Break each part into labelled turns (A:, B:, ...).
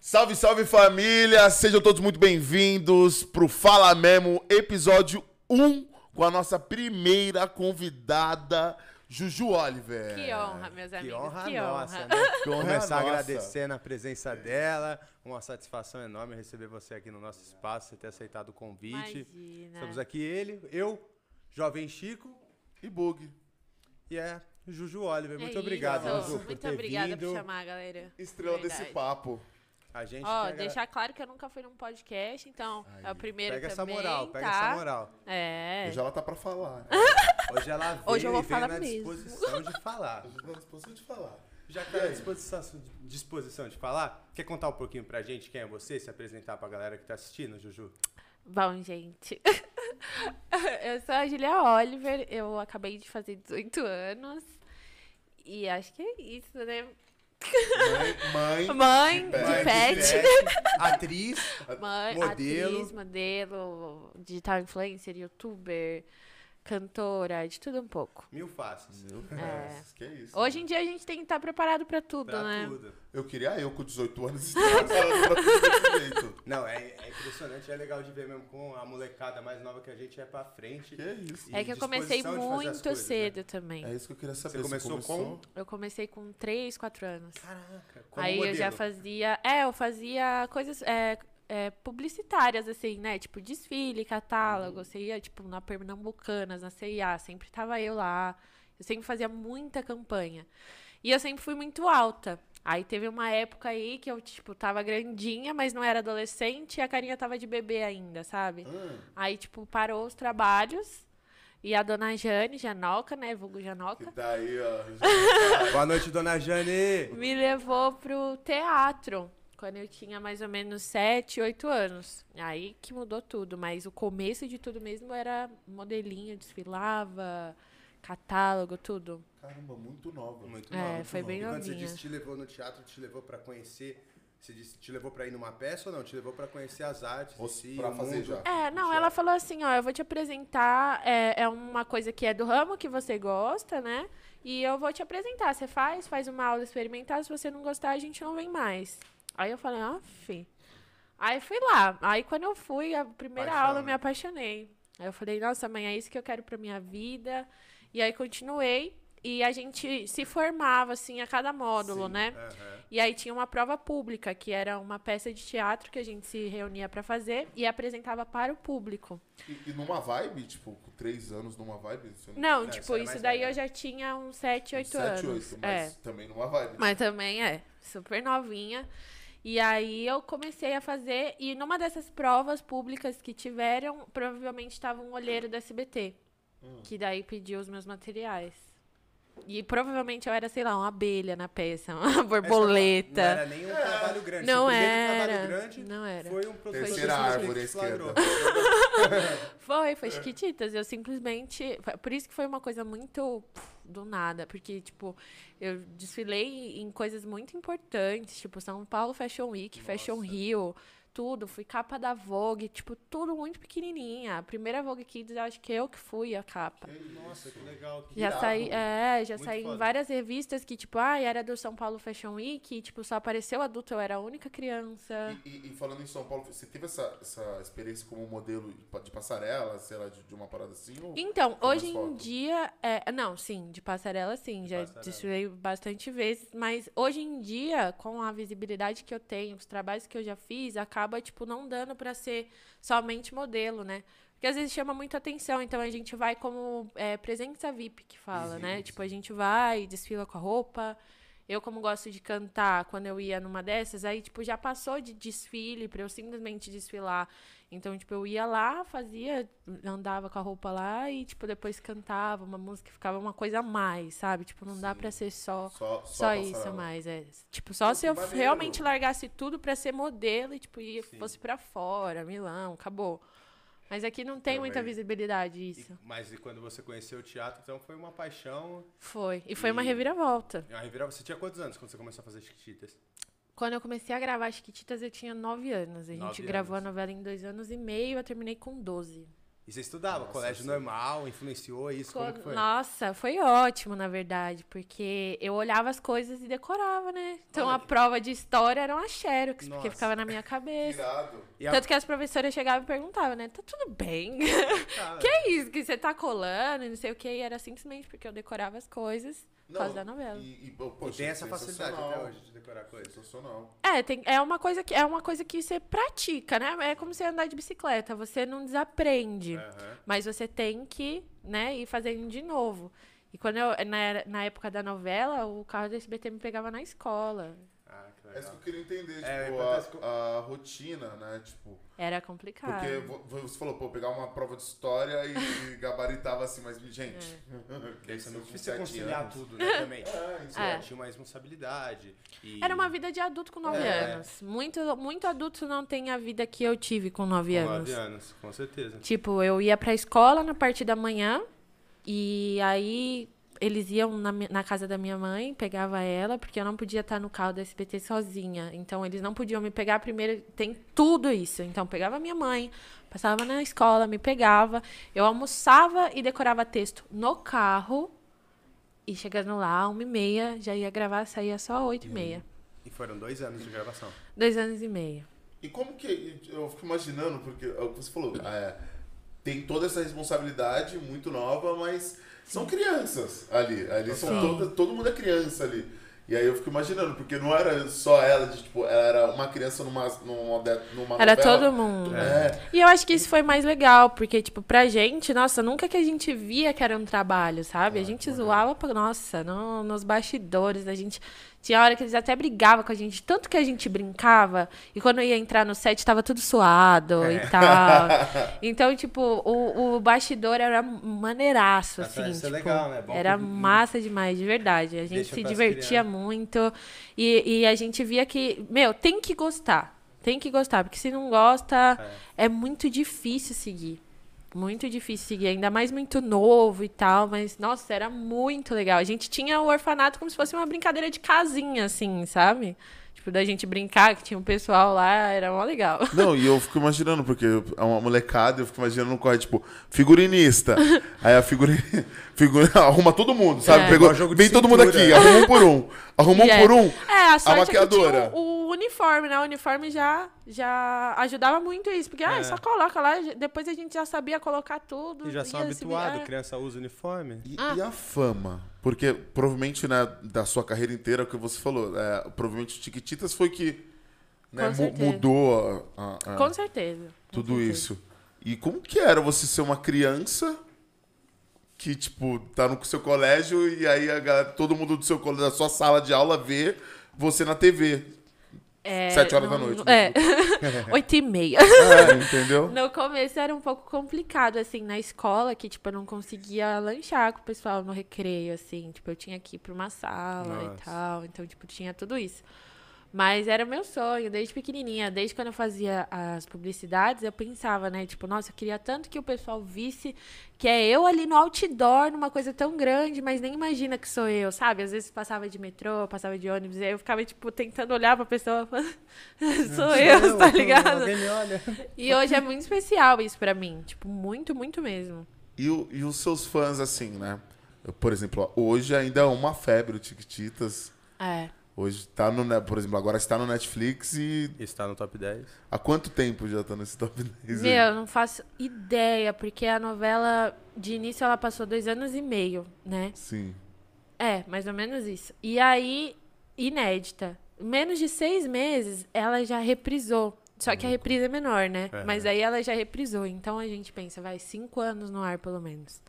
A: Salve, salve família! Sejam todos muito bem-vindos pro Fala Memo, episódio 1, com a nossa primeira convidada, Juju Oliver.
B: Que honra, meus
C: É, Que
B: amigos.
C: honra
B: que
C: nossa,
B: honra.
C: né?
A: Que honra
C: Começar
A: nossa.
C: agradecendo a presença dela. Uma satisfação enorme receber você aqui no nosso espaço, você ter aceitado o convite.
B: Imagina.
C: Estamos aqui ele, eu, jovem Chico
A: E bug.
C: e a Juju Oliver.
B: É
C: Muito
B: isso.
C: obrigado, Juju, por
B: Muito
C: ter
B: obrigada
C: vindo.
B: por chamar, galera.
A: Estrela
B: Verdade.
A: desse papo.
C: A gente
B: Ó,
C: pega,
B: deixar claro que eu nunca fui num podcast, então é o primeiro
C: pega essa
B: também,
C: moral, pega
B: tá?
C: essa moral.
B: É. Ah.
A: Hoje ela tá pra falar.
C: Hoje ela veio
B: Hoje eu vou
C: e veio
B: falar
C: na
B: mesmo.
C: disposição de falar.
A: Não disposição de falar.
C: Já que tá à disposição, disposição de falar, quer contar um pouquinho pra gente quem é você, se apresentar pra galera que tá assistindo, Juju?
B: Bom, gente. eu sou a Julia Oliver, eu acabei de fazer 18 anos. E acho que é isso, né?
A: Mãe, mãe.
B: Mãe
A: pet.
B: de
C: Mãe de
B: pet.
C: pet, atriz.
B: Mãe,
C: Modelo.
B: atriz, modelo, digital influencer, youtuber, cantora, de tudo um pouco.
C: Mil faces.
B: É.
A: Que isso.
B: Hoje em dia a gente tem que estar preparado pra tudo,
C: Pra
B: né?
C: tudo.
A: Eu queria eu com 18 anos estar falando pra tudo desse jeito.
C: Não, é, é impressionante, é legal de ver mesmo com a molecada mais nova que a gente é pra frente.
A: Que isso.
B: É que eu comecei
C: disposição de fazer as
B: muito
C: coisas, né?
B: cedo também.
A: É isso que eu queria saber.
C: Você começou com?
B: Eu comecei com 3, 4 anos.
C: Caraca, como
B: Aí eu já
C: modelo.
B: fazia. É, eu fazia coisas é, é, publicitárias, assim, né? Tipo desfile, catálogo.
C: Uhum.
B: Você ia, tipo, na Pernambucanas, na CIA. Sempre tava eu lá. Eu sempre fazia muita campanha. E eu sempre fui muito alta. Aí teve uma época aí que eu, tipo, tava grandinha, mas não era adolescente e a carinha tava de bebê ainda, sabe?
A: Ah,
B: Aí, tipo, parou os trabalhos. E a dona Jane, Janoca, né? Vulgo
A: que
B: Janoca,
A: daí, ó.
B: "Ah,
C: Boa noite, dona Jane.
B: me levou pro teatro. Quando eu tinha mais ou menos 7, 8 anos. Aí que mudou tudo. Mas o começo de tudo mesmo era modelinho, desfilava, catálogo, tudo.
A: Caramba, muito nova.
C: Muito
B: É,
C: nova.
B: foi bem
C: e quando você
B: novinha.
C: disse que te levou no teatro, te levou pra conhecer, você disse te levou pra ir numa peça ou não? Te levou pra conhecer as artes,
A: Ou
C: em si,
A: pra
C: o
A: fazer
C: mundo?
A: já.
B: É, não, ela falou assim, ó, eu vou te apresentar, é, é uma coisa que é do ramo que você gosta, né? E eu vou te apresentar, você faz, faz uma aula experimental, se você não gostar, a gente não vem mais. Aí eu falei, ó, fi. Aí fui lá, aí quando eu fui, a primeira
C: Paixão,
B: aula eu
C: né?
B: me apaixonei. Aí eu falei, nossa mãe, é isso que eu quero pra minha vida. E aí continuei, e a gente se formava, assim, a cada módulo, né?
C: Aham.
B: E aí tinha uma prova pública, que era uma peça de teatro que a gente se reunia pra fazer e apresentava para o público.
A: E, e numa vibe, tipo, com três anos numa vibe, você não
B: Não,
C: É, isso
B: tipo,
C: era
B: isso
C: mais
B: daí
C: velha.
B: eu já tinha uns 7, 8
A: 7,
B: anos.
A: 8,
B: é.
A: mas também numa vibe.
B: Mas também é, super novinha. E aí eu comecei a fazer, e numa dessas provas públicas que tiveram, provavelmente estava um olheiro do SBT,
C: Hum.
B: que daí pediu os meus materiais. E provavelmente eu era, sei lá, uma abelha na peça,
C: é
B: uma borboleta.
C: Não era nem um trabalho grande.
B: Não
C: Seu primeiro
B: era,
C: trabalho grande
B: não era.
C: Foi um produtor
A: Terceira
C: de filme
A: árvore à
C: que
A: esquerda.
C: flagrou.
B: Foi,
C: É.
B: foi Chiquititas. Eu simplesmente. foi- Por isso que foi uma coisa muito pff, do nada. Porque, tipo, eu desfilei em coisas muito importantes, tipo, São Paulo Fashion Week, Fashion Rio, tudo. Fui capa da Vogue, tipo, tudo muito pequenininha. A primeira Vogue Kids, eu acho que eu que fui a capa.
C: Nossa, que legal. que
B: Já
A: irado,
B: saí,
A: mano.
B: é, já
C: Muito
B: saí em
C: foda.
B: várias revistas que, tipo, ah, era do São Paulo Fashion Week, e, tipo, só apareceu adulto, eu era a única criança.
A: E, e- e falando em São Paulo, você teve essa, essa experiência como modelo de pa- de passarela, sei lá, de, de uma parada assim? Ou...
B: Então,
A: Foi mais
B: hoje em
A: foto.
B: dia. É, não, sim, de passarela sim. já
C: passarela.
B: desfilei bastante vezes. Mas hoje em dia, com a visibilidade que eu tenho, os trabalhos que eu já fiz, acaba, tipo, não dando pra ser somente modelo, né? Porque às vezes chama muita atenção, então a gente vai como é, presença VIP que fala, né? Tipo, a gente vai, desfila com a roupa. Eu, como gosto de cantar, quando eu ia numa dessas, aí, tipo, já passou de desfile pra eu simplesmente desfilar. Então, tipo, eu ia lá, fazia, andava com a roupa lá e, tipo, depois cantava uma música, ficava uma coisa a mais, sabe? Tipo, não dá pra ser só
A: Só, só,
B: só, isso a
A: passarela.
B: mais, é. Tipo, só
A: Pô,
B: se
A: que
B: eu
A: maneiro.
B: realmente largasse tudo pra ser modelo e, tipo, ia,
C: Sim.
B: fosse pra fora, Milão, acabou. Mas aqui não tem muita
C: Também.
B: visibilidade isso.
C: E- mas e quando você conheceu o teatro, então foi uma paixão.
B: Foi. E foi uma
C: E-
B: reviravolta.
C: A Rivera, você tinha quantos anos quando você começou a fazer Chiquititas?
B: Quando eu comecei a gravar Chiquititas, eu tinha 9 anos. A gente
C: Nove
B: gravou
C: anos.
B: a novela em dois anos e meio, eu terminei com 12.
C: E você estudava,
A: Nossa,
C: colégio
A: sim.
C: normal, influenciou isso? Como é que
B: Co-
C: foi?
B: Nossa, foi ótimo, na verdade, porque eu olhava as coisas e decorava, né? Então
C: Olha
B: a
C: que-
B: prova de história era uma Xerox,
C: Nossa.
B: porque ficava na minha cabeça.
A: Irado.
C: E a-
B: Tanto que as professoras chegavam e perguntavam, né? Tá tudo bem?
C: Ah,
B: que é isso que você tá colando? e Não sei o que. E era simplesmente porque eu decorava as coisas por
A: Não,
B: causa da novela.
A: E, e, pô,
C: E
A: poxa,
C: tem essa
A: sensacional.
C: facilidade até hoje de decorar coisas.
A: Sensacional.
B: É, tem, é, uma coisa que, é uma coisa que você pratica, né? É como você andar de bicicleta, você não desaprende.
C: Aham.
B: Mas você tem que, né, ir fazendo de novo. E quando eu, na, na época da novela, o carro do SBT me pegava na escola.
C: Ah, que
A: É isso que
C: legal.
A: eu queria entender, tipo,
C: É,
A: a-
C: acontece com-
A: a, rotina, né? Tipo,
B: Era complicado.
A: porque vo- você falou, pô, pegar uma prova de história e, e gabaritava assim, mas, gente... que
C: Deve ser muito
A: isso,
C: difícil
A: sete
C: conciliar
A: anos.
C: tudo, né, também.
A: É, isso
B: É.
A: é.
C: Tinha uma responsabilidade. e-
B: Era uma vida de adulto com 9
C: É.
B: anos. Muito, muito adulto não tem a vida que eu tive com 9
C: Com
B: anos.
C: nove anos, com certeza.
B: Tipo, eu ia pra escola na parte da manhã e aí eles iam na, mi- na casa da minha mãe, pegava ela, porque eu não podia estar no carro da SBT sozinha. Então eles não podiam me pegar primeiro, tem tudo isso. Então pegava minha mãe, passava na escola, me pegava, eu almoçava e decorava texto no carro. E chegando lá, uma e meia, já ia gravar, saía só oito e meia.
A: Uhum.
C: E foram dois anos de gravação.
B: Dois anos e meio.
A: E como que. Eu fico imaginando, porque é o que você falou, é, tem toda essa responsabilidade muito nova, mas são crianças ali. Ali são
B: Sim.
A: toda, todo mundo é criança ali. E aí eu fico imaginando, porque não era só ela, de, tipo, ela era uma criança numa. numa, de- numa novela.
B: Era todo mundo.
A: É.
B: E eu acho que isso foi mais legal, porque, tipo, pra gente, nossa, nunca que a gente via que era um trabalho, sabe? a
C: É,
B: gente zoava, pra, nossa, no- nos bastidores, a gente... Tinha hora que eles até brigavam com a gente, tanto que a gente brincava, e quando ia entrar no set, tava tudo suado
C: É.
B: e tal. Então, tipo, o, o bastidor era maneiraço,
C: Mas
B: assim,
C: isso é
B: tipo,
C: legal, né? Bom
B: era
C: que-
B: massa demais, de verdade. A gente
C: Deixa
B: se
C: pras
B: divertia
C: crianças.
B: muito e, e a gente via que, meu, tem que gostar. Tem que gostar, porque se não gosta, é, muito difícil seguir. Muito difícil seguir, ainda mais muito novo e tal, mas nossa, era muito legal. A gente tinha o orfanato como se fosse uma brincadeira de casinha, assim, sabe? Tipo, da gente brincar, que tinha um pessoal lá, era mó legal.
A: Não, e eu fico imaginando, porque é uma molecada, eu fico imaginando no corre, tipo, figurinista. Aí a figurinha. Figura, arruma todo mundo, sabe?
B: É.
A: Pegou,
C: Igual jogo de
A: vem todo mundo aqui,
C: cintura.
A: arruma um por um. Arruma um
B: Já
A: por
B: era.
A: um.
B: É, a sorte é que
A: maquiadora.
B: tinha o, o uniforme, né? O uniforme já, já ajudava muito isso. Porque, ah, só coloca lá. já- Depois a gente já sabia colocar tudo.
C: É. E assim, ah. já são
B: ia se
C: habituados,
B: virar.
C: criança usa uniforme.
A: E,
B: Ah.
A: e a fama? Porque provavelmente né, da sua carreira inteira, o que você falou, é, provavelmente o Tiquititas foi que né,
B: Com
A: mu-
B: certeza.
A: mudou a- a- a-
B: Com certeza. com
A: tudo
B: certeza.
A: isso. E como que era você ser uma criança que, tipo, tá no seu colégio e aí a galera- todo mundo do seu colégio, da sua sala de aula vê você na TV.
B: É,
A: Sete horas da
B: não-
A: noite, né?
B: não- É. Oito e meia.
A: É, entendeu?
B: No começo era um pouco complicado, assim, na escola, que, tipo, eu não conseguia lanchar com o pessoal no recreio, assim. Tipo, eu tinha que ir pra uma sala
C: Nossa.
B: e tal. Então, tipo, tinha tudo isso. Mas era o meu sonho, desde pequenininha. Desde quando eu fazia as publicidades, eu pensava, né? Tipo, nossa, eu queria tanto que o pessoal visse que é eu ali no outdoor, numa coisa tão grande, mas nem imagina que sou eu, sabe? Às vezes passava de metrô, passava de ônibus, e aí eu ficava, tipo, tentando olhar pra pessoa, falando, sou eu, tá ligado?
C: Alguém me olha.
B: E hoje é muito especial isso pra mim. Tipo, muito, muito mesmo.
A: E, o- e os seus fãs, assim, né? Eu, Por exemplo, ó, hoje ainda é uma febre o Tiquititas.
B: É.
A: Hoje tá no, ne- por exemplo, agora está no Netflix e
C: Está no top 10.
A: há quanto tempo já tá nesse top 10? aí?
B: Meu, eu não faço ideia, porque a novela, de início, ela passou dois anos e meio, né?
A: Sim.
B: É, mais ou menos isso. E aí, inédita. Menos de seis meses, ela já reprisou. Só que a reprisa é menor, né?
C: É.
B: Mas aí ela já reprisou. Então a gente pensa, vai, cinco anos no ar, pelo menos.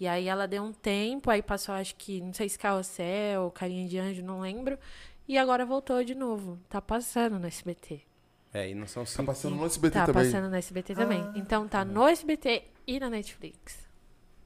B: E aí ela deu um tempo, aí passou, acho que, não sei se Carrossel, Carinha de Anjo, não lembro. E agora voltou de novo. Tá passando no SBT.
C: É, e não são
A: Tá
C: cinco.
A: passando no SBT
B: tá
A: também.
B: passando no SBT também. Então tá no SBT e na Netflix.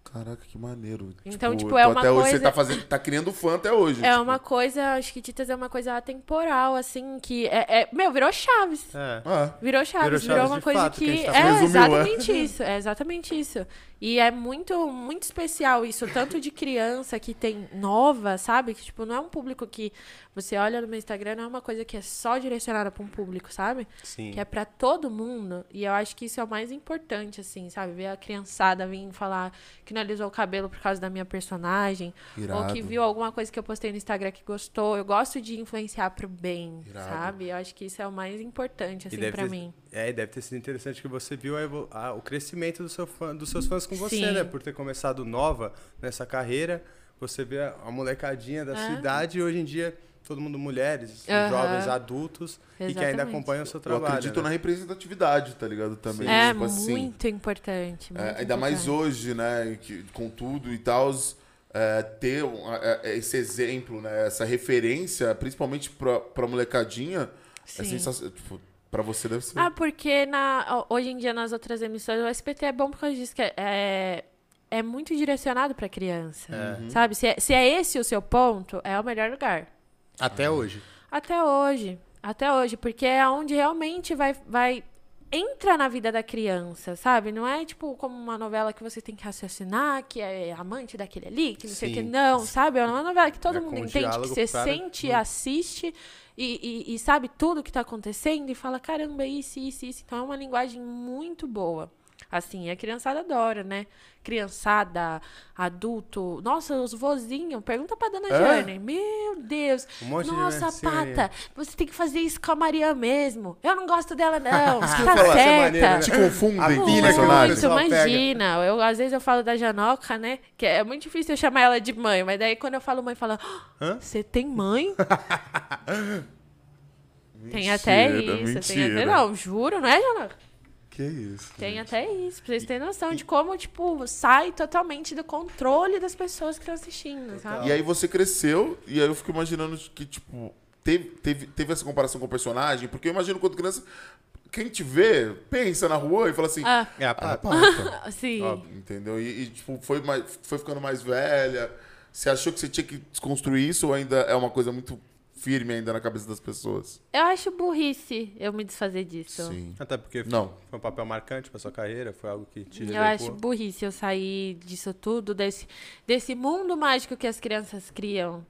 A: Caraca, que maneiro.
B: Então, tipo,
A: eu
B: é
A: tô
B: uma
A: até hoje, Você
B: coisa-
A: tá, fazendo, tá criando fã até hoje.
B: É
A: tipo.
B: uma coisa, acho que Titas é uma coisa atemporal, assim, que é, é- meu, virou Chaves.
C: É.
A: Ah,
B: Virou Chaves,
C: Virou
B: virou,
C: Chaves
B: uma
C: de
B: coisa
C: fato, que a
B: que,
C: gente tá
B: é
A: falando.
B: exatamente isso, é exatamente isso. E é muito muito especial isso, tanto de criança que tem nova, sabe? Que tipo não é um público que Você olha no meu Instagram, não é uma coisa que é só direcionada para um público, sabe?
C: Sim.
B: Que é pra todo mundo. E eu acho que isso é o mais importante, assim, sabe? Ver a criançada vir falar que não alisou o cabelo por causa da minha personagem. Ou
A: Irado.
B: que viu alguma coisa que eu postei no Instagram que gostou. Eu gosto de influenciar pro bem,
A: Irado.
B: sabe? Eu acho que isso é o mais importante,
C: E
B: assim,
C: deve
B: pra
C: ter-
B: mim.
C: É, e deve ter sido interessante que você viu a evo- a- o crescimento do seu fã- dos seus fãs com você,
B: Sim.
C: né? Por ter começado nova nessa carreira, você vê a, a molecadinha da sua
B: É.
C: idade e hoje em dia todo mundo mulheres,
B: Aham.
C: jovens, adultos e que ainda
B: Exatamente.
C: acompanham o seu
A: Eu
C: trabalho.
A: acredito
C: né?
A: na representatividade, tá ligado? Também.
B: É
A: tipo assim.
B: muito importante.
A: É, ainda mais
B: hoje.
A: hoje, né? Que, com tudo e tal, ter um- é, é, esse exemplo, né? Essa referência, principalmente pra, pra molecadinha, é
B: Sim.
A: sensacional. Tipo, pra você deve ser.
B: Ah, porque na, hoje em dia nas outras emissoras o SPT é bom por causa disso, que é- é, é muito direcionado pra criança. Sabe? Se é, se é esse o seu ponto, é o melhor lugar.
C: Até hoje.
B: Até hoje. Até hoje, porque é onde realmente vai. vai entra na vida da criança, sabe? Não é tipo como uma novela que você tem que raciocinar, que é amante daquele ali, que não sei o que.
C: Sim.
B: Não, sabe? É uma novela que todo
C: É com
B: mundo
C: um
B: entende, que
C: diálogo
B: você
C: claro.
B: sente, assiste e, e- e sabe tudo que tá acontecendo e fala, caramba, isso, isso, isso. Então é uma linguagem muito boa. Assim, e a criançada adora, né? Criançada, adulto. Nossa, os vozinhos. Pergunta pra dona
A: É?
B: Jane. Meu Deus.
C: Um monte de
B: Nossa,
C: versão aí.
B: Pata, você tem que fazer isso com a Maria mesmo. Eu não gosto dela, não.
C: Isso que eu
B: tá
C: ia falar, essa
B: certa.
C: maneira, né?
A: Te confundem com
C: A
A: o
C: pilha que eu
A: personagem.
B: Muito,
C: pessoal pega.
B: imagina. Eu, às vezes eu falo da Janoca, né? Que é muito difícil eu chamar ela de mãe, mas daí quando eu falo mãe, fala: "Ah, Você tem mãe? tem até
A: Mentira,
B: isso. Tem até,
A: mentira.
B: não, juro, não é, Janoca?
A: Que isso.
B: Tem até isso, pra vocês terem noção de como, tipo, sai totalmente do controle das pessoas que estão assistindo, sabe?
A: E aí você cresceu, e aí eu fico imaginando que, tipo, teve, teve, teve essa comparação com o personagem, porque eu imagino quando criança, quem te vê, pensa na rua e fala assim,
B: Ah,
C: É a
A: ah,
C: pata.
A: pata.
B: sim.
A: Óbvio, entendeu? E, e, tipo, foi, mais, foi ficando mais velha, você achou que você tinha que desconstruir isso ou ainda é uma coisa muito firme ainda na cabeça das pessoas?
B: Eu acho burrice eu me desfazer disso.
A: Sim.
C: Até porque
A: Não.
C: foi um papel marcante pra sua carreira, foi algo que te
B: Eu acho
C: elevou.
B: burrice eu sair disso tudo, desse, desse mundo mágico que as crianças criam.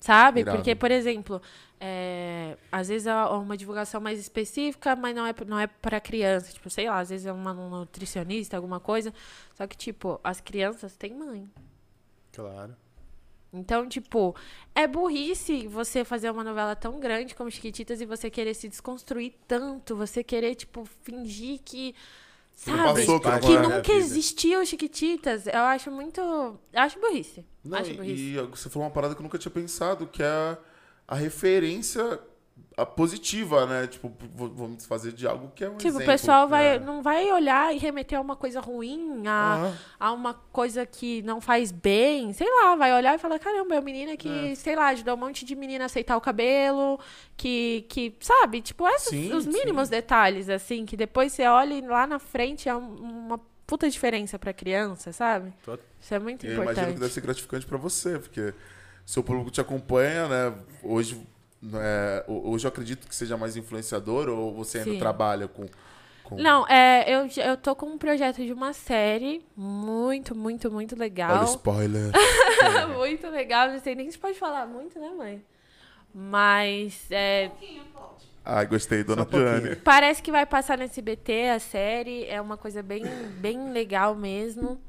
B: Sabe?
A: Irado.
B: Porque, por exemplo, é, às vezes é uma divulgação mais específica, mas não é, não é para criança. Tipo, sei lá, às vezes é uma nutricionista, alguma coisa. Só que, tipo, as crianças têm mãe.
C: Claro.
B: Então, tipo, é burrice você fazer uma novela tão grande como Chiquititas e você querer se desconstruir tanto, você querer, tipo, fingir que. Sabe?
A: passou,
C: cara,
B: que
C: na minha
B: nunca
C: vida.
B: existiu Chiquititas. Eu acho muito. Eu acho burrice.
A: Não,
B: acho burrice.
A: e, um e você falou uma parada que eu nunca tinha pensado, que é a referência a positiva, né? Tipo, vou, vou me desfazer de algo que é um
B: Tipo, o
A: exemplo,
B: pessoal vai,
A: né?
B: não vai olhar e remeter a uma coisa ruim, a, a uma coisa que não faz bem, sei lá, vai olhar e falar, caramba, é uma menina que, sei lá, ajudou um monte de menina a aceitar o cabelo, que, que sabe, tipo, esses
A: Sim,
B: os
A: sim.
B: mínimos detalhes, assim, que depois você olha e lá na frente é um- uma puta diferença pra criança, sabe?
C: Tot-
B: Isso é muito
A: E eu imagino que
B: importante.
A: deve ser gratificante pra você, porque seu público te acompanha, né? Hoje, né, ho- hoje eu acredito que seja mais influenciador ou você ainda
B: Sim.
A: trabalha com. com-
B: Não, é, eu, já- eu tô com um projeto de uma série muito, muito, muito legal.
A: Olha o spoiler.
B: muito legal, não sei nem se pode falar muito, né, mãe? Mas é,
A: Ai, gostei, dona
C: Só um pouquinho.
A: Jane.
B: parece que vai passar no SBT a série, é uma coisa bem, bem legal mesmo.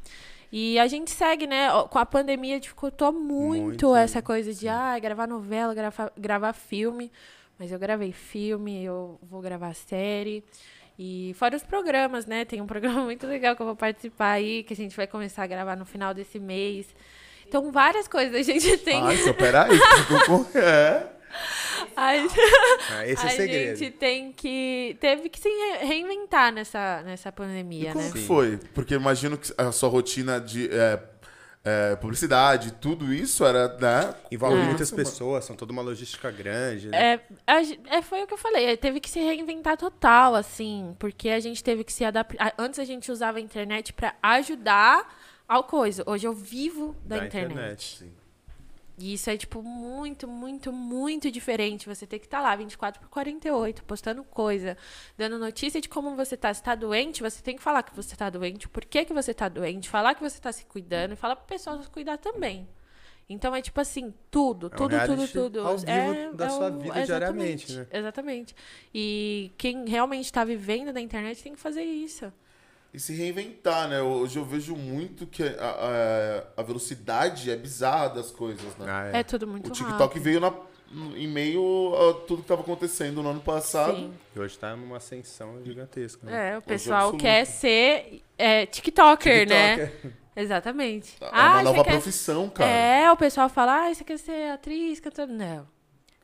B: E a gente segue, né? ó, Com a pandemia dificultou muito,
C: Muito,
B: essa coisa de ah, gravar novela, gravar, gravar filme. Mas eu gravei filme, eu vou gravar série. E fora os programas, né? Tem um programa muito legal que eu vou participar aí, que a gente vai começar a gravar no final desse mês. Então, várias coisas a gente tem.
A: Ai, então, peraí. que eu tô com- É.
B: Ai,
C: Ah, esse é
B: a
C: o segredo.
B: gente tem que. Teve que se re- reinventar nessa, nessa pandemia,
A: Como
B: né?
A: que
C: Sim.
A: foi? Porque imagino que a sua rotina de é, é, publicidade, tudo isso era. Né?
C: Envolve
B: É.
C: muitas pessoas, são toda uma logística grande, né?
B: É, a gen- é, foi o que eu falei, é, teve que se reinventar total, assim, porque a gente teve que se adaptar. Antes a gente usava a internet pra ajudar ao coisa. Hoje eu vivo da, internet.
C: sim.
B: E isso é, tipo, muito, muito, muito diferente. Você tem que estar lá 24 por 48, postando coisa, dando notícia de como você tá. Se tá doente, você tem que falar que você tá doente, por que, que você tá doente, falar que você tá se cuidando e falar pro pessoal se cuidar também. Então é tipo assim, tudo,
C: É
B: tudo,
C: um
B: tudo,
C: reality
B: tudo.
C: ao vivo
B: é,
C: da
B: é
C: sua
B: o-
C: vida
B: exatamente,
C: diariamente, né?
B: Exatamente. E quem realmente tá vivendo na internet tem que fazer isso.
A: E se reinventar, né? Hoje eu vejo muito que a, a- a velocidade é bizarra das coisas, né?
C: Ah,
B: É, tudo muito
A: o
B: rápido.
A: TikTok veio na- em meio a tudo que tava acontecendo no ano passado.
B: Sim.
C: E hoje tá numa ascensão gigantesca. né?
B: É, o pessoal
A: absoluto.
B: quer ser é, TikToker, né?
C: TikToker.
B: Exatamente.
A: É
B: ah,
A: uma nova
B: você quer...
A: profissão, cara.
B: É, o pessoal fala, ah, você quer ser atriz, cantora? Não,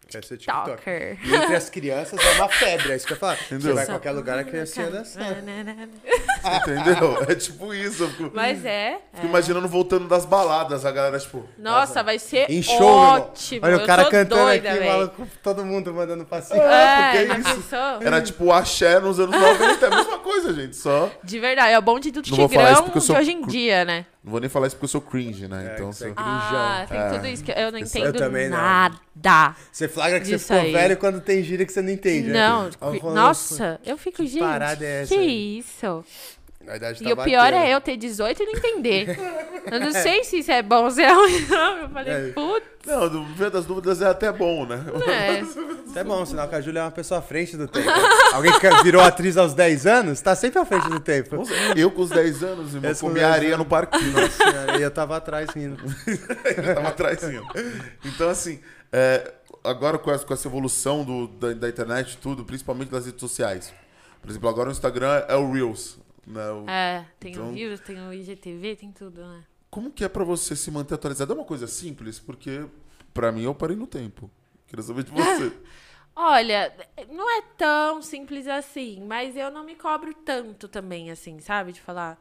C: Quer ser TikToker.
B: TikToker.
C: E entre as crianças é uma febre, é isso que eu falo. Você
A: Entendeu?
C: vai a
A: Só-
C: qualquer lugar, é a criancinha dança.
A: Entendeu? É tipo isso. Eu fico,
B: Mas é.
A: fico
B: é.
A: imaginando voltando das baladas, a galera, tipo.
B: Nossa, vai ser
C: Em show,
B: ótimo.
C: irmão. Olha
B: Eu
C: o cara
B: tô
C: cantando
B: doida,
C: aqui,
B: véi.
C: maluco, todo mundo mandando passinho.
B: É,
A: porque
B: já
A: é isso.
B: pensou?
A: Era tipo o axé nos anos 90. É a mesma coisa, gente. Só.
B: De verdade, é o bonde do
A: Não vou falar isso
B: Tigrão
A: porque eu
B: de
A: sou
B: hoje em
A: cru-
B: dia, né?
A: Não vou nem falar isso porque eu sou cringe, né? então.
C: isso é
A: sou-
C: cringe.
B: Ah, tem tudo isso que eu não
A: Pessoal,
B: entendo
C: eu também não.
B: nada.
C: Você flagra que você
B: Disso
C: ficou
B: aí.
C: velho quando tem gíria que você não entende. né?
B: Não,
C: Aí eu falo,
B: nossa, eu fico, gente,
C: parada é essa
B: que
C: aí?
B: isso?
C: A idade
B: E
C: tá
B: o pior
C: batendo.
B: é eu ter 18 e não entender. eu não sei se isso é bom ou se é ruim, não. Eu
C: É.
B: falei, putz,
A: Não, do ver das dúvidas é até bom, né?
B: né?
C: Até bom, sinal que a Júlia é uma pessoa à frente do tempo. Alguém que virou atriz aos 10 anos, tá sempre à
B: Ah,
C: frente do tempo.
A: Nossa, Eu com os 10 anos, irmão,
C: Essa
A: comia
C: conversa-
A: areia no parquinho.
C: Nossa senhora, e eu tava atrás rindo.
A: Eu tava atrás, sim. Então, assim, é, agora com essa, com essa evolução do- da, da internet e tudo, principalmente das redes sociais. Por exemplo, agora o Instagram é o Reels. Né? O-
B: É, tem
A: Então-
B: o vírus, tem um o IGTV, tem tudo, né?
A: Como que é pra você se manter atualizado? É uma coisa simples, porque pra mim eu parei no tempo. Queria saber de você.
B: Olha, não é tão simples assim, mas eu não me cobro tanto também, assim, sabe? De falar,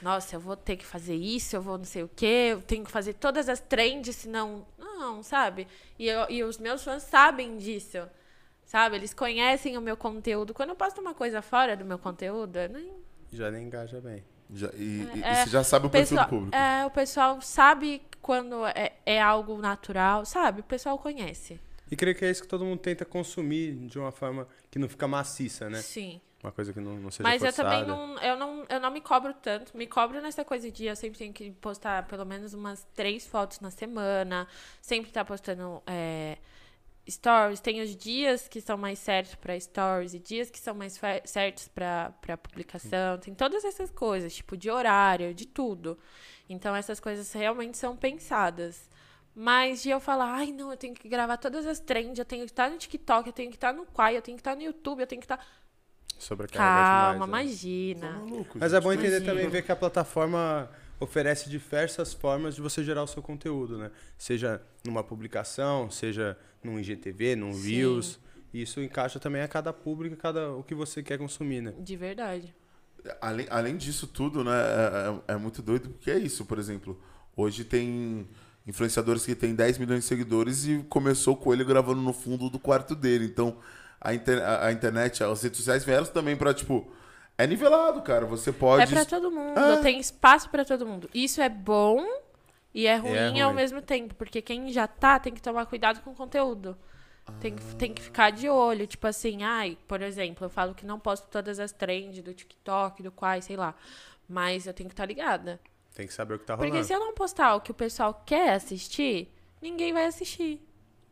B: nossa, eu vou ter que fazer isso, eu vou não sei o quê, eu tenho que fazer todas as trends, senão. Não, sabe? E, eu- e os meus fãs sabem disso, sabe? Eles conhecem o meu conteúdo. Quando eu posto uma coisa fora do meu conteúdo, eu nem.
C: Já nem engaja bem.
A: Já- e, e- e
B: É,
A: você já sabe o perfil do público.
B: é, o pessoal sabe quando é, é algo natural, sabe? O pessoal conhece.
C: E creio que é isso que todo mundo tenta consumir de uma forma que não fica maciça, né?
B: Sim.
C: Uma coisa que não, não seja
B: Mas eu
C: forçada.
B: também não eu, não. eu não me cobro tanto. Me cobro nessa coisa de eu sempre tenho que postar pelo menos umas três fotos na semana. Sempre tá postando é, stories. Tem os dias que são mais certos pra stories e dias que são mais fe- certos pra pra publicação. Tem todas essas coisas, tipo de horário, de tudo. Então essas coisas realmente são pensadas. Mas de eu falar, ai não, eu tenho que gravar todas as trends, eu tenho que estar no TikTok, eu tenho que estar no Quai, eu tenho que estar no YouTube, eu tenho que tá estar.
C: Sobrecarrega
B: Calma,
C: demais, né?
A: Tá
B: imagina.
A: maluco,
C: Mas é
A: gente.
C: bom entender
B: Imagina.
C: também ver que a plataforma oferece diversas formas de você gerar o seu conteúdo, né? Seja numa publicação, seja num IGTV, num
B: Sim.
C: Reels. Isso encaixa também a cada público, cada o que você quer consumir, né?
B: De verdade.
A: Além, além disso tudo, né, é, é- é muito doido, porque é isso, por exemplo. Hoje tem influenciadores que têm 10 milhões de seguidores e começou com ele gravando no fundo do quarto dele. Então, a, inter- a- a internet, as redes sociais vieram também pra, tipo, é nivelado, cara. Você pode...
B: É pra todo mundo,
A: Ah.
B: tem espaço pra todo mundo. Isso é bom e é ruim, ao
C: ruim.
B: mesmo tempo, porque quem já tá tem que tomar cuidado com o conteúdo. Tem que, tem que ficar de olho, tipo assim, ai, por exemplo, eu falo que não posto todas as trends do TikTok, do Quai, sei lá. Mas eu tenho que estar ligada.
C: Tem que saber o que tá rolando.
B: Porque se eu não postar o que o pessoal quer assistir, ninguém vai assistir.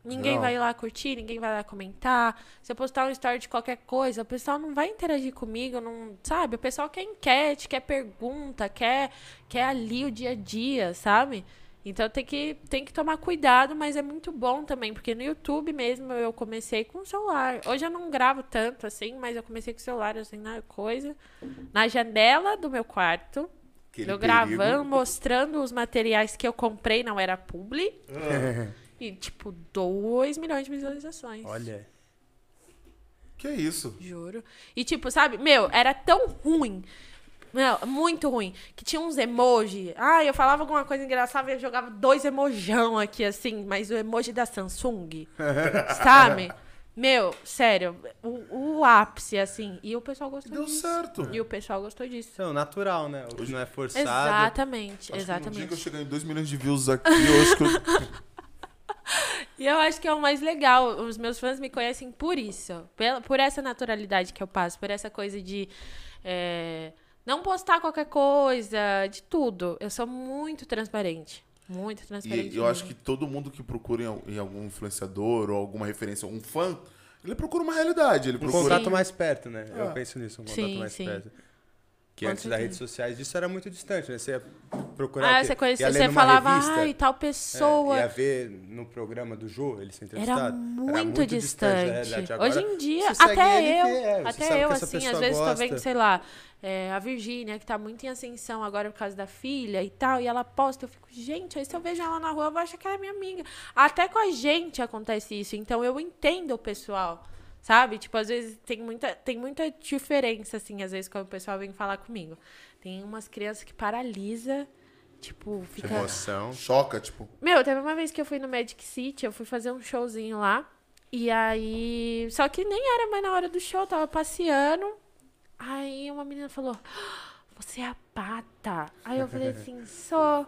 B: Ninguém
A: Não.
B: vai lá curtir, ninguém vai lá comentar. Se eu postar um story de qualquer coisa, o pessoal não vai interagir comigo, não, sabe? O pessoal quer enquete, quer pergunta, quer, quer ali o dia a dia, sabe? Então tem que, tem que tomar cuidado, mas é muito bom também, porque no YouTube mesmo eu comecei com o celular. Hoje eu não gravo tanto assim, mas eu comecei com o celular, assim, na coisa, na janela do meu quarto.
A: Aquele perigo.
B: eu gravando, mostrando os materiais que eu comprei, não era publi. E, tipo, 2 milhões de visualizações.
C: Olha,
A: Que é isso?
B: Juro. E, tipo, sabe, meu, era tão ruim. Meu, muito ruim. Que tinha uns emoji. Ah, eu falava alguma coisa engraçada e eu jogava dois emojão aqui, assim. Mas o emoji da Samsung, sabe? Meu, sério, o, o ápice, assim. E o pessoal gostou
A: Deu
B: disso.
A: certo.
B: E o pessoal gostou disso.
C: então, natural, né? O que não é forçado.
B: Exatamente,
A: No dia que eu
B: exatamente.
A: chegar em 2 milhões de views aqui, eu acho que eu...
B: E eu acho que é o mais legal. Os meus fãs me conhecem por isso. Pela, por essa naturalidade que eu passo, por essa coisa de. é, não postar qualquer coisa, de tudo. Eu sou muito transparente. Muito transparente.
A: E eu acho
B: mesmo.
A: que todo mundo que procura em al- em algum influenciador ou alguma referência, um fã, ele procura uma realidade. Ele
C: Um
A: procura.
C: contato mais perto, né?
A: Ah.
C: Eu penso nisso, um contato
B: Sim,
C: mais
B: sim.
C: perto. Que
B: Com
C: antes das
B: certeza.
C: redes sociais, isso era muito distante, né? Você ia procurar. o
B: Ah,
C: quê?
B: você
C: Ia
B: conhecia,
C: ler
B: você
C: numa
B: falava,
C: revista,
B: ai, tal
C: é,
B: pessoa.
C: ia ver no programa do Jô, ele se
B: Era
C: entrevistado.
B: muito,
C: né?
B: distante.
C: Verdade, agora
B: Hoje em dia,
C: você segue
B: até
C: ele e
B: eu,
C: vê, é, você sabe
B: até eu,
C: que essa
B: assim, às
C: pessoa
B: vezes tô vendo,
C: gosta.
B: sei lá, é, a Virgínia, que tá muito em ascensão agora por causa da filha e tal, e ela posta, eu fico, gente, aí se eu vejo ela na rua, eu vou achar que ela é minha amiga. Até com a gente acontece isso, então eu entendo o pessoal. Sabe? Tipo, às vezes tem muita, tem muita diferença, assim, às vezes, quando o pessoal vem falar comigo. Tem umas crianças que paralisa, tipo, fica.
C: Emoção.
A: Choca, tipo.
B: Meu, teve uma vez que eu fui no Magic City, eu fui fazer um showzinho lá. E aí. Só que nem era mais na hora do show, eu tava passeando. Aí uma menina falou: "Ah, Você é a pata. Aí eu falei assim: Sou.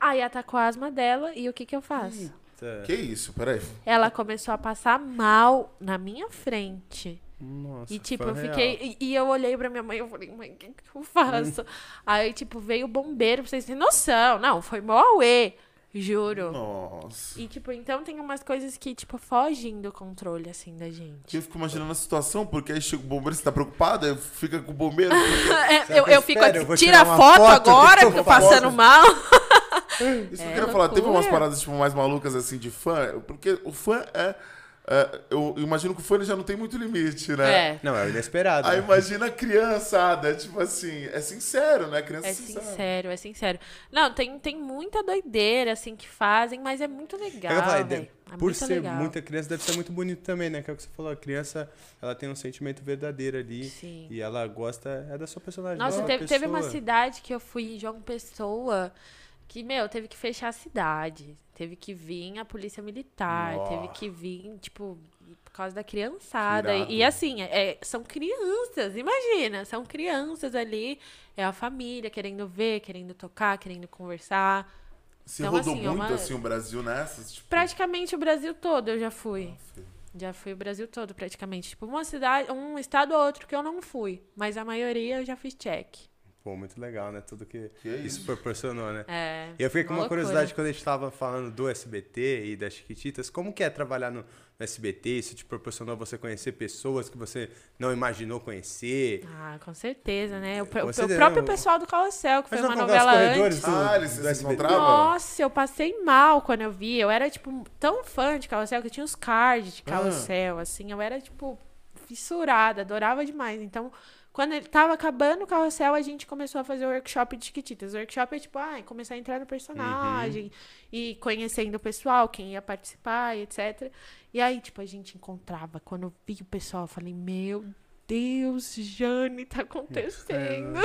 B: Aí atacou a asma dela e o que que eu faço?
C: Tá.
A: Que isso, peraí.
B: Ela começou a passar mal na minha frente.
C: Nossa,
B: E tipo,
C: fã
B: eu
C: real.
B: fiquei. E, e eu olhei pra minha mãe e falei, mãe, o que, que eu faço? Aí, tipo, veio o bombeiro, pra vocês terem noção. Não, foi mó auê, juro.
A: Nossa.
B: E, tipo, então tem umas coisas que, tipo, fogem do controle, assim, da gente.
A: Eu fico imaginando a situação, porque aí chega o bombeiro, você tá preocupado, aí fica com o bombeiro.
B: É,
C: Será
B: eu,
C: que eu
B: eu fico
C: espero? Eu
B: assim,
C: vou
B: tira
C: tirar uma
B: foto,
C: foto,
B: agora,
C: que
B: que
C: eu
B: eu tô
C: faço.
B: passando mal.
A: Isso
B: É
A: que eu queria falar. Teve
B: loucura.
A: umas paradas tipo, mais malucas assim de fã, porque o fã é. é, eu imagino que o fã ele já não tem muito limite, né?
B: É,
C: Não, é o inesperado.
A: Aí
C: né?
A: imagina a criançada, tipo assim, é sincero, né? A criança
B: é
A: sincera.
B: sincero, é sincero. Não, tem, tem muita doideira, assim, que fazem, mas é muito legal,
C: É o que eu falei,
B: velho.
C: deve-
B: É
C: por
B: muito
C: ser
B: legal.
C: muita criança, deve ser muito bonito também, né? Que é o que você falou, a criança, ela tem um sentimento verdadeiro ali.
B: Sim.
C: E ela gosta, é da sua personalidade.
B: Nossa,
C: da
B: teve, teve uma
C: pessoa.
B: cidade que eu fui em João Pessoa que, meu, teve que fechar a cidade. Teve que vir a polícia militar,
C: Nossa.
B: teve que vir, tipo, por causa da criançada.
A: Irado.
B: E, e assim, é- é- são crianças, imagina, são crianças ali. É a família querendo ver, querendo tocar, querendo conversar.
A: Você
B: Então,
A: rodou
B: assim, é
A: muito
B: uma-
A: assim o Brasil nessas? Tipo...
B: Praticamente o Brasil todo eu já fui.
A: Nossa.
B: Já fui o Brasil todo, praticamente. Tipo, uma cidade, um estado ou outro que eu não fui. Mas a maioria eu já fiz check.
C: Pô, muito legal, né? Tudo que,
A: Que é
C: isso proporcionou, né?
B: É.
C: E eu fiquei com uma
B: loucura.
C: curiosidade quando a gente tava falando do SBT e das Chiquititas. Como que é trabalhar no, no SBT? Isso te proporcionou você conhecer pessoas que você não imaginou conhecer?
B: Ah, com certeza, né? O, pr-
C: Você
B: o
C: deu-
B: próprio pessoal do Carrossel, que foi
C: Mas
B: uma
C: não conversa
B: novela
C: os corredores
B: antes.
C: do,
A: Ah, eles
C: do
A: se
C: SBT?
A: encontravam?
B: Nossa, eu passei mal quando eu vi. Eu era, tipo, tão fã de Carrossel que eu tinha os cards de Carrossel, assim. Eu era, tipo, fissurada, adorava demais. Então, quando ele tava acabando o Carrossel, a gente começou a fazer o workshop de Chiquititas. O workshop é, tipo, ah, começar a entrar no personagem e conhecendo o pessoal, quem ia participar e etc. E aí, tipo, a gente encontrava. Quando eu vi o pessoal, eu falei, meu Deus, Jane, tá acontecendo.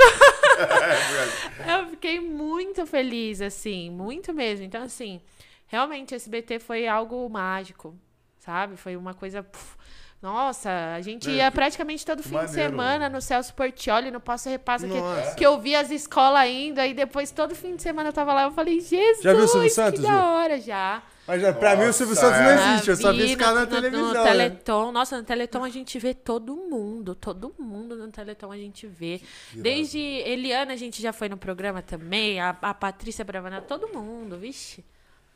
B: Eu fiquei muito feliz, assim, muito mesmo. Então, assim, realmente SBT foi algo mágico, sabe? Foi uma coisa. puf, nossa, a gente
A: Né,
C: É,
B: ia
A: que-
B: praticamente todo
A: que
B: fim de
A: maneiro,
B: semana no Celso Portioli, no Passo Repassa,
C: Nossa.
B: que, que eu vi as escolas indo, aí depois todo fim de semana eu tava lá, eu falei, Jesus,
C: Já viu o Silvio
B: que
C: Santos,
B: da
C: Ju?
B: hora já.
C: Mas já, pra mim o Silvio
A: Nossa,
C: Santos não
A: é.
C: existe, eu só vi esse
B: no-
C: cara na
B: no-
C: televisão.
B: No
C: né?
B: Teleton, nossa, no Teleton a gente vê todo mundo, todo mundo no Teleton a gente vê. Desde Eliana a gente já foi no programa também, a, a Patrícia Bravana, todo mundo, vixe.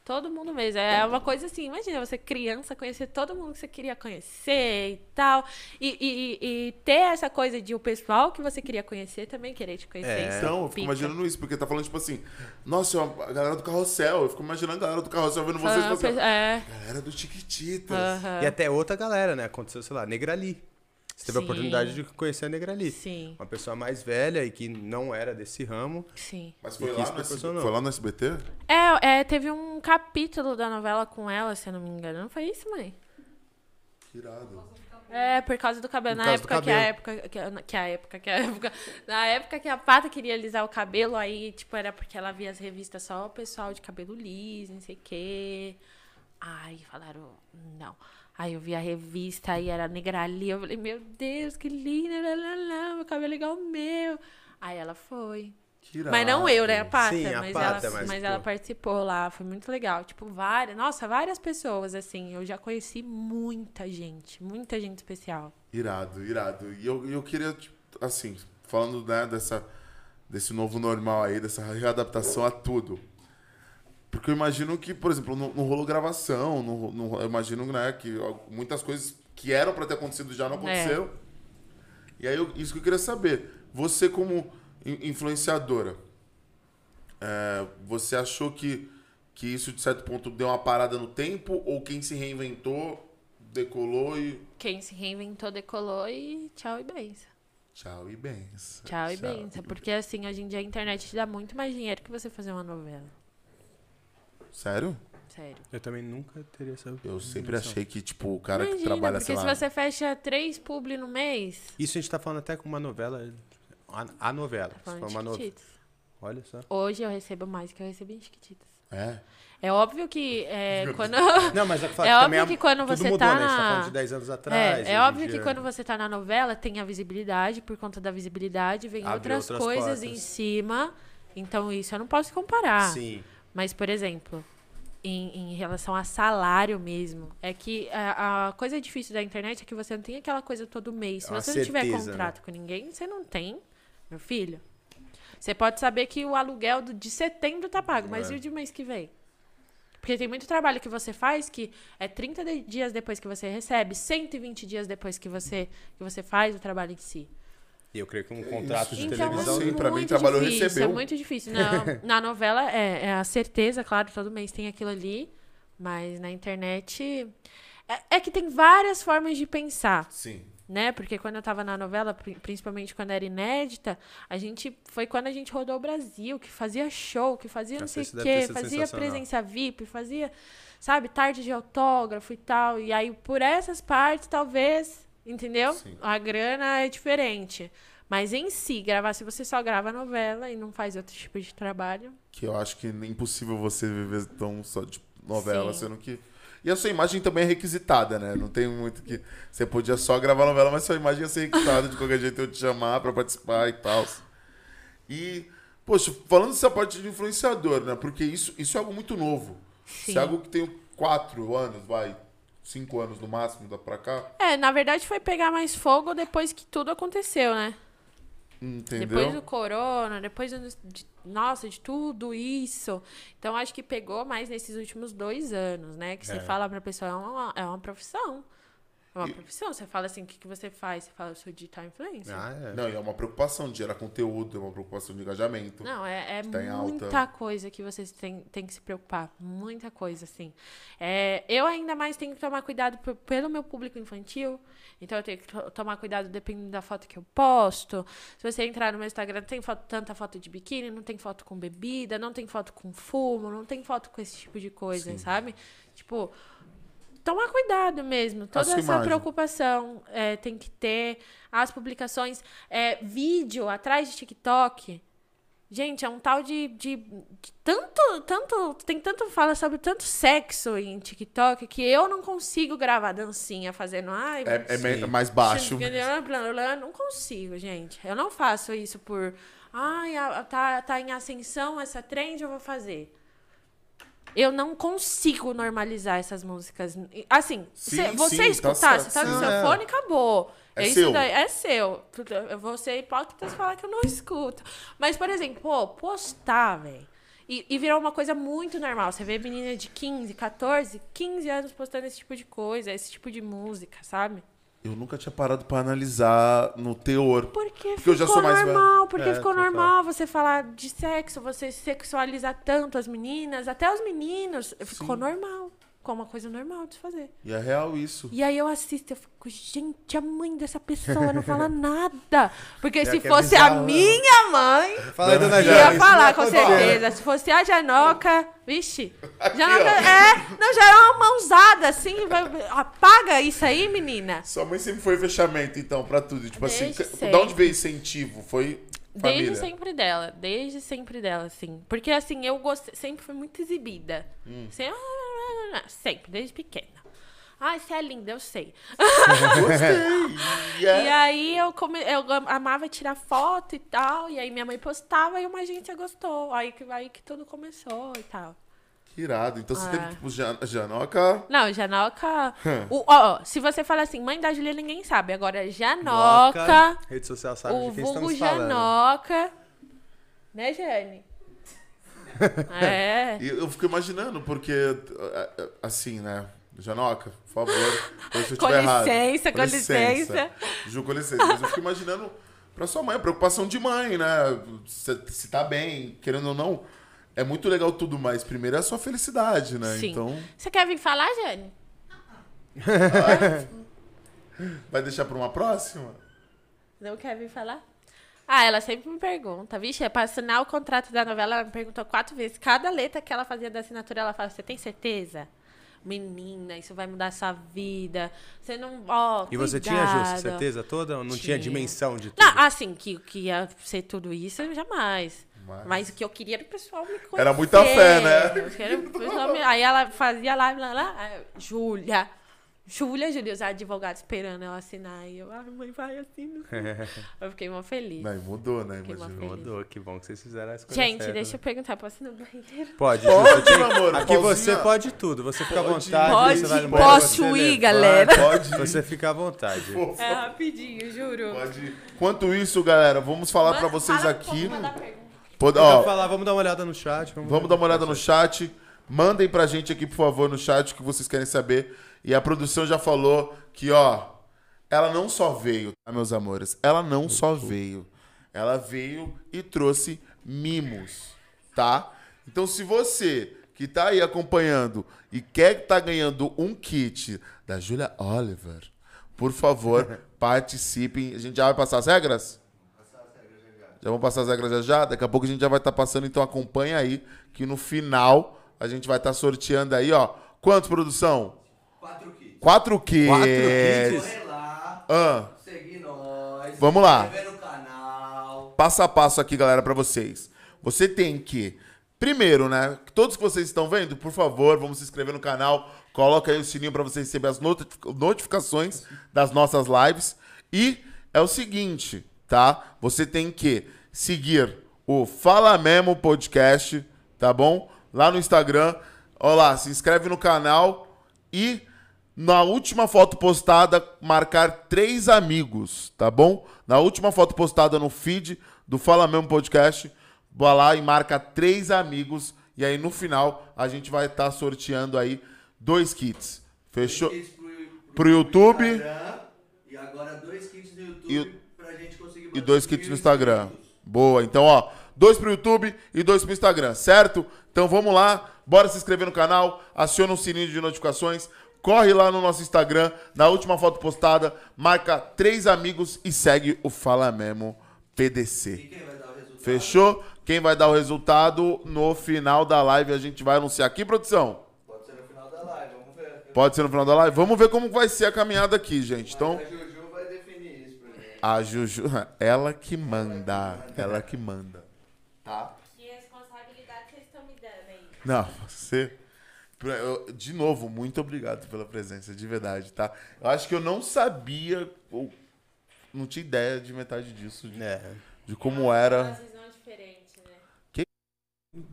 B: Todo mundo mesmo. É uma coisa assim, imagina você criança conhecer todo mundo que você queria conhecer e tal. E, e- e- e ter essa coisa de o pessoal que você queria conhecer também querer te conhecer.
C: É.
B: isso
A: Então, eu fico
B: pica.
A: imaginando isso, porque tá falando, tipo assim, nossa, eu- a galera do carrossel, eu fico imaginando a galera do carrossel vendo vocês
B: Falando,
A: e falando,
B: é.
A: assim, galera do Chiquititas.
B: aham,
C: E até outra galera, né? Aconteceu, sei lá, Negrali. Você teve a
B: Sim.
C: oportunidade de conhecer a Negrali.
B: Sim.
C: Uma pessoa mais velha e que não era desse ramo.
B: Sim.
A: Mas foi
C: E que
A: lá,
C: isso
A: no SBT,
C: proporcionou.
A: foi lá no SBT?
B: É, é, teve um capítulo da novela com ela, se eu não me engano. Não foi isso, mãe?
A: Que irado.
B: É, por causa do cabelo. Na
C: Por causa do
B: época que a época. Que, a- que a época, que a época. Na época que a pata queria alisar o cabelo, aí, tipo, era porque ela via as revistas só o pessoal de cabelo liso, não sei o quê. Aí falaram, não. Aí eu vi a revista, aí era negra ali. Eu falei, meu Deus, que linda, lá, lá, lá, meu cabelo é igual o meu. Aí ela foi.
A: Que irado.
B: Mas não eu, né? A Pata. tipo
C: Sim, a
B: mas
C: Pata,
B: ela,
C: mas,
B: mas
C: pô.
B: ela participou lá. Foi muito legal. Tipo, várias. Nossa, várias pessoas, assim. Eu já conheci muita gente. Muita gente especial.
A: Irado, irado. E eu, e eu queria, tipo, assim, falando né, dessa, desse novo normal aí, dessa readaptação a tudo. Porque eu imagino que, por exemplo, não, não rolou gravação, não, não- eu imagino né, que al- muitas coisas que eram pra ter acontecido já não aconteceram. E aí, eu- isso que eu queria saber. Você, como in- influenciadora, é, você achou que, que isso, de certo ponto, deu uma parada no tempo? Ou quem se reinventou, decolou e...
B: Quem se reinventou, decolou e tchau e benção.
A: Tchau e benção.
B: Tchau e benção. Porque assim, hoje em dia a internet te dá muito mais dinheiro que você fazer uma novela.
A: Sério?
B: Sério.
C: Eu também nunca teria essa
A: Eu sempre
C: noção.
A: achei que, tipo, o cara que
B: Imagina,
A: trabalha, sei
B: porque se
A: lá...
B: você fecha três publi no mês,
C: Isso a gente tá falando até com uma novela. A, a novela.
B: tá
C: se for
B: falando
C: uma
B: de
C: novela.
B: Chiquititas.
C: Olha só.
B: Hoje eu recebo mais que eu recebi em Chiquititas.
A: É?
B: É óbvio que é, quando...
C: Não, mas eu falo
B: É
C: que
B: óbvio
C: também a-
B: que quando
C: tudo
B: você
C: mudou,
B: tá
C: né? A gente tá
B: na-
C: falando de 10 anos
B: É,
C: atrás.
B: é óbvio que quando você tá na novela tem a visibilidade, por conta da visibilidade vem
C: Abre
B: outras,
C: outras
B: coisas
C: portas.
B: em cima. Então isso eu não posso comparar.
C: Sim.
B: Mas, por exemplo, em, em relação a salário mesmo, é que a, a coisa difícil da internet é que você não tem aquela coisa todo mês. Se
C: É uma
B: você não tiver
C: certeza, né?
B: contrato com ninguém, você não tem, meu filho. Você pode saber que o aluguel do- de setembro tá pago, mas
C: É.
B: e o de mês que vem? Porque tem muito trabalho que você faz que é 30 de- dias depois que você recebe, 120 dias depois que você, que você faz o trabalho em si.
C: E eu creio que um contrato de
A: Então,
C: televisão.
A: assim,
B: é
A: pra mim,
B: muito
A: trabalhou,
B: difícil,
A: recebeu.
B: É muito difícil. Na, na novela é, é a certeza, claro, todo mês tem aquilo ali, mas na internet é, é que tem várias formas de pensar,
A: Sim.
B: né? Porque quando eu tava na novela, pri- principalmente quando era inédita, a gente foi quando a gente rodou o Brasil, que fazia show, que fazia não
C: Nossa,
B: sei
C: isso
B: o
C: deve ter
B: quê,
C: sido
B: fazia
C: sensacional.
B: presença VIP, fazia, sabe, tarde de autógrafo e tal. E aí por essas partes talvez Entendeu?
A: Sim.
B: A grana é diferente. Mas em si, gravar, se você só grava novela e não faz outro tipo de trabalho.
A: Que eu acho que é impossível você viver tão só de novela,
B: Sim.
A: sendo que. E a sua imagem também é requisitada, né? Não tem muito que. Você podia só gravar novela, mas sua imagem ia ser requisitada de qualquer jeito eu te chamar pra participar e tal. E, poxa, falando dessa parte de influenciador, né? Porque isso, isso é algo muito novo.
B: Sim.
A: Isso é algo que tem quatro anos, vai. Cinco anos no máximo, dá pra cá.
B: É, na verdade foi pegar mais fogo depois que tudo aconteceu, né? Depois do
A: Entendeu?
B: corona, depois do- de, nossa, de tudo isso. Então acho que pegou mais nesses últimos dois anos, né? Que você
C: É.
B: fala pra pessoa, é uma, é uma profissão. É uma
A: E-
B: profissão. Você fala assim, o que, que você faz? Você fala, eu sou digital influencer.
C: Ah, é.
A: Não, e é uma preocupação de gerar conteúdo, é uma preocupação de engajamento.
B: Não, é, é
A: Está Tá em alta.
B: muita coisa que vocês têm, têm que se preocupar. Muita coisa, assim. É, eu ainda mais tenho que tomar cuidado pe- pelo meu público infantil. Então eu tenho que to- tomar cuidado dependendo da foto que eu posto. Se você entrar no meu Instagram, tem foto- tanta foto de biquíni, não tem foto com bebida, não tem foto com fumo, não tem foto com esse tipo de coisa, sabe? Tipo, tomar cuidado mesmo. Toda
A: sua
B: essa
A: imagem.
B: preocupação é, tem que ter. As publicações, é, vídeo atrás de TikTok. Gente, é um tal de, de, de tanto, tanto, tem tanto fala sobre tanto sexo em TikTok que eu não consigo gravar dancinha fazendo, ai,
A: É, é
B: você-
A: me- mais baixo.
B: eu não consigo, gente. Eu não faço isso por. Ai, a- a- tá, tá em ascensão essa trend, eu vou fazer. Eu não consigo normalizar essas músicas. E, Assim,
A: Sim,
B: cê- você
A: sim, tá
B: escutar,
A: certo.
B: você tá no
C: Sim,
B: seu
C: é.
B: fone, acabou.
A: É
B: isso
A: seu.
B: daí- é seu. Puta, Eu vou ser hipócrita se falar que eu não escuto. Mas, por exemplo, pô, postar, velho. E, e virou uma coisa muito normal. Você vê menina de 15, 14, 15 anos postando esse tipo de coisa, esse tipo de música, sabe?
A: Eu nunca tinha parado pra analisar no teor.
B: Porque,
A: Porque eu
B: ficou
A: já sou mais
B: normal, porque
C: É,
B: ficou
C: total.
B: normal você falar de sexo, você sexualizar tanto as meninas, até os meninos, ficou normal. Ficou uma coisa normal de se fazer.
A: E é real isso.
B: E aí eu assisto, eu fico, gente, a mãe dessa pessoa não fala nada. Porque se
C: que é
B: fosse a
C: bizarro, né?
B: minha mãe,
C: Fala aí, dona Jana,
B: ia
C: isso né?
B: falar,
C: não
B: com
C: acontece.
B: certeza. Se fosse a Janoca, vixe. Janoca,
A: ó.
B: é, não, já era uma mãozada assim, vai- apaga isso aí, menina.
A: Sua mãe sempre foi fechamento, então, pra tudo. Tipo assim,
B: Desde
A: que-
B: sempre.
A: da onde veio esse incentivo? Foi família?
B: Desde sempre dela, desde sempre dela, assim. Porque, assim, eu gostei, sempre fui muito exibida. Assim, ah, ah, ah, ah, sempre, desde pequena. Ai, você é linda, eu sei.
A: Gostei. é
B: E
A: Yeah.
B: aí eu, come... eu am- amava tirar foto e tal, e aí minha mãe postava e uma agência gostou. Aí que, aí que tudo começou e tal.
A: Que irado. Então você
B: Ah.
A: teve, tipo, Jan- Janoca.
B: Não, Janoca. o, ó, se você fala assim, mãe da Julia, ninguém sabe. Agora, Janoca,
C: Rede social sabe
B: o
C: de quem
B: vulgo
C: estamos falando.
B: Janoca. Né, Jane? É.
A: E eu fico imaginando, porque, a- a- assim, né? Janoca, por favor, ou se eu
B: Com
A: tiver errado.
B: licença, com licença.
A: Ju, com licença. Mas eu fico imaginando pra sua mãe, a preocupação de mãe, né? Se, se tá bem, querendo ou não. É muito legal tudo, mas primeiro é a sua felicidade, né?
C: É,
B: Sim.
A: Então,
B: Você quer vir falar, Jane?
A: vai deixar pra uma próxima?
B: Não quer vir falar? Ah, ela sempre me pergunta. Vixe, é pra assinar o contrato da novela, ela me perguntou quatro vezes. Cada letra que ela fazia da assinatura, ela fala, você tem certeza? Menina, isso vai mudar sua vida. Você não... Ó,
C: E você tinha, Ju, essa
B: cuidado."
C: certeza toda? Ou não
B: Tinha.
C: tinha, dimensão de tudo?
B: Não, assim, que, que ia ser tudo isso, eu jamais.
A: Mas-
B: Mas... o que eu queria era o pessoal me conhecer.
A: Era muita fé, né?
B: Eu queria o pessoal me- Aí ela fazia lá, lá, lá aí eu, Júlia. Júlia, Júlia, os advogados esperando ela assinar. E eu, ai, mãe, vai assim. Eu fiquei mó feliz.
A: Não, é e mudou, né?
B: Fiquei
A: Imagina.
B: uma
C: Mudou, que bom que vocês fizeram as coisas.
B: Gente, deixa
A: né?
B: eu perguntar, posso ir no banheiro?
C: Pode, Ju,
A: Pode,
C: você tem-
A: meu amor,
C: Aqui você
A: pausinha.
C: pode tudo. Você fica à
A: Pode,
C: vontade.
A: pode,
C: você vai no banheiro,
A: posso
C: você
B: ir,
C: levanta,
B: galera?
A: Pode.
C: Você fica à vontade.
B: É rapidinho, juro.
A: Pode. Enquanto isso, galera, vamos falar
B: Manda-
A: pra vocês
B: fala pro
A: aqui.
B: povo mandar pergunta.
A: Pod-
C: Vamos
A: ó,
C: falar, vamos dar uma olhada no chat.
A: Vamos dar uma olhada no chat. Mandem pra gente aqui, por favor, no chat o que vocês querem saber. E a produção já falou que, ó, ela não só veio, tá, meus amores? Ela não só veio. Ela veio e trouxe mimos, tá? Então, se você que tá aí acompanhando e quer tá ganhando um kit da Julia Oliver, por favor, participem. A gente já vai passar as regras? Já vamos passar as regras já já. Daqui a pouco a gente já vai estar passando, então acompanha aí, que no final a gente vai estar sorteando aí, ó. Quantos, produção?
D: Quatro kits.
A: Quatro kits.
C: Quatro kits?
D: Corre lá,
A: Ah,
D: seguir nós.
A: Vamos lá.
D: Se inscrever no canal.
A: passo a passo aqui, galera, pra vocês. Você tem que, primeiro, né? Todos que vocês estão vendo, por favor, vamos se inscrever no canal. Coloca aí o sininho pra você receber as noti- notificações das nossas lives. E é o seguinte, tá? Você tem que seguir o Fala Memo Podcast, tá bom? Lá no Instagram. Ó lá, se inscreve no canal e na última foto postada, marcar três amigos, tá bom? Na última foto postada no feed do Fala Mesmo Podcast, vai lá e marca três amigos. E aí no final a gente vai estar sorteando aí dois kits. Fechou?
D: Kits pro, pro,
A: Pro YouTube.
D: Instagram. e agora dois kits no YouTube
A: E o-
D: pra gente conseguir
A: E
D: bater
A: dois
D: mil
A: kits no Instagram.
D: inscritos.
A: Boa, então ó, dois pro YouTube e dois pro Instagram, certo? Então vamos lá, bora se inscrever no canal, aciona o sininho de notificações, corre lá no nosso Instagram, na última foto postada, marca três amigos e segue o Fala Memo
D: E
A: PDC.
D: quem vai dar o resultado?
A: Fechou? Quem vai dar o resultado no final da live a gente vai anunciar aqui, produção.
D: Pode ser no final da live, vamos ver.
A: Pode ser no final da live. Vamos ver como vai ser a caminhada aqui, gente. Então,
D: A Juju vai definir isso pra mim.
A: a Juju, ela que manda, ela que manda.
D: Tá.
B: Que responsabilidade vocês estão me dando aí?
A: Não, você. Pra- eu- De novo, muito obrigado pela presença, de verdade, tá? Eu acho que eu não sabia, ou não tinha ideia de metade disso, de,
C: É.
A: de como era.
B: visão diferente, né?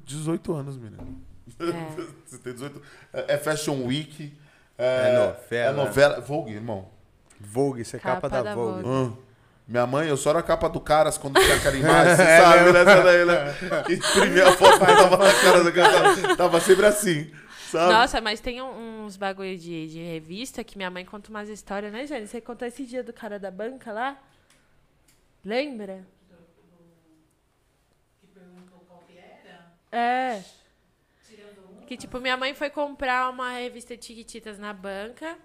A: 18 anos, menino.
B: É.
A: Você tem 18. É é Fashion Week.
C: É
A: É,
C: novela.
A: É novela. Vogue, irmão.
C: Vogue, isso é capa, da, Vogue.
A: Hum. Minha mãe, eu só era a capa do Caras quando tinha carimbagem, você sabe, né? Essa daí, né? Imprimia a foto, tava na cara do cara. Tava sempre assim, sabe?
B: Nossa, mas tem um- uns bagulho de, de revista que minha mãe conta umas histórias, né, Jane? Você contou esse dia do cara da banca lá? Lembra? É. Que tipo, minha mãe foi comprar uma revista Tiquititas na banca.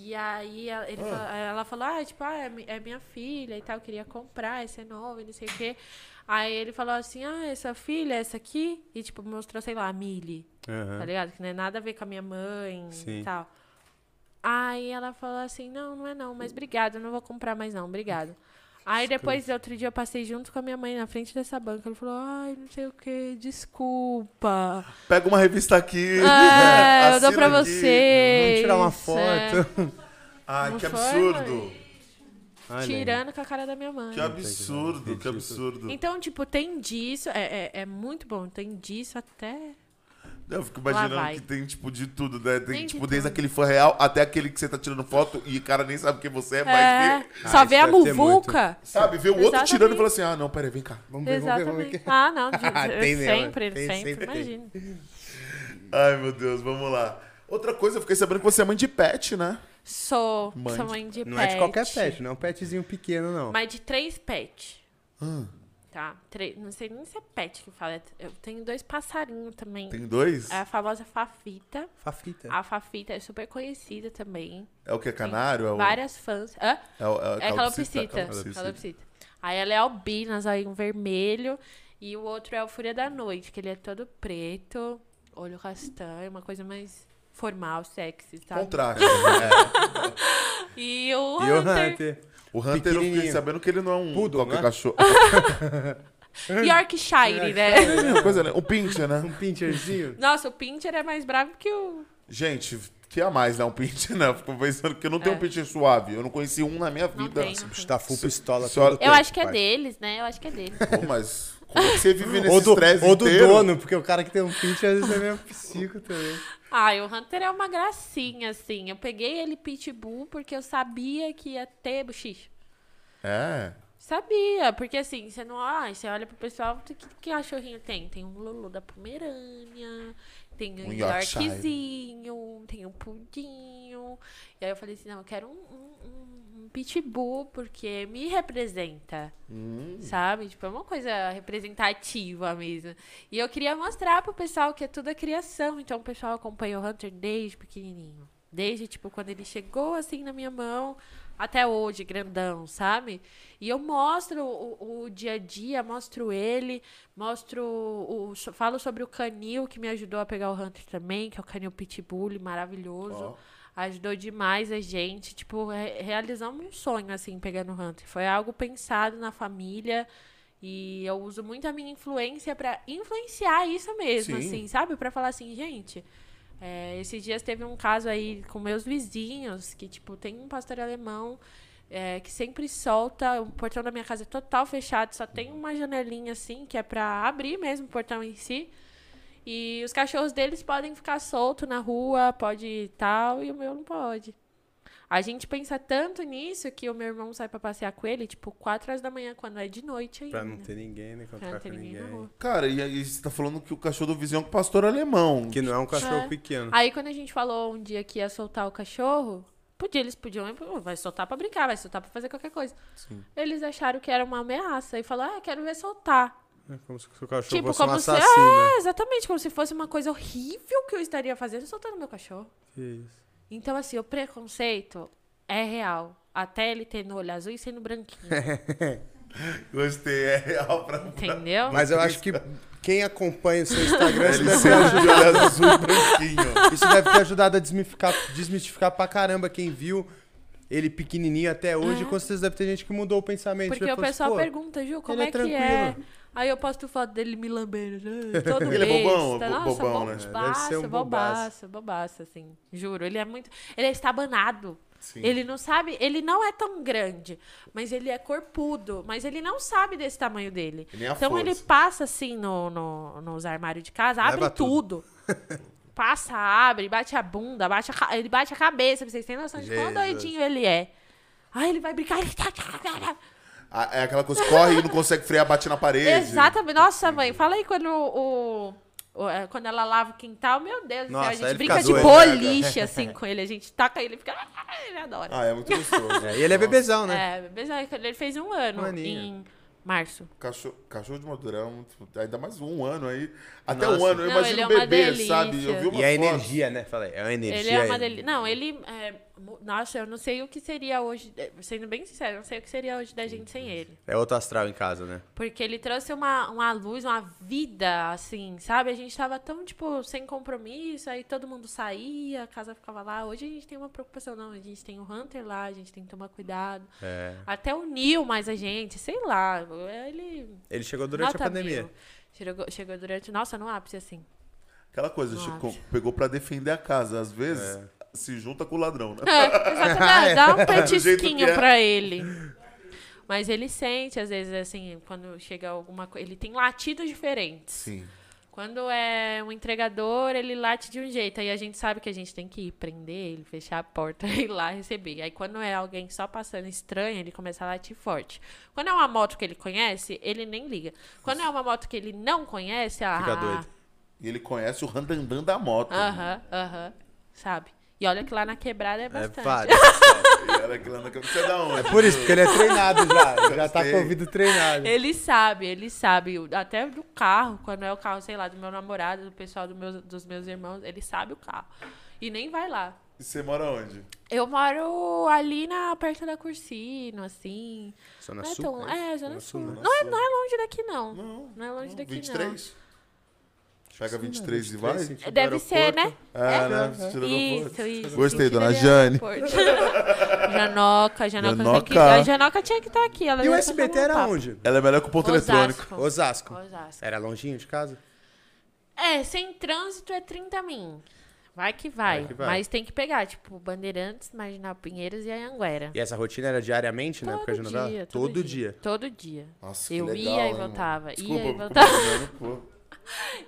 B: E aí ela, ele fa- ela falou, ah, tipo, ah, é mi- é minha filha e tal, eu queria comprar, essa é nova, e não sei o quê. Aí ele falou assim, ah, essa filha, essa aqui. E tipo, mostrou, sei lá, a Millie
C: Aham.
B: tá ligado? Que não é nada a ver com a minha mãe
C: Sim.
B: e tal. Aí ela falou assim, não, não é não, mas obrigado, eu não vou comprar mais não, obrigado. Aí depois, outro dia, eu passei junto com a minha mãe na frente dessa banca. Ela falou, ai, não sei o que, desculpa.
A: Pega uma revista aqui.
B: É, eu
A: assina
B: dou pra
A: aqui.
B: você.
C: Vamos tirar uma
B: É,
C: foto.
A: Ai,
B: Não
A: Ah, que
B: foi,
A: absurdo.
C: Olha aí.
B: É, tirando com a cara da minha mãe.
A: Que absurdo, que
C: Ridículo.
A: absurdo.
B: Então, tipo, tem disso, é, é, é muito bom, tem disso até
A: Eu fico
B: Lá
A: imaginando
B: vai.
A: que tem, tipo, de tudo, né? Tem,
B: Tem de
A: tipo, desde
B: tudo.
A: aquele fã real até aquele que você tá tirando foto e o cara nem sabe quem você é, mas
B: É,
A: vê,
B: só
C: Ah,
B: vê
C: isso
B: a
C: deve ter
B: muvuca.
A: sabe? Vê o outro
B: Exatamente.
A: tirando e fala assim, ah, não, peraí, vem cá.
C: Vamos ver, vamos ver, vamos ver.
B: Exatamente. Ah, não, de-
C: é. Tem mesmo,
B: sempre,
C: tem,
B: sempre,
C: sempre tem.
B: imagina.
A: Ai, meu Deus, vamos lá. Outra coisa, eu fiquei sabendo que você é mãe de pet, né?
B: Sou,
A: Mãe
B: sou
A: de-
B: mãe de pet.
C: Não é de qualquer pet, não é um petzinho pequeno, não.
B: Mas de três pets. Tá, três, não sei nem se é pet que fala. Eu tenho dois passarinhos também.
A: Tem dois?
B: É a famosa Fafita.
C: Fafita.
B: A Fafita é super conhecida também.
A: É o que? É canário? É o,
B: Várias fãs. Hã?
A: É, o, é, o calopsita,
B: É calopsita.
A: calopsita.
B: Calopsita. Aí ela é albinas, aí um vermelho. E o outro é o Fúria da Noite, que ele é todo preto, olho castanho, uma coisa mais formal, sexy, sabe?
A: Contraste. né?
B: E o
C: E o
B: Hunter.
C: Hunter?
A: O Hunter, eu fiquei
C: Pequenininho.
A: sabendo que ele não é um
C: Poodle,
A: qualquer
C: né?
A: cachorro.
B: Yorkshire, né?
A: É a mesma coisa, né? Um pincher, né?
C: Um pincherzinho?
B: Nossa, o Pinter é mais bravo que o.
A: Gente, que a mais, né? Um pincher, né? Eu Fico pensando que eu não tenho um pincher suave. Eu não conheci um na minha
B: É. Não
A: vida.
B: tem, não tem.
C: Tá full pistola.
A: Só-
C: todo
B: Eu
C: tempo,
B: acho que é
C: pai.
B: deles, né? Eu acho que é deles.
A: Pô, mas como é que você vive nesse
C: Ou do,
A: estresse
C: ou do
A: inteiro?
C: dono, porque o cara que tem um pinch às vezes é meio psico também.
B: Ai, o Hunter é uma gracinha, assim. Eu peguei ele pitbull porque eu sabia que ia ter bochicha.
A: É.
B: Sabia, porque assim, você não. Ai, você olha pro pessoal, que, que cachorrinho tem? Tem um Lulu da Pomerânia, tem um,
A: Um Yorkshire.
B: Yorkzinho, tem um Pudinho. E aí eu falei assim: não, eu quero um, um- um- um pitbull, porque me representa. Sabe? Tipo, é uma coisa representativa mesmo. E eu queria mostrar pro pessoal que é tudo a criação. Então o pessoal acompanha o Hunter desde pequenininho. Desde, tipo, quando ele chegou assim na minha mão até hoje, grandão, sabe? E eu mostro o, o dia a dia, mostro ele, mostro. O, so- falo sobre o canil que me ajudou a pegar o Hunter também, que é o canil Pitbull maravilhoso.
A: Ó.
B: Ajudou demais a gente. Tipo, re- realizamos um sonho, assim, pegando o Hunter. Foi algo pensado na família. E eu uso muito a minha influência pra influenciar isso mesmo,
A: Sim.
B: assim, sabe? Pra falar assim, gente. é, esses dias teve um caso aí com meus vizinhos, que, tipo, tem um pastor alemão é, que sempre solta. O portão da minha casa é total fechado, só tem uma janelinha assim, que é pra abrir mesmo o portão em si. E os cachorros deles podem ficar solto na rua, pode ir tal, e o meu não pode. A gente pensa tanto nisso que o meu irmão sai pra passear com ele, tipo, 4 horas da manhã, quando é de noite ainda.
C: Pra não ter ninguém, né?
B: Pra não
C: Contar
B: ter
C: com
B: ninguém na rua.
C: ninguém.
A: Cara, e aí você tá falando que o cachorro do vizinho é um pastor alemão.
C: Que não é um cachorro
B: É.
C: pequeno.
B: Aí quando a gente falou um dia que ia soltar o cachorro, podia, eles podiam, "Pô, vai soltar pra brincar, vai soltar pra fazer qualquer coisa. Eles acharam que era uma ameaça e falaram, ah, quero ver soltar.
C: É como se o seu cachorro
B: tipo,
C: fosse um
B: como se.
C: assassino.
B: É, exatamente, como se fosse uma coisa horrível que eu estaria fazendo soltando meu cachorro.
C: Que isso.
B: Então, assim, o preconceito é real. Até ele ter no olho azul e sendo branquinho.
A: Gostei, é real pra mim.
B: entendeu?
C: Mas eu acho que quem acompanha o seu Instagram, isso
A: Ele
C: deve,
A: sente de olhar azul e branquinho.
C: isso deve ter ajudado a desmificar, desmistificar pra caramba quem viu ele pequenininho até hoje. Com certeza deve ter gente que mudou o pensamento.
B: Uhum. Porque
C: Já
B: o
C: falou assim,
B: pessoal
C: "Pô,
B: pergunta, Ju, como
C: é
B: é, que é?
C: tranquilo.
B: Aí eu posto foto dele me lambendo. né? Todo
A: Ele é bobão,
B: besta.
A: é bo-
B: Nossa,
A: bobão, né?
C: Deve ser
B: Bobaço,
C: um
B: bobaço, bobaço, assim. Juro, ele é muito... Ele é estabanado.
A: Sim.
B: Ele não sabe... Ele não é tão grande, mas ele é corpudo. Mas ele não sabe desse tamanho dele.
A: Ele é a
B: então ele
A: força.
B: passa, assim, no, no- nos armários de casa, abre
C: Leva
B: tudo. Passa, abre, bate a bunda, bate a ca- ele bate a cabeça. pra Vocês têm noção de quão
C: Jesus.
B: doidinho ele é. Ai, ele vai brincar, ele... tá,
A: Ah, É aquela coisa, corre e não consegue frear, bate na parede.
B: Exatamente. Nossa, mãe, fala aí quando o. o- é, Quando ela lava o quintal, meu Deus do céu,
C: Nossa,
B: a
C: aí
B: gente
C: ele
B: brinca
C: fica
B: de
C: doido,
A: né,
B: boliche assim com ele. A gente taca ele e fica. "Ah", Ele adora.
A: Ah, é muito gostoso.
C: É, e ele é bebezão, né?
B: É, apesar que ele fez um ano
C: Um aninho.
B: em março.
A: Cachorro, cachorro de madurão, é muito- ainda mais um ano aí. Até um
C: Nossa.
A: ano, eu
B: Não, ele
A: imagino
B: é
A: um
B: uma
A: bebê,
B: delícia.
A: sabe? Eu vi uma
C: E a
A: foto.
C: energia, né? Falei, é a energia.
B: É. Ele é uma
C: aí.
B: delícia. Não, ele. é, mu- nossa, eu não sei o que seria hoje. é, Sendo bem sincero, eu não sei o que seria hoje da gente sem ele.
C: É outro astral em casa, né?
B: Porque ele trouxe uma, uma luz, uma vida, assim, sabe? A gente tava tão, tipo, sem compromisso, aí todo mundo saía, a casa ficava lá. Hoje a gente tem uma preocupação, não. A gente tem o Hunter lá, a gente tem que tomar cuidado.
C: É.
B: Até uniu mais a gente, sei lá. Ele.
C: Ele chegou durante
B: nota
C: a pandemia.
B: mil. Chegou, chegou durante. Nossa, no ápice, assim.
A: Aquela coisa,
B: Nossa.
A: Chico, pegou pra defender a casa. Às vezes,
C: É.
A: se junta com o ladrão, né?
B: É, exatamente. Dá um
A: jeito que é.
B: petisquinho pra ele. Mas ele sente, às vezes, assim, quando chega alguma coisa. Ele tem latidos diferentes.
A: Sim.
B: Quando é um entregador, ele late de um jeito. Aí a gente sabe que a gente tem que ir prender ele, fechar a porta e ir lá receber. Aí quando é alguém só passando estranho, ele começa a latir forte. Quando é uma moto que ele conhece, ele nem liga. Quando é uma moto que ele não conhece, ah,
C: Fica doido.
A: E ele conhece o randandan da moto.
B: Aham, aham. Sabe? E olha que lá na quebrada é
C: É
B: bastante.
C: vários.
A: E era aquela na cabeça da onde?
C: Por isso, porque ele é treinado já. Já tá
A: Gostei.
C: com o ouvido treinado.
B: Ele sabe, ele sabe. o- Até do carro, quando é o carro, sei lá, do meu namorado, do pessoal do meus- dos meus irmãos, ele sabe o carro. E nem vai lá.
A: E você mora onde?
B: Eu moro ali na perto da Cursino, assim.
C: Zona
B: não é
C: Sul?
B: tão.
C: isso?
B: É, Zona Sul.
C: né?
B: Não é, não é longe daqui, não.
A: Não.
B: Não é longe daqui, não.
A: 23? Pega 23 e vai?
C: sentido
B: Deve ser,
C: aeroporto.
B: né?
A: É, né?
C: né?
A: Você tirou foto.
B: Isso, isso.
A: Gostei,
B: sentido
A: dona
B: ali
A: Jane.
B: ao aeroporto. Janoca, Janoca. tá aqui.
A: Janoca.
B: A Janoca tinha que estar aqui. Ela
C: E o
B: ia
C: SBT
B: tomar um
C: era
B: papo.
C: onde?
A: Ela é melhor que o ponto eletrônico.
B: Osasco.
C: Osasco.
B: Osasco.
C: Era longinho de casa?
B: É, sem trânsito é 30 mil. Vai que vai.
C: Vai que vai.
B: Mas tem que pegar, tipo, Bandeirantes, Marginal Pinheiros e Anhanguera.
C: E essa rotina era diariamente né? na época de novela? Todo dia.
B: Todo dia.
A: Nossa,
B: Eu
A: legal,
B: ia
A: hein,
B: e
A: mano?
B: voltava,
A: Desculpa,
B: ia
A: eu
B: e
A: fico
B: voltava.
A: imaginando, pô.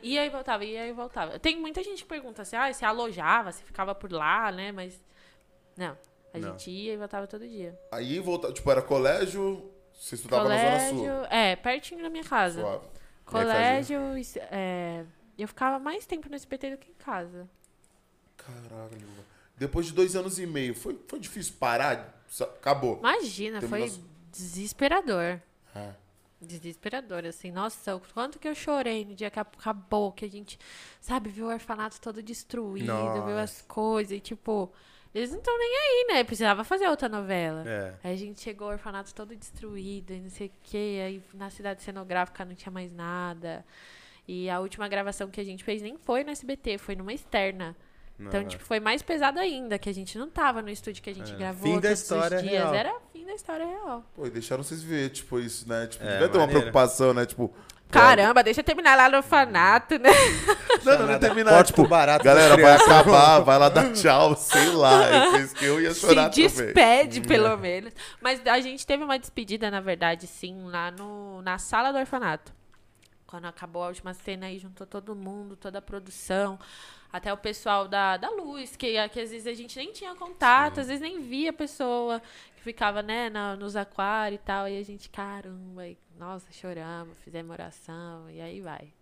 B: Ia e voltava, ia e voltava. Tem muita gente que pergunta assim, ah, se alojava, se ficava por lá, né? Mas. Não. A
C: Não.
B: gente ia e voltava todo dia.
A: Aí voltava, tipo, era colégio, você estudava na Zona
B: Colégio. É, pertinho da minha casa.
A: Sul. Suave.
B: Colégio. es- é, eu ficava mais tempo no SBT do que em casa.
A: Caralho. mano. Depois de dois anos e meio, foi, foi difícil parar? Sa- Acabou.
B: Imagina,
A: Terminou
B: foi
A: su-
B: desesperador.
A: É.
B: Desesperador, assim, nossa, o quanto que eu chorei no dia que acabou, que a gente, sabe, viu o orfanato todo destruído, viu as coisas, e tipo, eles não estão nem aí, né? Precisava fazer outra novela.
C: É.
B: Aí a gente chegou ao orfanato todo destruído e não sei o quê. Aí na cidade cenográfica não tinha mais nada. E a última gravação que a gente fez nem foi no SBT, foi numa externa. Então,
C: Não,
B: tipo, foi mais pesado ainda, que a gente não tava no estúdio que a gente gravou
C: Fim da
B: todos os
C: história
B: dias.
C: real.
B: Era fim da história real.
A: Pô, e deixaram vocês ver, tipo, isso, né? Tipo,
C: É,
A: devia ter uma
C: maneiro.
A: preocupação, né? Tipo,
B: Caramba, deixa eu terminar lá no orfanato, né?
A: não, não, não
C: Nada.
A: terminar.
C: Corte pro tipo, barato.
A: Galera, vai
C: Criança.
A: acabar, vai lá dar tchau, sei lá. Eu pensei que eu ia
B: Se
A: chorar também.
B: despede, pelo menos. Mas a gente teve uma despedida, na verdade, sim, lá no, na sala do orfanato. Quando acabou a última cena aí, juntou todo mundo, toda a produção, até o pessoal da, da luz, que, que às vezes a gente nem tinha contato, às vezes nem via a pessoa que ficava, né, na- nos aquários e tal. E a gente, caramba, e, nossa, choramos, fizemos oração, e aí vai.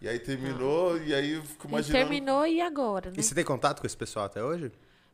A: E aí terminou, e aí eu fico
B: E
A: imaginando.
B: terminou e agora, né?
C: E você tem contato com esse pessoal até hoje?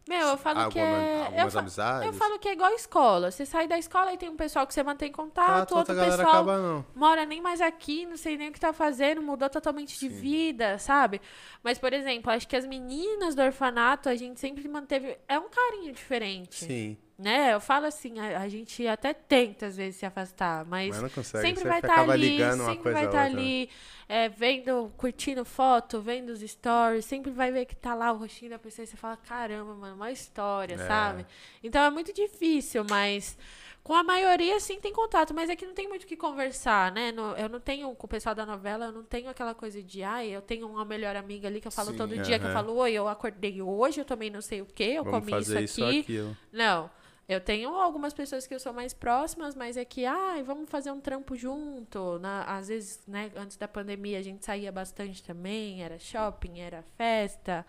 B: Meu, eu falo que
C: Alguma-
B: é. eu
C: algumas
B: fa-
C: amizades?
B: Eu falo que é igual escola. Você sai da escola e tem um pessoal que você mantém
C: Ah,
B: contato,
C: toda
B: outro
C: a galera
B: pessoal
C: acaba não.
B: mora nem mais aqui, não sei nem o que tá fazendo, mudou totalmente de vida, sabe? Mas, por exemplo, acho que as meninas do orfanato, a gente sempre manteve. É um carinho diferente.
C: Sim.
B: Né? Eu falo assim, a, a gente até tenta às vezes se afastar, mas,
C: Mas não consegue,
B: sempre
C: você
B: vai estar
C: acaba
B: ali,
C: ligando uma
B: sempre
C: coisa
B: vai
C: à
B: estar
C: outra, né?
B: ali, é, vendo, curtindo foto, vendo os stories, sempre vai ver que tá lá o rostinho da pessoa e você fala, caramba, mano, uma história, sabe? Então é muito difícil, mas com a maioria sim tem contato, mas é que não tem muito o que conversar, né? No- eu não tenho, com o pessoal da novela, eu não tenho aquela coisa de, ai, eu tenho uma melhor amiga ali que eu falo
A: Sim,
B: todo dia, que eu
C: aham.
B: falo, oi, eu acordei hoje, eu tomei não sei o quê, eu
C: Vamos
B: comi
C: fazer isso,
B: isso aqui.
C: aquilo.
B: Não. Eu tenho algumas pessoas que eu sou mais próximas, mas é que, ai, vamos fazer um trampo junto. Na- às vezes, né, antes da pandemia a gente saía bastante também, era shopping, era festa.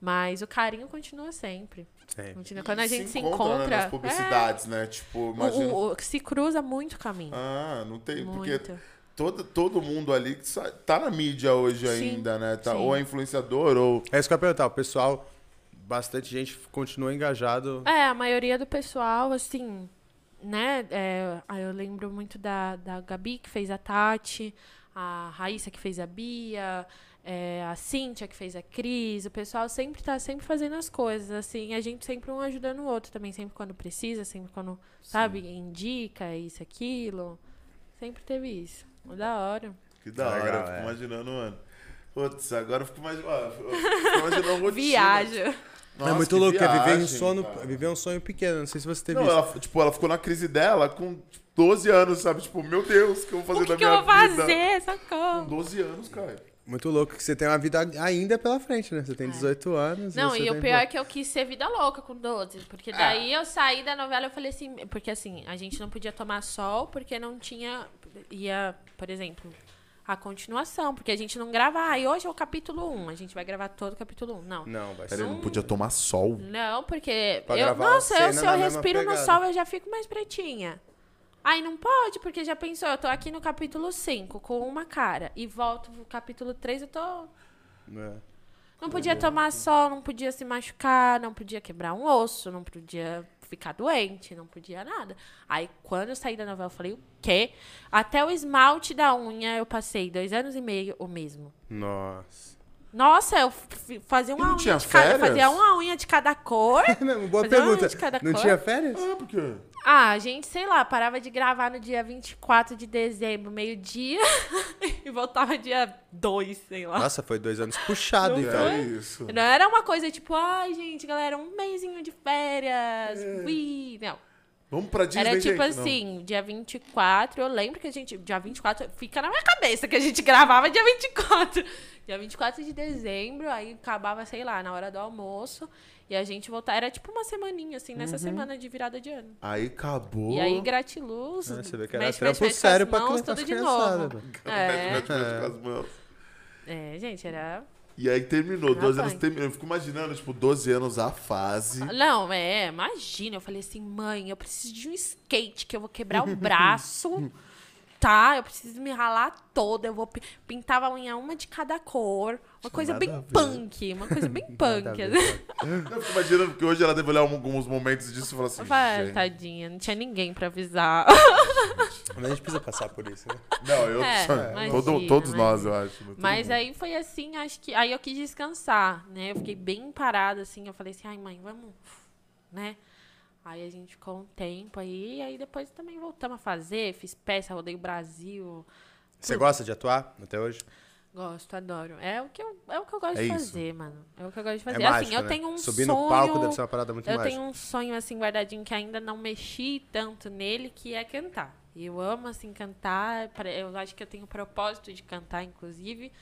B: Mas o carinho continua sempre.
C: Sim.
B: Continua.
A: É, E
B: Quando a gente se
A: encontram, né,
B: encontra.
A: nas publicidades, né? Tipo,
B: é,
A: imagina.
B: o- o- se cruza muito o caminho.
A: Ah, não tem, porque
B: muito.
A: todo, todo mundo ali que sa- tá na mídia hoje
B: Sim,
A: ainda, né? Tá,
B: sim.
A: ou é influenciador, ou.
C: É isso que eu ia perguntar. O pessoal, bastante gente continua engajado.
B: É, a maioria do pessoal, assim, né? é, aí eu lembro muito da, da Gabi, que fez a Tati, a Raíssa, que fez a Bia, é, a Cíntia, que fez a Cris. O pessoal sempre tá sempre fazendo as coisas, assim. A gente sempre um ajudando o outro também, sempre quando precisa, sempre quando, sabe, indica isso, aquilo. Sempre teve isso. Mó Da hora.
A: Que da hora,
C: Legal,
A: eu fico
C: é.
A: imaginando, mano. Putz, agora eu fico imaginando. ó, eu fico imaginando a rotina.
B: Viajo.
A: Nossa,
C: é muito
A: que
C: louco, é viver, um
A: viagem,
C: sono,
A: cara.
C: viver um sonho pequeno. Não sei se você teve
A: Não,
C: isso.
A: ela, tipo, ela ficou na crise dela com tipo, 12 anos, sabe? Tipo, meu Deus, o que eu vou fazer
B: O que,
A: da
B: que
A: minha
B: eu vou
A: vida?
B: fazer? Socorro.
A: Com 12 anos, cara.
C: Muito louco que você tem uma vida ainda pela frente, né? Você tem 18 anos.
B: É. Não,
C: você tá
B: e
C: tem
B: o pior é que eu quis ser vida louca com 12. Porque daí eu saí da novela eu falei assim. Porque assim, a gente não podia tomar sol porque não tinha. Ia, por exemplo, a continuação, porque a gente não grava, ah, e hoje é o capítulo 1, a gente vai gravar todo o capítulo 1. Não.
C: Não, vai
A: Peraí,
C: ser. um-
A: não
B: um
A: podia tomar sol.
B: Não, porque
C: Pra
B: eu,
C: gravar a
B: nossa, eu,
C: cena
B: se
C: na
B: eu
C: mesma
B: respiro no
C: pegada.
B: sol, eu já fico mais pretinha. Aí não pode, porque já pensou, eu tô aqui no capítulo 5 com uma cara e volto pro capítulo 3, eu tô
C: É. Uhum.
B: não podia tomar sol, não podia se machucar, não podia quebrar um osso, não podia ficar doente, não podia nada. Aí, quando eu saí da novela, eu falei, o quê? Até o esmalte da unha eu passei dois anos e meio o mesmo.
C: Nossa.
B: Nossa, eu f- fazia uma
A: não
B: unha
A: tinha
B: de cada,
A: férias?
B: fazia uma unha de cada cor.
C: Não, boa
B: Fazer uma
C: pergunta.
B: de é cada
C: Não
B: cor?
C: tinha férias?
A: Ah, por quê?
B: Ah, gente, sei lá, parava de gravar no dia 24 de dezembro, meio-dia, e voltava dia 2, sei lá.
C: Nossa, foi dois anos puxado, então.
A: É
B: um
A: isso.
B: Não era uma coisa tipo, ai, gente, galera, um mêsinho de férias. Ui. Não.
A: Vamos pra Disney,
B: Era tipo
A: gente? Não.
B: assim, dia 24, eu lembro que a gente. Dia 24, fica na minha cabeça que a gente gravava dia 24. Dia 24 de dezembro, aí acabava, sei lá, na hora do almoço. E a gente voltava. Era tipo uma semaninha, assim, nessa semana de virada de ano.
A: Aí acabou.
B: E aí, gratiluz.
C: Ah, você vê que era
B: mexe,
C: trampo
B: mexe, mexe com
C: sério
B: as
C: pra
B: mãos,
C: cri-
B: tudo de
C: pra
B: novo.
C: criançada.
B: É,
A: Mete, mete, mete com as mãos.
B: é, gente, era.
A: E aí terminou,
B: Ah,
A: 12
B: pai.
A: anos terminou. Eu fico imaginando, tipo, 12 anos a fase.
B: Não, é, imagina. Eu falei assim, mãe, eu preciso de um skate que eu vou quebrar o braço. Tá, eu preciso me ralar toda. Eu vou pi- pintava a unha uma de cada cor. Uma coisa
A: nada
B: bem
A: a ver.
B: punk, uma coisa bem
C: a
B: punk.
C: ver,
B: assim.
A: Eu fico imaginando que hoje ela deve olhar um, alguns momentos disso e falar assim.
B: Vai,
A: gente,
B: "Ah, tadinha, não tinha ninguém pra avisar.
C: Mas a gente precisa passar por isso, né?
A: Não, eu.
B: É,
A: todo-
B: imagina,
A: todos
B: imagina.
A: nós, eu acho. todo
B: Mas
A: mundo.
B: aí foi assim, acho que. Aí eu quis descansar, né? Eu fiquei bem parada, assim. Eu falei assim, ai, mãe, vamos, né? Aí a gente ficou um tempo aí, aí depois também voltamos a fazer, fiz peça, rodei o Brasil.
C: Você gosta de atuar até hoje?
B: Gosto, adoro. É o que eu, é o que eu gosto
A: É
B: de
A: isso.
B: fazer, mano. É o que eu gosto de fazer.
C: é mágico,
B: assim, eu
C: né?
B: tenho um
C: Subir
B: sonho.
C: no palco deve ser uma parada muito
B: eu
C: mágica.
B: tenho um sonho assim guardadinho que ainda não mexi tanto nele, que é cantar. Eu amo assim cantar, pare- eu acho que eu tenho propósito de cantar inclusive.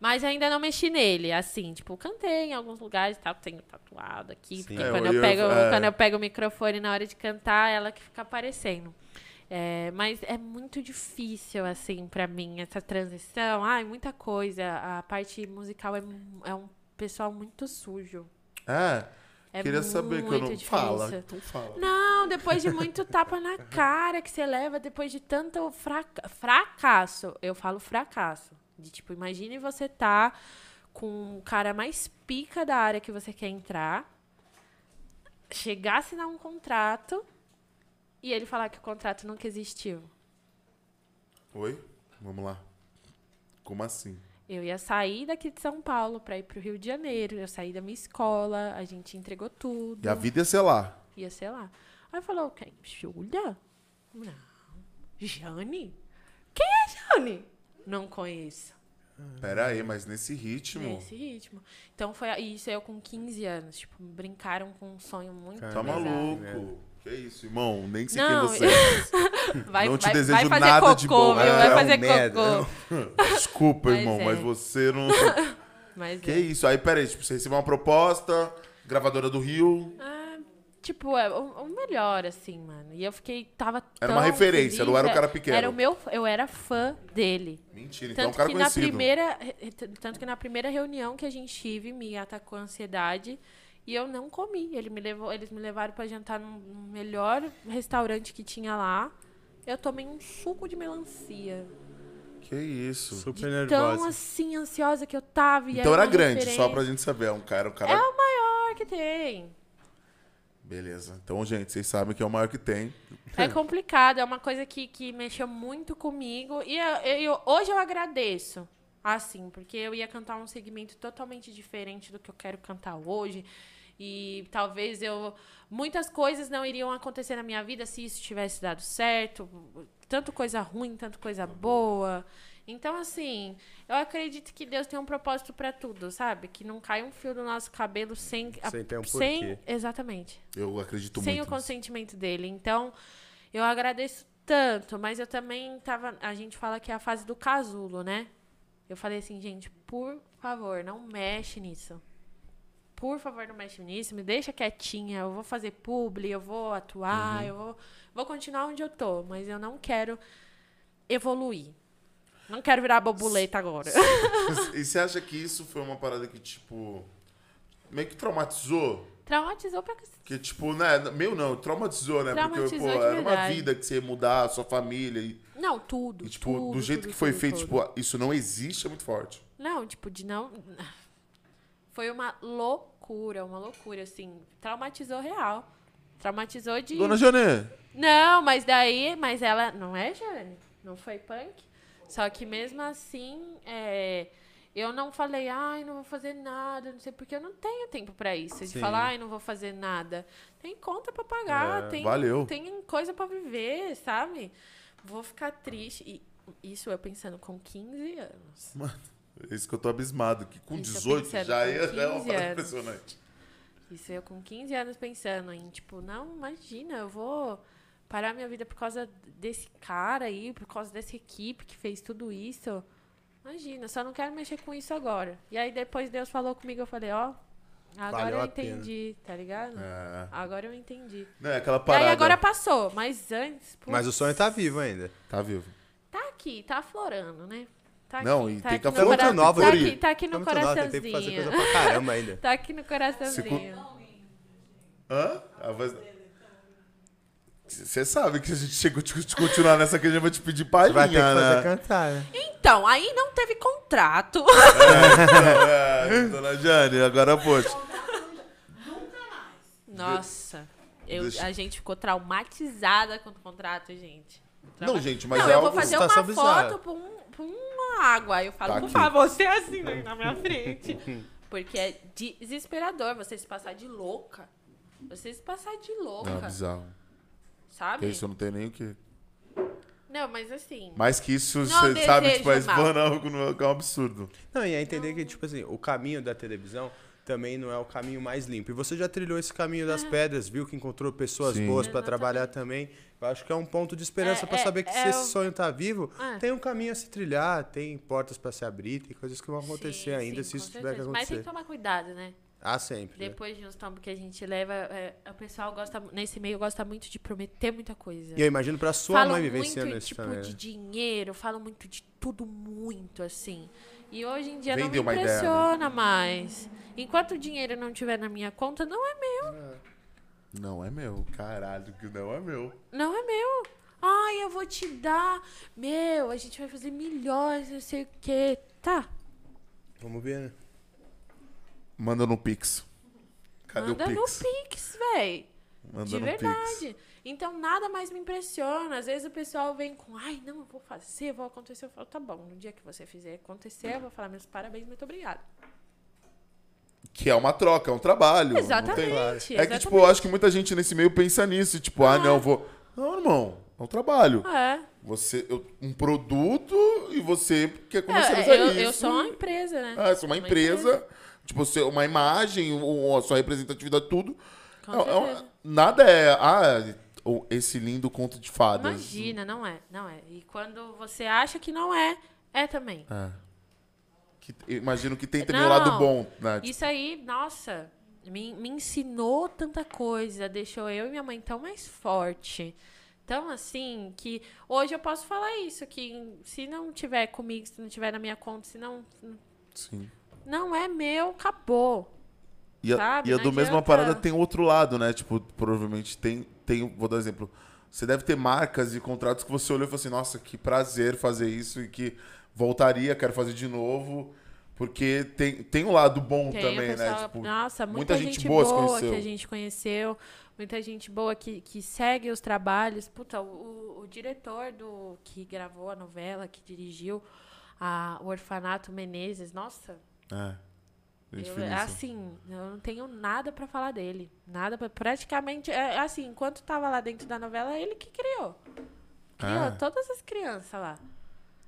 B: Mas ainda não mexi nele, assim, tipo, cantei em alguns lugares e tal, tenho tatuado aqui,
C: Sim.
B: porque
A: É,
B: quando,
A: eu ia-
B: eu pego,
A: é.
B: quando eu pego o microfone na hora de cantar, ela que fica aparecendo. É, mas é muito difícil, assim, pra mim, essa transição. Ai, muita coisa. A parte musical é, mu- é um pessoal muito sujo.
A: É.
B: É
A: Queria saber que eu não.
B: muito difícil.
A: Fala. Então fala.
B: Não, depois de muito tapa na cara que você leva, depois de tanto fraca- fracasso, eu falo fracasso. De tipo, imagine você tá com o cara mais pica da área que você quer entrar, chegar a assinar um contrato e ele falar que o contrato nunca existiu.
A: Oi? Vamos lá. Como assim?
B: Eu ia sair daqui de São Paulo pra ir pro Rio de Janeiro, eu saí da minha escola, a gente entregou tudo.
A: E a vida é, sei lá.
B: Ia ser lá. Aí falou, quem? Júlia? Não. Jane? Quem é Jane? Não conheço.
A: Pera aí, mas nesse ritmo.
B: Nesse ritmo. Então foi isso eu com 15 anos. Tipo, brincaram com um sonho muito.
A: Tá
C: Caramba.
B: pesado.
A: maluco. Que isso, irmão? Nem sei
B: Não,
A: quem você é.
B: Vai,
A: Não te
B: vai,
A: desejo
B: vai fazer
A: nada
B: cocô,
A: de bom.
B: Viu?
A: É
B: Vai
A: um
B: fazer
C: merda.
B: cocô.
A: Desculpa,
B: Mas
A: irmão,
B: é.
A: mas você não.
B: Mas
A: que
B: é.
A: isso? Aí, pera aí, tipo, você recebeu uma proposta, gravadora do Rio.
B: Ah, Tipo, é o, o melhor, assim, mano. E eu fiquei, tava
A: Era uma
B: tão
A: referência, não
B: feliz,
A: era o cara
B: é-
A: pequeno.
B: Era o meu, eu era fã dele.
A: Mentira, então é
B: Tanto
A: um cara
B: que na
A: conhecido.
B: primeira, tanto que na primeira reunião que a gente tive, me atacou a ansiedade e eu não comi. Ele me levou, eles me levaram pra jantar num, num melhor restaurante que tinha lá. Eu tomei um suco de melancia.
A: Que isso.
C: Super
B: um Tão
C: nervosa.
B: assim ansiosa que eu tava. E
A: Então
B: era
A: era
B: uma
A: grande,
B: referência.
A: só pra gente saber. É um cara, um cara.
B: É o maior que tem.
A: Beleza. Então, gente, vocês sabem que é o maior que tem.
B: É complicado, é uma coisa que, que mexeu muito comigo. E eu- eu- hoje eu agradeço, assim, porque eu ia cantar um segmento totalmente diferente do que eu quero cantar hoje. E talvez eu. Muitas coisas não iriam acontecer na minha vida se isso tivesse dado certo. Tanto coisa ruim, tanto coisa boa. Então, assim, eu acredito que Deus tem um propósito pra tudo, sabe? Que não cai um fio do nosso cabelo sem.
C: Sem ter um
B: sem
C: porquê.
B: exatamente
A: Eu acredito
B: sem
A: muito.
B: o consentimento dele. Então, eu agradeço tanto, mas eu também tava. A gente fala que é a fase do casulo, né? Eu falei assim, gente, por favor, não mexe nisso. Por favor, não mexe nisso, me deixa quietinha. Eu vou fazer publi, eu vou atuar,
A: Uhum.
B: eu vou, vou continuar onde eu tô, mas eu não quero evoluir. Não quero virar borboleta agora.
A: E você acha que isso foi uma parada que, tipo, meio que traumatizou?
B: Traumatizou pra cacete.
A: Que, tipo, né? Meio não, traumatizou, né? Porque, pô,
B: Traumatizou de
A: era uma
B: verdade.
A: vida que você ia mudar, a sua família. E,
B: Não, tudo.
A: e, tipo,
B: tudo,
A: do jeito
B: tudo,
A: que foi
B: tudo,
A: feito,
B: tudo.
A: tipo, isso não existe, é muito forte.
B: Não, tipo, de não. Foi uma loucura, uma loucura, assim. Traumatizou real. Traumatizou de.
A: Janê,
B: Não, mas daí. Mas ela. Não é, Jane? Não foi punk? Só que mesmo assim, é, eu não falei, ai, não vou fazer nada, não sei, porque eu não tenho tempo pra isso. De
C: Sim.
B: falar, ai, não vou fazer nada. Tem conta pra pagar,
C: É,
B: tem,
A: valeu.
B: tem coisa pra viver, sabe? Vou ficar triste. E isso eu pensando com 15 anos.
A: é isso que eu tô abismado, que com
B: Isso, eu
A: 18
B: pensei,
A: já,
B: com
A: ia, já é uma
B: 15
A: parada
B: anos.
A: impressionante.
B: Isso eu com 15 anos pensando em, tipo, não, imagina, eu vou parar minha vida por causa desse cara aí, por causa dessa equipe que fez tudo isso. Imagina, só não quero mexer com isso agora. E aí depois Deus falou comigo, eu falei, ó, agora
C: Valeu
B: eu
C: a pena.
B: entendi, tá ligado?
A: É.
B: Agora eu entendi.
A: Né, aquela
B: E aí
A: parada.
B: agora passou, mas antes, putz,
C: Mas o sonho tá vivo ainda.
A: Tá vivo.
B: tá aqui, tá aflorando, né? Tá
A: Não,
B: aqui,
A: e
B: tá
A: tem
B: aqui
A: que
B: no
A: aflorar,
B: cora-
A: tem que
B: Tá
A: florir.
B: aqui, tá aqui no
C: Tá muito nova, tem que fazer coisa
B: coraçãozinho.
C: pra caramba ainda.
B: Tá aqui no coraçãozinho.
A: Hã? A voz... Você sabe que se a gente chegou tipo, de de continuar nessa que a gente vai te pedir palhinha,
C: Vai ter que fazer
A: né?
C: cantar, né?
B: Então, aí não teve contrato.
A: É, dona Jane, agora poxa.
B: Nossa, eu-
A: Deixa-
B: a gente ficou traumatizada com o contrato, gente. Trauma-
A: Não, gente, mas
B: não,
A: é
B: eu vou
A: algo-
B: fazer uma
C: Situação
B: foto
C: bizarra.
B: pra, um- pra uma água. Eu falo,
A: Tá
B: por
A: aqui.
B: favor, você assim né, na minha frente. Porque é desesperador você se passar de louca. Você se passar de
A: Não,
B: louca,
A: bizarro.
B: sabe? É.
A: Porque isso eu não tenho nem o que.
B: Não, mas assim.
A: Mais que isso,
B: Não
A: você sabe, tipo, é
B: desejo mal.
A: expor algo no- que é um absurdo.
C: Não, e é entender que, tipo assim, o caminho da televisão também não é o caminho mais limpo. E você já trilhou esse caminho das pedras, viu que encontrou pessoas
A: Sim.
C: boas pra
B: É. Exatamente.
C: trabalhar também. Eu acho que é um ponto de esperança
B: É,
C: pra
B: é,
C: saber que
B: é
C: se esse
B: o-
C: sonho tá vivo,
B: Ah.
C: tem um caminho a se trilhar, tem portas pra se abrir, tem coisas que vão
B: sim,
C: acontecer ainda
B: sim,
C: se
B: com
C: isso tiver que
B: certeza. Mas tem
C: acontecer.
B: que tomar cuidado, né?
C: Ah, sempre.
A: É.
C: né?
B: Depois de uns tombos que a gente leva, é, o pessoal gosta, nesse meio gosta muito de prometer muita coisa.
C: E eu imagino pra sua
B: falam
C: mãe
B: muito,
C: vivenciando isso
B: tipo,
C: também.
B: de
C: né?
B: dinheiro, falam muito de tudo muito, assim. E hoje em dia
A: Vendeu
B: não
A: uma
B: me
A: ideia, né?
B: impressiona mais. Enquanto o dinheiro não estiver na minha conta, não é meu.
A: Não é meu, caralho, que não é meu.
B: Não é meu. Ai, eu vou te dar. Meu, a gente vai fazer milhões, não sei o quê. Tá.
C: Vamos ver, né?
A: Manda no Pix. Cadê
B: manda
A: o
B: no
A: Pix?
B: Pix, véi.
A: Manda
B: De
A: no Pix.
B: verdade. Então nada mais me impressiona. Às vezes o pessoal vem com, ai, não, eu vou fazer, eu vou acontecer. Eu falo, tá bom, no dia que você fizer acontecer, eu vou falar meus parabéns, muito obrigada.
A: Que é uma troca, é um trabalho. não tem-
B: Exatamente.
A: É que, tipo, eu acho que muita gente nesse meio pensa nisso. Tipo, ah, não, eu vou. Não, irmão, é um trabalho.
B: exatamente.
A: Você, eu- um produto e você quer
B: É.
A: comercializar
B: Eu, eu,
A: isso.
B: eu sou uma empresa, né?
A: Ah, sou uma empresa. Tipo, você- uma imagem, um- a sua representatividade, tudo.
B: Com
A: É- é um-
B: certeza.
A: nada é. Ah, o- esse lindo conto de fadas.
B: Imagina, não é, não é. E quando você acha que não é, é também.
A: É. Que- eu imagino que tem também
B: Não.
A: um lado bom, né? Tipo,
B: Isso aí, nossa, me, me ensinou tanta coisa, deixou eu e minha mãe tão mais forte. Tão assim, que hoje eu posso falar isso, que se não tiver comigo, se não tiver na minha conta, se não.
A: sim.
B: Não é meu, acabou.
A: E a,
B: Sabe,
A: e a
B: não
A: do mesma
B: adianta.
A: parada tem outro lado, né? Tipo, provavelmente tem, tem. Vou dar um exemplo. Você deve ter marcas e contratos que você olhou e falou assim: nossa, que prazer fazer isso e que voltaria, quero fazer de novo. Porque tem, tem um lado bom
B: Tem,
A: também,
B: o pessoal-
A: né? Tipo,
B: nossa,
A: muita
B: muita,
A: gente
B: gente,
A: boa
B: boa,
A: se
B: que
A: conheceu.
B: a gente conheceu, muita gente boa que, que segue os trabalhos. Puta, o, o- o diretor do que gravou a novela, que dirigiu a, o Orfanato Menezes, nossa,
A: é. Gente
B: eu,
A: finíssima.
B: assim, eu não tenho nada pra falar dele. Nada pra, praticamente, é, é assim, enquanto tava lá dentro da novela, é ele que criou. Criou
A: Ah.
B: todas as crianças lá.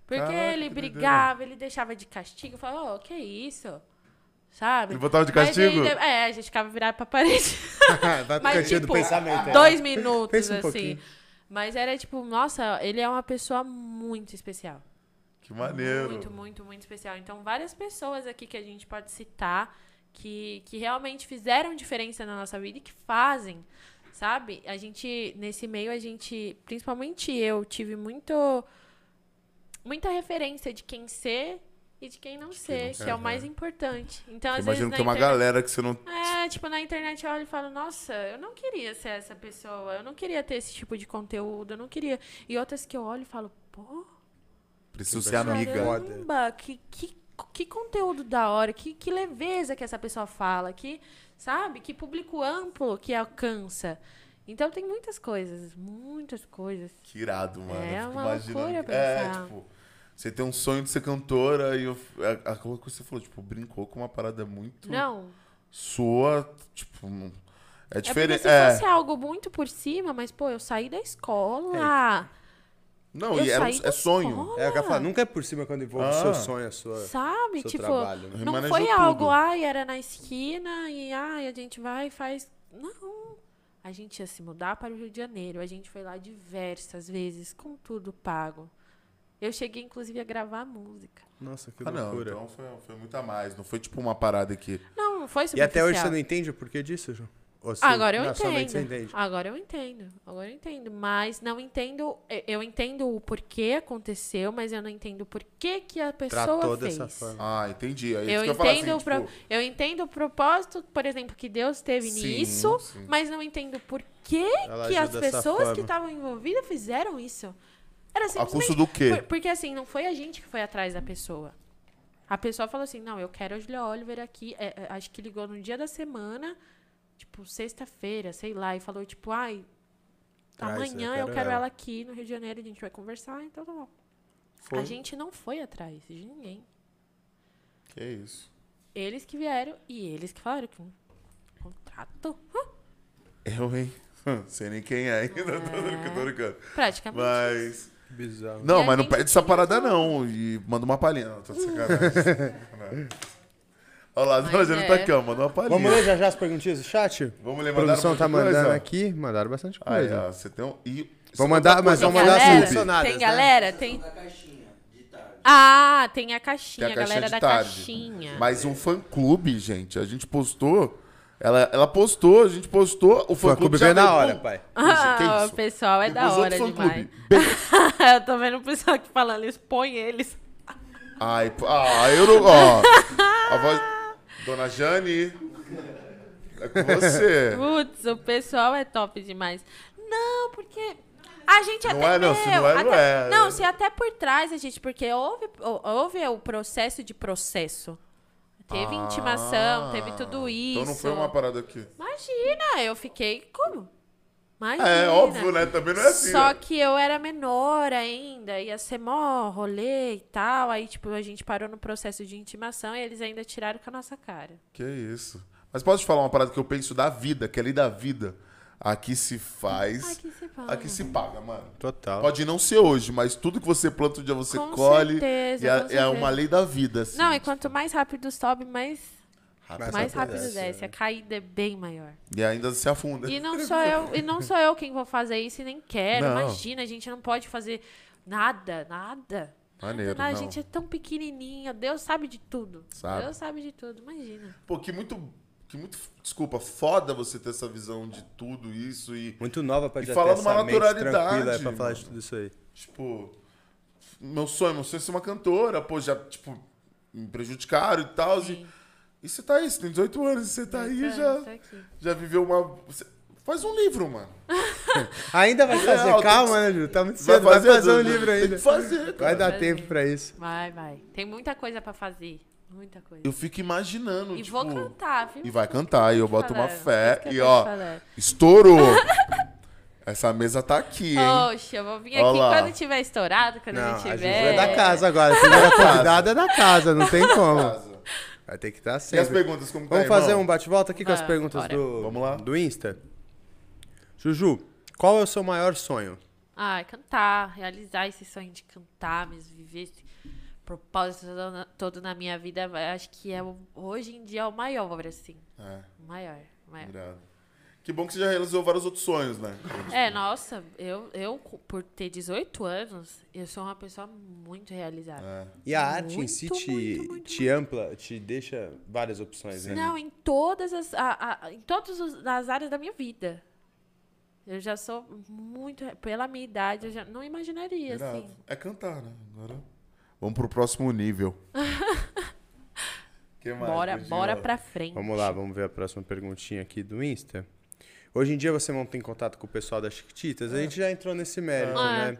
B: Porque
A: Caraca,
B: ele
A: que doideira.
B: brigava, ele deixava de castigo, falava, ô, que isso? Sabe?
A: Ele botava de
B: Mas
A: castigo?
B: aí, é, a gente ficava virado pra parede
C: Vai pro
B: Mas,
C: cantinho Tá
B: tipo,
C: do pensamento. é.
B: dois minutos,
C: Pensa um
B: assim.
C: pouquinho.
B: Mas era tipo, nossa, ele é uma pessoa muito especial.
A: Que maneiro.
B: Muito, muito, muito especial. Então, várias pessoas aqui que a gente pode citar que, que realmente fizeram diferença na nossa vida e que fazem, sabe? A gente, nesse meio, a gente, principalmente eu, tive muito. muita referência de quem ser e de quem não ser, que é o mais importante. Então, às vezes.
A: Imagino
B: na
A: que tem uma
B: internet-
A: galera que você não.
B: É, tipo, na internet eu olho e falo, nossa, eu não queria ser essa pessoa, eu não queria ter esse tipo de conteúdo, eu não queria. E outras que eu olho e falo, pô,
A: Preciso
C: Que
A: ser amiga.
C: pessoa.
B: caramba, que, que, que conteúdo da hora, que, que leveza que essa pessoa fala, que, sabe, que público amplo que alcança. Então tem muitas coisas, muitas coisas.
A: Que irado, mano.
B: É
A: Eu fico
B: uma
A: imaginando
B: loucura
A: que- É,
B: pensar.
A: tipo, você tem um sonho de ser cantora e eu... a, a coisa que você falou, tipo, brincou com uma parada muito
B: Não,
A: sua, tipo. não- É
B: é porque
A: diferente.
B: se
A: É,
B: fosse algo muito por cima, mas, pô, eu saí da
A: É.
B: escola,
A: Não,
B: eu
A: e era um-
B: saí da
A: é sonho.
B: escola.
C: É, eu quero falar, nunca é por cima quando envolve o
A: Ah.
C: seu sonho, a sua,
B: sabe,
C: seu
B: tipo...
C: trabalho. né?
B: Não
A: Remanejou
B: foi
A: tudo.
B: algo, ai, era na esquina e ai, a gente vai e faz. Não. A gente ia se mudar para o Rio de Janeiro. A gente foi lá diversas vezes, com tudo pago. Eu cheguei, inclusive, a gravar música.
C: Nossa, que
A: Ah, não,
C: loucura.
A: então foi, foi muito a mais. Não foi tipo uma parada que.
B: Não, não foi
C: e até hoje você
B: superficial.
C: não entende o porquê disso, João? Ou você-
B: Ah, Agora eu
C: não, somente você
B: entendo.
C: entende.
B: Agora eu entendo. Agora eu entendo. Mas não entendo. eu- Eu entendo o porquê aconteceu, mas eu não entendo o porquê que a pessoa
C: Tratou
B: fez.
C: dessa forma.
A: Ah, entendi. Aí
B: Eu
A: isso que
B: entendo,
A: eu falo assim,
B: o pro-
A: tipo,
B: eu entendo o propósito, por exemplo, que Deus teve
A: Sim,
B: nisso,
A: sim.
B: mas não entendo por que,
C: Ela
B: que
C: agiu
B: as
C: dessa
B: pessoas que
C: forma.
B: estavam envolvidas fizeram isso. Era
A: a
B: simplesmente...
A: custo do
B: por-
A: quê?
B: porque assim, não foi a gente que foi atrás da pessoa. A pessoa falou assim, não, eu quero a Julia Oliver aqui, é, é, acho que ligou no dia da semana, tipo, sexta-feira, sei lá, e falou tipo,
A: Ah,
B: ai,
C: Traz,
B: amanhã eu quero, ela. aqui no Rio de Janeiro, a gente vai conversar, então tá bom.
A: Foi.
B: A gente não foi atrás de ninguém.
A: Que isso.
B: Eles que vieram e eles que falaram que um contrato, hã,
A: Eu, hein? Sei nem quem é ainda, tô brincando, tô brincando.
B: praticamente.
A: Mas.
C: Que bizarro.
A: Não,
B: E
A: mas
B: a
A: não
B: gente
A: perde essa parada, não. E manda uma palhinha. Não, tô de sacanagem. Olha lá, a dona
B: Mas
A: Jana
B: é.
A: tá aqui, ó. Mandou uma palhinha.
C: Vamos ler já já as perguntinhas do chat?
A: Vamos ler,
C: A produção
A: mandaram
C: tá
A: muita
C: mandando
A: coisa.
C: aqui, mandaram bastante
A: Aí,
C: coisa.
A: ó, você tem um. E...
C: Vou mandar, mas
B: Tem
A: Então,
C: vamos mandar as
B: galera,
C: selecionadas,
B: tem
C: né?
B: galera, tem...
D: Da caixinha, de tarde.
B: Ah, tem a caixinha,
A: Tem a
B: a galera
A: caixinha
B: da
A: de tarde.
B: caixinha.
A: Mas um fã clube, gente, a gente postou. Ela, ela postou, a gente postou. O fã,
C: Fã clube
A: já
C: veio na
A: veio.
C: hora, pai.
A: Isso, que
B: Ah,
A: isso?
B: o pessoal é
A: E
B: da
A: os
B: hora
A: outros
B: demais.
A: fã-clube? Bem-
B: Eu tô vendo o pessoal aqui falando, expõe eles.
A: Ai, pô, ah, eu não. Ó, a voz. Dona Jane. É com você.
B: Putz, o pessoal é top demais. Não, porque a gente
A: Não
B: até
A: é, não. Se não é, não
B: até-
A: é.
B: não, se até por trás a gente, porque houve, houve o processo de processo. Teve
A: Ah,
B: intimação, teve tudo isso.
A: Então não foi uma parada aqui.
B: Imagina, eu fiquei como? Imagina.
A: É, óbvio, né? Também não é assim.
B: Só
A: né?
B: que eu era menor ainda, ia ser mó rolê e tal. Aí, tipo, a gente parou no processo de intimação e eles ainda tiraram com a nossa cara.
A: Que isso. Mas posso te falar uma parada que eu penso da vida, que é ali da vida. Aqui se faz.
B: Aqui se paga.
A: Aqui se paga, mano.
C: Total.
A: Pode não ser hoje, mas tudo que você planta um dia você
B: Com
A: colhe.
B: certeza,
A: e é,
B: com
A: é
B: certeza.
A: uma lei da vida. Assim.
B: Não, e quanto mais rápido sobe, mais,
A: Rápido.
B: mais
C: rápido
B: rápido
C: desce,
B: desce.
C: né?
B: A caída é bem maior.
A: E ainda se afunda.
B: E não sou eu, e não sou eu quem vou fazer isso e nem quero.
A: Não.
B: Imagina, a gente não pode fazer nada, nada.
A: Maneiro,
B: nada. A
A: não.
B: gente é tão pequenininha, Deus sabe de tudo.
A: Sabe.
B: Deus sabe de tudo, imagina.
A: Pô, que muito. Que muito. Desculpa, foda você ter essa visão de tudo isso e.
C: Muito nova pra
A: E
C: já
A: fala
C: ter
A: numa
C: essa mente
A: naturalidade,
C: tranquila é pra falar
A: mano.
C: de tudo isso aí.
A: Tipo, meu sonho, meu sonho é ser uma cantora, pô, já, tipo, me prejudicaram e tal. E,
B: Sim.
A: e você tá aí, você tem 18 anos, você tá aí e já,
B: Tá aqui.
A: já viveu uma. você- faz um livro, mano.
C: Ainda vai fazer,
A: tem que-
C: calma, né, Ju? Tá muito cedo, vai fazer, um livro
A: tem
C: ainda.
A: que fazer, cara.
C: Vai dar
B: Fazer.
C: tempo pra isso.
B: Vai, vai. Tem muita coisa pra fazer. Muita coisa.
A: Eu fico imaginando.
B: e
A: tipo,
B: vou cantar, viu?
A: E vai cantar, e eu boto uma
B: Falaram,
A: fé.
B: isso que eu
A: E
B: tô
A: ó,
B: falando.
A: estourou! Essa mesa tá aqui, hein?
B: Oxe, eu vou vir
A: Ó
B: aqui
A: lá.
B: quando tiver estourado, quando
C: Não,
B: não,
C: a Ju
B: tiver.
C: é da casa agora. A primeira convidada é da casa, não tem como. Vai ter que estar
A: E as
C: sempre.
A: perguntas, como tá,
C: Vamos fazer um
A: irmão?
C: bate-volta aqui com as
B: Vai,
C: perguntas
B: Ah, bora.
C: do,
A: Vamos lá.
C: do Insta. Juju, qual é o seu maior sonho?
B: Ah, cantar, realizar esse sonho de cantar mesmo, viver esse propósito todo na- todo na minha vida, vai- acho que é o- hoje em dia é o maior, assim.
A: É,
B: O Maior, o maior.
A: irado. Que bom que você já realizou vários outros sonhos, né?
B: É, nossa, eu, eu, por ter 18 anos, eu sou uma pessoa muito realizada.
A: É.
C: E a arte em
B: Muito,
C: si te,
B: muito, muito,
C: te ampla, te deixa várias opções, né?
B: Não, em todas as, a- a- em todas os- as áreas da minha vida. Eu já sou muito, pela minha idade, eu já não imaginaria,
A: Irado.
B: assim.
A: É cantar, né? Agora. Vamos pro próximo nível. que mais?
B: Bora,
A: Continua.
B: bora pra frente.
C: Vamos lá, vamos ver a próxima perguntinha aqui do Insta. Hoje em dia você não tem contato com o pessoal das Chiquititas? A gente já entrou nesse mérito,
B: Ah.
C: né?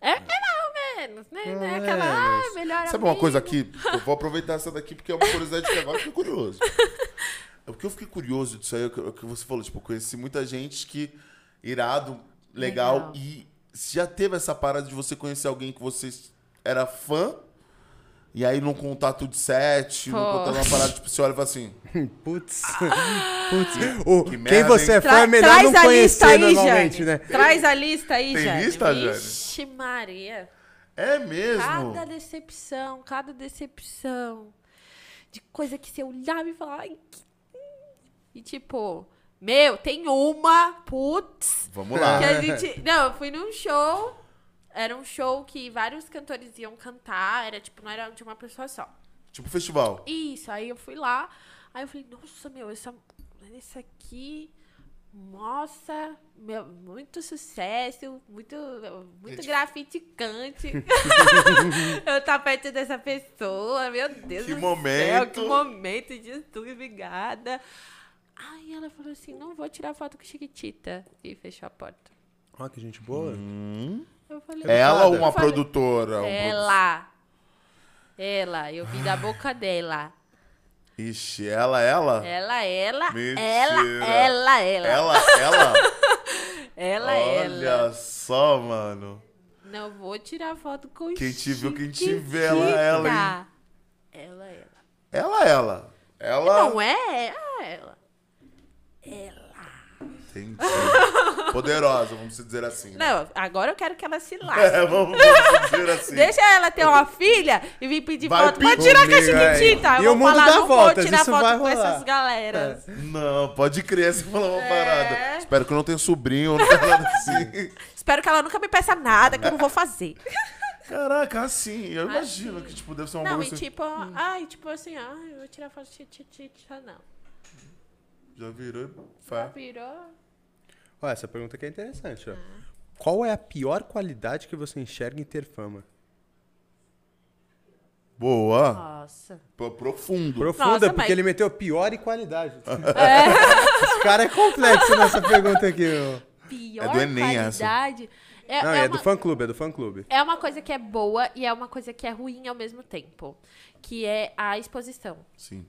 B: É, é mais ou menos, né? Não é
C: Mais ou
B: aquela,
C: menos.
B: ah, melhor
A: Sabe uma coisa
B: amigo.
A: aqui? Eu vou aproveitar essa daqui porque é uma curiosidade que agora eu fiquei curioso. O que eu fiquei curioso disso aí é o que- é o que você falou. Tipo, eu conheci muita gente que irado, legal,
B: Legal.
A: e já teve essa parada de você conhecer alguém que você era fã e aí num contato de sete, num
B: Pô.
A: contato de uma parada, tipo, você olha e fala assim...
C: Putz. Putz. Ô, quem
A: merda,
C: você
A: hein?
C: é fã é melhor
B: Ah. traz
C: não
B: a
C: conhecer
B: lista aí,
C: normalmente,
B: Jane.
C: né?
B: Traz a lista aí,
A: Tem
B: Jane.
A: lista, Jane?
B: Vixe, Maria.
A: É mesmo?
B: Cada decepção, cada decepção. De coisa que você olhava e falava. "Ai, que-" E tipo, meu, tem uma, putz.
A: Vamos lá.
B: Que a gente. Não, eu fui num show. Era um show que vários cantores iam cantar. Era tipo, não era de uma pessoa só.
A: Tipo festival.
B: Isso, aí eu fui lá, aí eu falei, nossa, meu, essa, esse aqui, nossa, meu, muito sucesso, muito, muito
A: Gente.
B: grafiticante. eu tá perto dessa pessoa, meu Deus
A: Que
B: do céu,
A: momento.
B: que momento de tudo, obrigada. Aí ela falou assim, não vou tirar foto com Chiquitita, e fechou a porta.
C: Ó, que gente boa.
B: Eu falei,
A: É Ela ou
B: eu
A: uma
B: falei,
A: produtora? Um
B: Ela, ela, eu vi da boca dela.
A: produ- Ixi, ela, ela?
B: Ela, ela,
A: Mentira.
B: ela, ela, ela,
A: Ela, ela?
B: ela,
A: Olha
B: ela.
A: só, mano.
B: Não vou tirar foto com
A: Quem te viu, quem te
B: Chiquitita.
A: vê, ela, ela, hein?
B: Ela, ela.
A: Ela, ela. Ela.
B: Não é? Ah, ela.
A: Entendi. Poderosa, vamos dizer assim. né?
B: Não, agora eu quero que ela se lasque.
A: É, vamos, vamos dizer assim.
B: Deixa ela ter uma filha e vir pedir
A: Vai
B: foto. Pode
A: pedir
B: tirar com a
C: comigo, é.
B: Chiquitita.
C: E
B: Eu vou
C: o mundo
B: falar,
C: dá
B: não vou
C: voltas,
B: tirar
C: isso
B: foto
C: vai
B: com
C: rolar.
B: essas galeras.
A: É. Não, pode crer se falar
B: É.
A: uma parada. Espero que eu não tenha sobrinho, não tenha nada assim.
B: Espero que ela nunca me peça nada que eu não vou fazer.
A: Caraca, assim, eu imagino
B: Assim.
A: que tipo, deve ser uma
B: Não,
A: boa.
B: e tipo,
A: Hum.
B: ai, tipo assim, ai, eu vou tirar foto com Chiquitita, não.
A: Já virou e
B: Ela
A: pá.
B: virou...
C: Ó, essa pergunta aqui é interessante, ó.
B: Ah.
C: Qual é a pior qualidade que você enxerga em ter fama?
A: Boa.
B: Nossa.
A: Pô, Profundo.
C: Profunda,
B: Nossa,
C: porque
B: mas-
C: ele meteu pior e qualidade. Esse cara é complexo nessa pergunta aqui, ó.
B: pior
A: É do Enem essa.
B: qualidade. É,
C: Não,
B: é
C: e é
B: uma,
C: do fã clube, é do fã clube.
B: é uma coisa que é boa e é uma coisa que é ruim ao mesmo tempo. Que é a exposição.
A: Sim.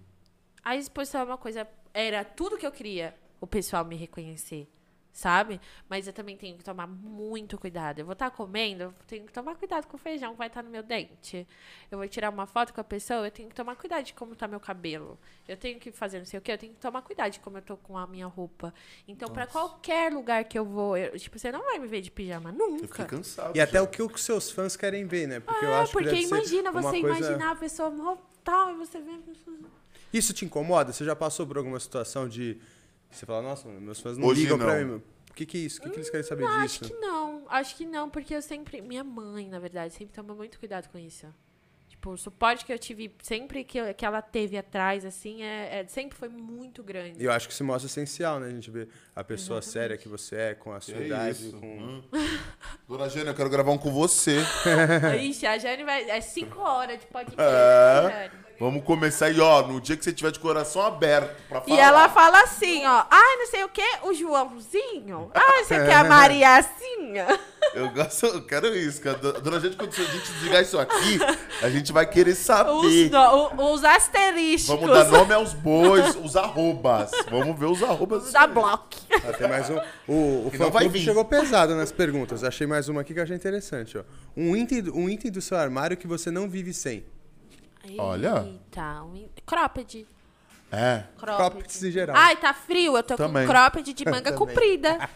B: A exposição é uma coisa. Era tudo que eu queria o pessoal me reconhecer. Sabe? Mas eu também tenho que tomar muito cuidado. Eu vou estar comendo, eu tenho que tomar cuidado com o feijão que vai estar no meu dente. Eu vou tirar uma foto com a pessoa, eu tenho que tomar cuidado de como tá meu cabelo. Eu tenho que fazer não sei o quê, eu tenho que tomar cuidado de como eu tô com a minha roupa. Então, pra qualquer lugar que eu vou, eu- tipo, você não vai me ver de pijama
A: Eu fiquei
B: nunca.
A: cansado.
C: E até
A: já.
C: o que os seus fãs querem ver, né? Porque eu
B: Ah,
C: acho que
B: porque
C: deve ser
B: imagina
C: uma
B: você
C: coisa...
B: imaginar a pessoa mó tal e você vê a pessoa.
C: Isso te incomoda? Você já passou por alguma situação de. Você fala, nossa, meus fãs não
A: Hoje
C: ligam pra
A: não.
C: mim. meu. O que, que é isso? O que, que eles querem saber
B: Não, acho
C: disso?
B: que não. Acho que não, porque eu sempre. Minha mãe, na verdade, sempre toma muito cuidado com isso. Tipo, o suporte que eu tive, sempre que, eu- que ela teve atrás, assim, é, é- sempre foi muito grande.
C: Eu acho que isso mostra essencial, né? A gente vê a pessoa séria que você é, com a
A: Que
C: sua idade,
A: isso?
C: com.
A: Hum. Dona Jane, eu quero gravar um com você.
B: Ixi, a Jane vai. É cinco horas de podcast. né,
A: É.
B: Jane?
A: Vamos começar aí, ó. No dia que você tiver de coração aberto pra falar.
B: E ela fala assim, ó. Ai, não sei o quê, o Joãozinho. Ai, não sei
A: É, né,
B: o quê, a assim?" Mariazinha.
A: Eu gosto, eu quero isso, cara. Do- Dona Jane, quando a gente desligar isso aqui, a gente vai querer
B: Os,
A: saber.
B: no- o- os asterísticos.
A: Vamos dar nome aos bois, os arrobas. Vamos ver os arrobas.
B: Da Block.
C: Ah, tem mais um. O, o
A: E não
C: fã
A: vai
C: clube
A: vir.
C: chegou pesado nas perguntas. Achei mais uma aqui que eu achei interessante, ó. Um item, do- um item do seu armário que você não vive sem.
A: Olha.
B: Eita, um... cropped.
A: É,
C: Crops em geral.
B: Ai, tá frio, eu tô
A: Também.
B: com cropped de manga
A: Também.
B: comprida.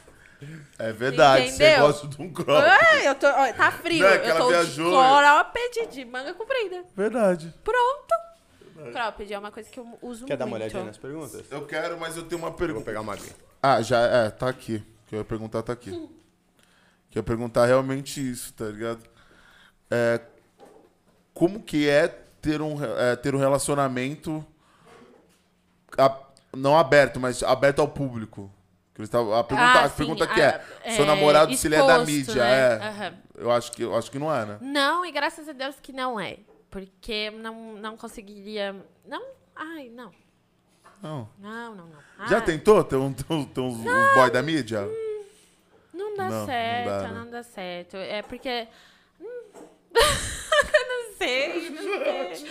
A: é verdade. Você
B: Entendeu?
A: gosta de um crop.
B: Ai, eu tô, ó, tá frio,
A: Não, é que
B: eu
A: ela
B: tô
A: viajou, né?
B: de cropped de manga comprida.
A: Verdade.
B: Pronto. Cropped é uma coisa que eu uso
C: Quer dar uma
B: muito.
C: olhadinha nas perguntas?
A: Eu quero, mas eu tenho uma
C: Eu vou
A: pergunta.
C: pegar uma aguinha.
A: Ah, já, é, tá aqui. O que eu ia perguntar tá aqui. O que eu ia perguntar é realmente isso, tá ligado? É, como que é ter um, re- é, ter um relacionamento a- não aberto, mas aberto ao público? Que eles tavam- a pergunta, a
B: sim,
A: pergunta
B: ah,
A: que é, seu namorado, se ele é da
B: exposto,
A: mídia,
B: né?
A: é.
B: Aham.
A: Eu acho que, eu acho que não é, né?
B: Não, e graças a Deus que não é. Porque não, não conseguiria. Não, ai, não.
A: Não.
B: Não, Ah. não, não.
A: Já
B: Ai,
A: tentou ter, um, ter, um- ter uns, uns boy da mídia?
B: Não dá
A: Não, não
B: certo,
A: dá,
B: não
A: né?
B: dá, certo. É porque. hum, não sei, não sei.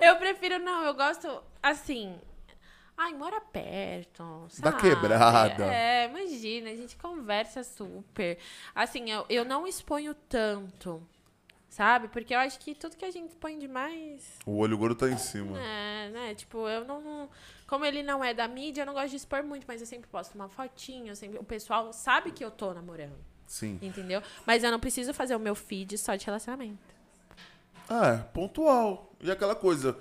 B: Eu prefiro não, eu gosto assim. Ai, mora perto.
A: Da
B: sabe?
A: quebrada.
B: É, imagina, a gente conversa super. Assim, eu, eu não exponho tanto, sabe? Porque eu acho que tudo que a gente expõe demais.
A: O olho gordo tá em cima.
B: É, né? Tipo, eu não. Como ele não é da mídia, eu não gosto de expor muito, mas eu sempre posto uma fotinha. eu sempre, o pessoal sabe que eu tô namorando.
A: Sim.
B: Entendeu? Mas eu não preciso fazer o meu feed só de relacionamento.
A: Ah, é pontual. E aquela coisa.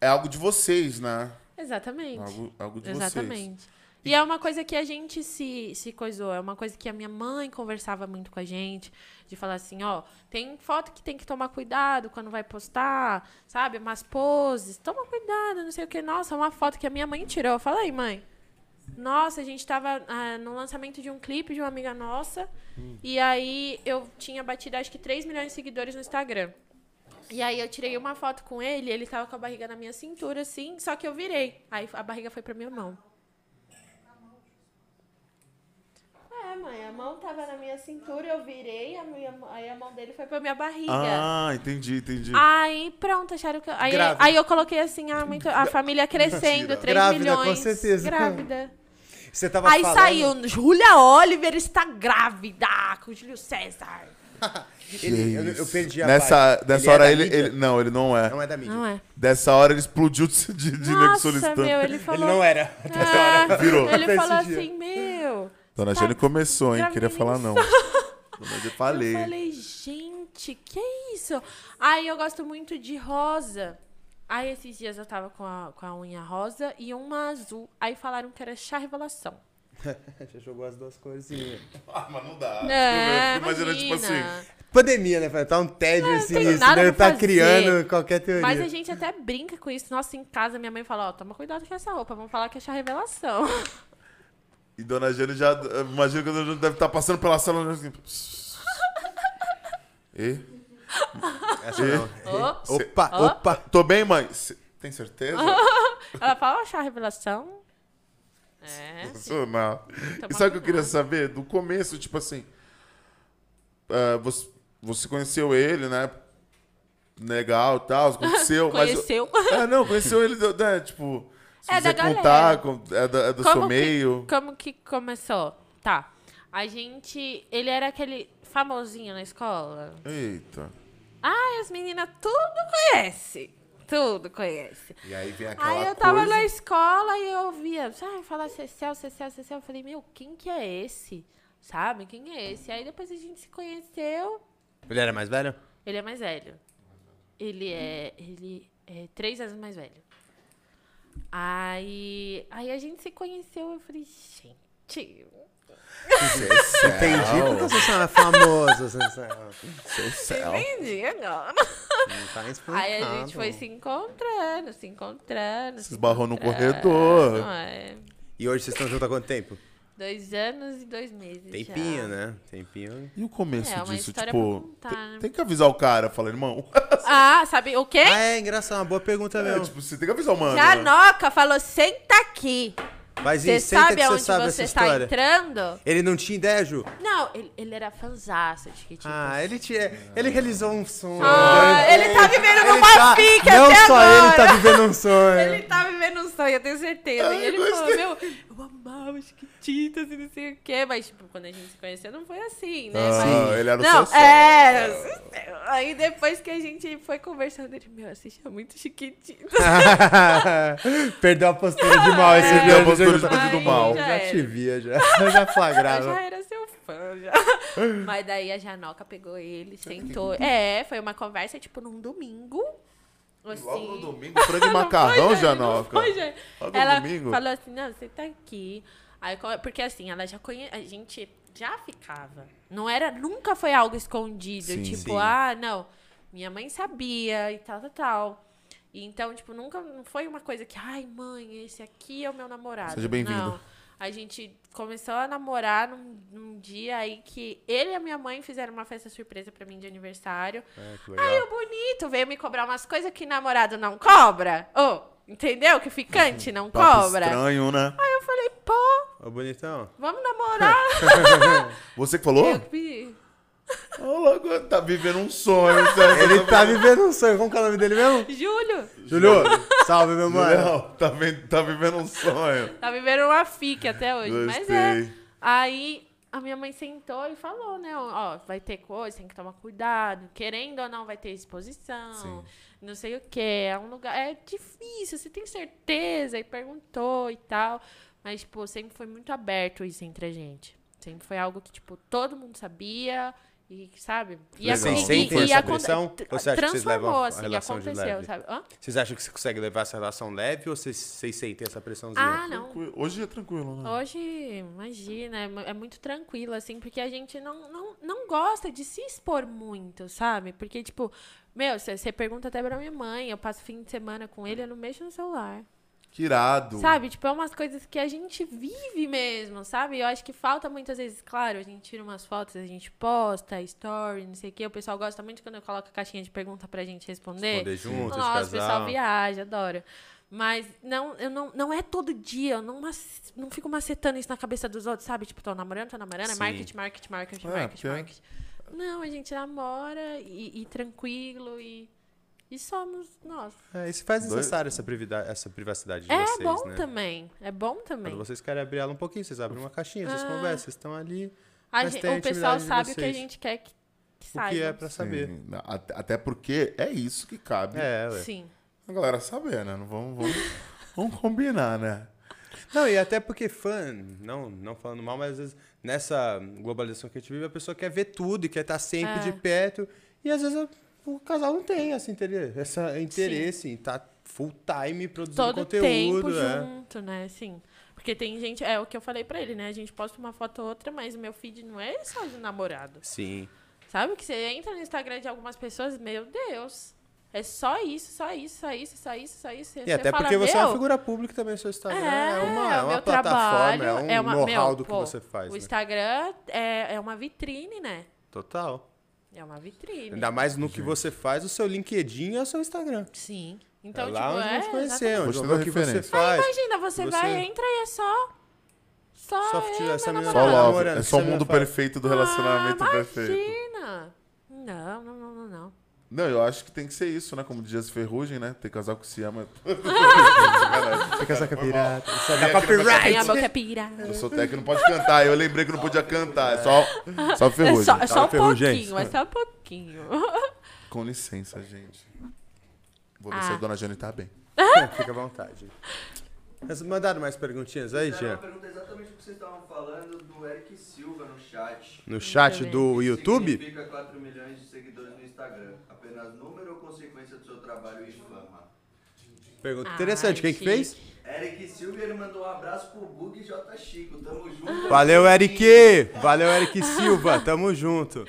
A: É algo de vocês, né?
B: Exatamente.
A: Algo, algo de vocês.
B: Exatamente. E é uma coisa que a gente se, se coisou, é uma coisa que a minha mãe conversava muito com a gente, de falar assim, ó, tem foto que tem que tomar cuidado quando vai postar, sabe? Umas poses, toma cuidado, não sei o que. Nossa, uma foto que a minha mãe tirou. Fala aí, mãe. Nossa, a gente tava ah, no lançamento de um clipe de uma amiga nossa,
A: Hum.
B: e aí eu tinha batido acho que 3 milhões de seguidores no Instagram. E aí eu tirei uma foto com ele, ele tava com a barriga na minha cintura, assim, só que eu virei. Aí a barriga foi pra minha mão. É, mãe, a mão tava na minha cintura, eu virei, a minha, aí a mão dele foi pra minha barriga.
A: Ah, entendi, entendi.
B: Aí pronto, acharam que. eu- Aí,
C: Grávida.
B: aí eu coloquei assim, ah, muito, a família crescendo, 3
C: Grávida, com
B: milhões.
C: certeza.
B: Grávida.
C: Você tava
B: Aí
C: falando-
B: saiu, Júlia Oliver está grávida com o Júlio César.
C: Ele- eu, eu perdi a
A: Nessa,
C: parte.
A: nessa
C: Ele é
A: hora
C: da
A: ele,
C: mídia?
A: ele- Não, ele não é.
C: Não é da mídia.
B: Não é.
A: Dessa hora ele explodiu de, de, de nego
B: Nossa,
A: solicitando.
B: meu, ele
C: Ele
B: falou.
C: não é, era.
B: Ah,
A: Virou.
B: Ele
C: Até
B: falou
C: esse dia.
B: assim, meu.
A: Dona
B: tá
A: Jane começou, hein?
B: pra
A: Queria
B: mim,
A: falar não. Dona Jane falei.
B: Eu falei, gente, que isso? Aí eu gosto muito de rosa. Aí esses dias eu tava com a, com a unha rosa e uma azul. Aí falaram que era chá revelação.
C: Já jogou as duas coisinhas.
A: Ah, mas não dá.
B: É,
A: Eu fico imaginando, tipo assim,
C: Pandemia, né, velho? Tá um tédio assim
B: tem
C: nisso,
B: nada
C: né?
B: pra
C: Tá
B: fazer.
C: criando qualquer teoria.
B: Mas a gente até brinca com isso. Nossa, em casa minha mãe fala, ó, toma cuidado com essa roupa, vamos falar que é chá revelação.
A: E Dona Jane já. Imagina que a Dona Jane deve estar passando pela sala já assim. pss. E?
C: Essa não.
B: Ô,
C: Opa,
B: Ó.
C: opa.
A: Tô bem, mãe? Cê- Tem certeza?
B: Ela fala, ó, chá revelação. É.
A: Sensacional.
B: Tomar
A: E sabe o que eu
B: cuidado.
A: queria saber? Do começo, tipo assim. ah, você, você conheceu ele, né? Legal e tal, aconteceu. mas-
B: Conheceu.
A: É, não, conheceu ele, né? Tipo, se
B: É
A: quiser
B: da
A: contar,
B: galera.
A: con- é, da- é do seu
B: que-
A: meio.
B: como que começou? Tá. A gente. Ele era aquele famosinho na escola.
A: Eita.
B: Ai, as meninas tudo conhece. Tudo conhece.
A: E aí vem
B: Aí eu tava na escola e eu ouvia, sabe, falar Cecel, Cecel, Cecel. Eu falei, meu, quem que é esse? Sabe, quem é esse? Aí depois a gente se conheceu.
C: Ele era mais velho?
B: Ele é mais velho. Ele é. Ele é três anos mais velho. Aí. Aí a gente se conheceu, eu falei, gente.
C: Entendi porque você é famoso. Você tá
B: Entendi agora.
C: não tá explicado.
B: Aí a gente foi se encontrando, se encontrando.
A: Se
B: Se
A: esbarrou no
B: encontrando,
A: corredor.
B: é.
C: E hoje vocês estão juntos há quanto tempo?
B: Dois anos e dois meses.
C: Tempinho,
B: já.
C: né? Tempinho.
A: E o começo
B: É, uma
A: disso,
B: história
A: tipo.
B: pra contar,
A: te-
B: né?
A: Tem que avisar o cara, fala, irmão.
B: Ah, sabe o quê?
C: Ah, é engraçado, uma boa pergunta
A: É,
C: mesmo.
A: tipo, você tem que avisar o mano.
B: Já a
A: né?
B: Noca falou: senta aqui.
C: Mas
B: Você
C: e senta
B: sabe
C: que você
B: aonde
C: sabe essa
B: você tá
C: história.
B: entrando?
C: Ele não tinha ideia, Ju?
B: Não, ele, ele era fanzaço de que tipo.
C: Ah, ele, tinha, ele realizou um sonho.
B: Ah, ele tá vivendo numa
C: tá-
B: pica
C: Não
B: até
C: só
B: agora.
C: ele tá vivendo um sonho.
B: Ele tá vivendo um sonho, eu tenho certeza.
A: Ai,
B: e ele
A: gostei.
B: falou, meu, eu amava os Chiquititas e não sei o quê. Mas, tipo, quando a gente se conheceu, não foi assim, né?
A: Ah,
B: Mas-
A: ele era o
B: não,
A: seu
B: é... Aí depois que a gente foi conversando, ele, meu, assistia muito Chiquititas. tá-
C: Perdeu a postura de mal esse
A: Perdeu
C: dia,
A: a postura
C: já-
A: de bandido
B: Ai,
A: mal.
B: já
C: Já
B: era.
C: te via, já. Eu já
B: Eu já
C: flagrava.
B: era seu fã, já. Mas daí a Janoca pegou ele, sentou. É, foi uma conversa, tipo, num domingo. Assim,
A: Logo no domingo, frango e
B: Não
A: macarrão,
B: foi, Jane, não
A: Janoca.
B: foi, Jane.
A: Logo no
B: Ela
A: domingo.
B: falou assim, não, você tá aqui. Aí, co- porque assim, ela já conhece. A gente já ficava. Não era, nunca foi algo escondido.
A: Sim,
B: tipo,
C: sim.
B: ah, não. Minha mãe sabia e tal, tal, tal. E então, tipo, nunca não foi uma coisa que, ai, mãe, esse aqui é o meu namorado.
A: Seja bem-vindo.
B: Não. A gente começou a namorar num, num dia aí que ele e a minha mãe fizeram uma festa surpresa pra mim de aniversário.
C: É, que
B: Aí
C: legal.
B: o bonito veio me cobrar umas coisas que namorado não cobra. Ô, entendeu? Que ficante não
A: Papo
B: cobra.
A: estranho, né?
B: Aí eu falei, pô,
C: Ô, bonitão.
B: vamos namorar.
A: Você que falou?
B: Eu pedi.
A: Ô, louco, tá vivendo um sonho. César.
C: Ele tá vivendo um sonho. Como que é o nome dele mesmo?
B: Júlio,
C: Júlio. Salve, meu mano.
A: Não, tá, vi- tá vivendo um sonho.
B: tá vivendo uma fique até hoje. Mas é.
A: Gostei.
B: Aí a minha mãe sentou e falou, né? Ó, vai ter coisa, tem que tomar cuidado. Querendo ou não, vai ter exposição.
A: Sim.
B: Não sei o que. É um lugar. É difícil, você tem certeza? E perguntou e tal. Mas, tipo, sempre foi muito aberto isso entre a gente. Sempre foi algo que, tipo, todo mundo sabia. E, sabe? E,
A: Legal.
B: acon-
A: Vocês sentem
B: e, e
C: essa
B: acon-
C: pressão?
B: tr-
C: Ou você acha que vocês levam
B: transformou,
C: a
B: assim,
C: relação de
B: aconteceu,
C: leve?
B: sabe? Hã?
C: Vocês acham que você consegue levar essa relação leve ou vocês, vocês sentem essa pressãozinha?
B: Ah, não.
A: Tranquilo. Hoje é tranquilo, né?
B: Hoje, imagina, é mu- é muito tranquilo, assim, porque a gente não, não, não gosta de se expor muito, sabe? Porque, tipo, meu, você pergunta até pra minha mãe, eu passo fim de semana com ele, eu não mexo no celular.
A: Que irado.
B: Sabe? Tipo, é umas coisas que a gente vive mesmo, sabe? Eu acho que falta muitas vezes, claro, a gente tira umas fotos, a gente posta, story, não sei o quê. O pessoal gosta muito quando eu coloco a caixinha de pergunta pra gente responder.
C: Responder juntos,
B: Nossa, o pessoal
C: casal.
B: viaja, adoro. Mas não, eu não, não é todo dia, eu não, mac- não fico macetando isso na cabeça dos outros, sabe? Tipo, tô namorando, tô namorando, é
C: Sim. Ah,
B: marketing, marketing, marketing,
A: É,
B: marketing,
A: porque-
B: marketing. Não, a gente namora e, e tranquilo e, e somos nós.
C: É, isso faz
A: Dois-
C: necessário essa, privida- essa privacidade de
B: É
C: vocês,
B: bom
C: né?
B: também, é bom também.
C: Quando vocês querem abrir ela um pouquinho, vocês abrem uma caixinha, vocês
B: Ah.
C: conversam, vocês estão ali.
B: A
C: Mas
B: gen-
C: tem a
B: o pessoal
C: intimidade de
B: sabe o que a
C: vocês.
B: gente quer que, que
C: O que é
B: saiba.
C: pra
A: Sim,
C: saber.
A: na- at- Até porque é isso que cabe
C: É, ué.
B: Sim.
A: a galera saber, né? Não vamos, vamos, vamos combinar, né?
C: Não, e até porque fã, não, não falando mal, mas às vezes nessa globalização que a gente vive, a pessoa quer ver tudo e quer estar sempre
B: É.
C: de perto. E às vezes a- o casal não tem esse interesse, essa interesse em estar full time produzindo
B: Todo
C: conteúdo.
B: tempo
C: é.
B: junto, né? Sim. Porque tem gente, é o que eu falei pra ele, né? A gente posta uma foto ou outra, mas o meu feed não é só de namorado.
C: Sim.
B: Sabe que você entra no Instagram de algumas pessoas, meu Deus. É só isso, só isso, só isso, só isso, só isso.
C: E até
B: fala,
C: porque você é uma
B: meu,
C: figura pública também, seu Instagram.
B: É,
C: É,
B: é
C: uma, é
B: o
C: uma
B: meu
C: plataforma,
B: trabalho,
C: é um
B: é uma-
C: know-how
B: meu,
C: do que
B: pô,
C: você faz.
B: O
C: né?
B: Instagram é, é uma vitrine, né?
C: Total.
B: É uma vitrine.
C: Ainda mais no que você faz, o seu LinkedIn é o seu Instagram.
B: Sim. Então,
C: é lá
B: tipo,
C: onde
B: é.
C: a gente conheceu,
B: exatamente.
C: onde
A: Gostei
C: vê
A: da
C: o que você
A: referência.
C: faz.
B: Imagina, você,
C: Você-
B: vai, entra e é só. Só.
C: Só tirar
B: eu,
C: essa
B: meu
C: mina-
A: Só
B: namorado.
C: Ah,
A: love.
C: namorando,
A: É
C: isso
A: só
C: é
A: o
C: minha
A: mundo
C: fase.
A: perfeito do relacionamento
B: ah,
A: perfeito.
B: Imagina. Não, não, não, não, não.
A: Não, eu acho que tem que ser isso, né? Como dias ferrugem, né? Tem casal que se ama.
C: Fica essa capirata. Isso é
A: Vem
C: da
A: aqui no
B: Tem a
C: copyright.
B: boca pirada.
A: Eu sou técnico, não pode cantar. Eu lembrei que não podia cantar. É só, só
B: É
A: ferrugem.
B: só, é só um
C: Ferrugem.
B: pouquinho, é só um pouquinho.
A: Com licença, gente. Vou ver se
B: Ah.
A: a dona Jane tá bem.
C: Fica à vontade. Mas mandaram mais perguntinhas aí,
D: Fizeram uma
C: Jean?
D: pergunta exatamente o que vocês estavam falando do Eric Silva no chat.
C: No chat do YouTube?
D: Significa 4 milhões de seguidores no Instagram. Apenas número ou consequência do seu trabalho e fama?
C: Pergunta
B: Ai,
C: interessante. Quem que
B: chique.
C: fez?
D: Eric Silva, ele mandou um abraço pro Bug J Chico. Tamo junto.
C: Valeu, Eric! Valeu, Eric Silva. Tamo junto.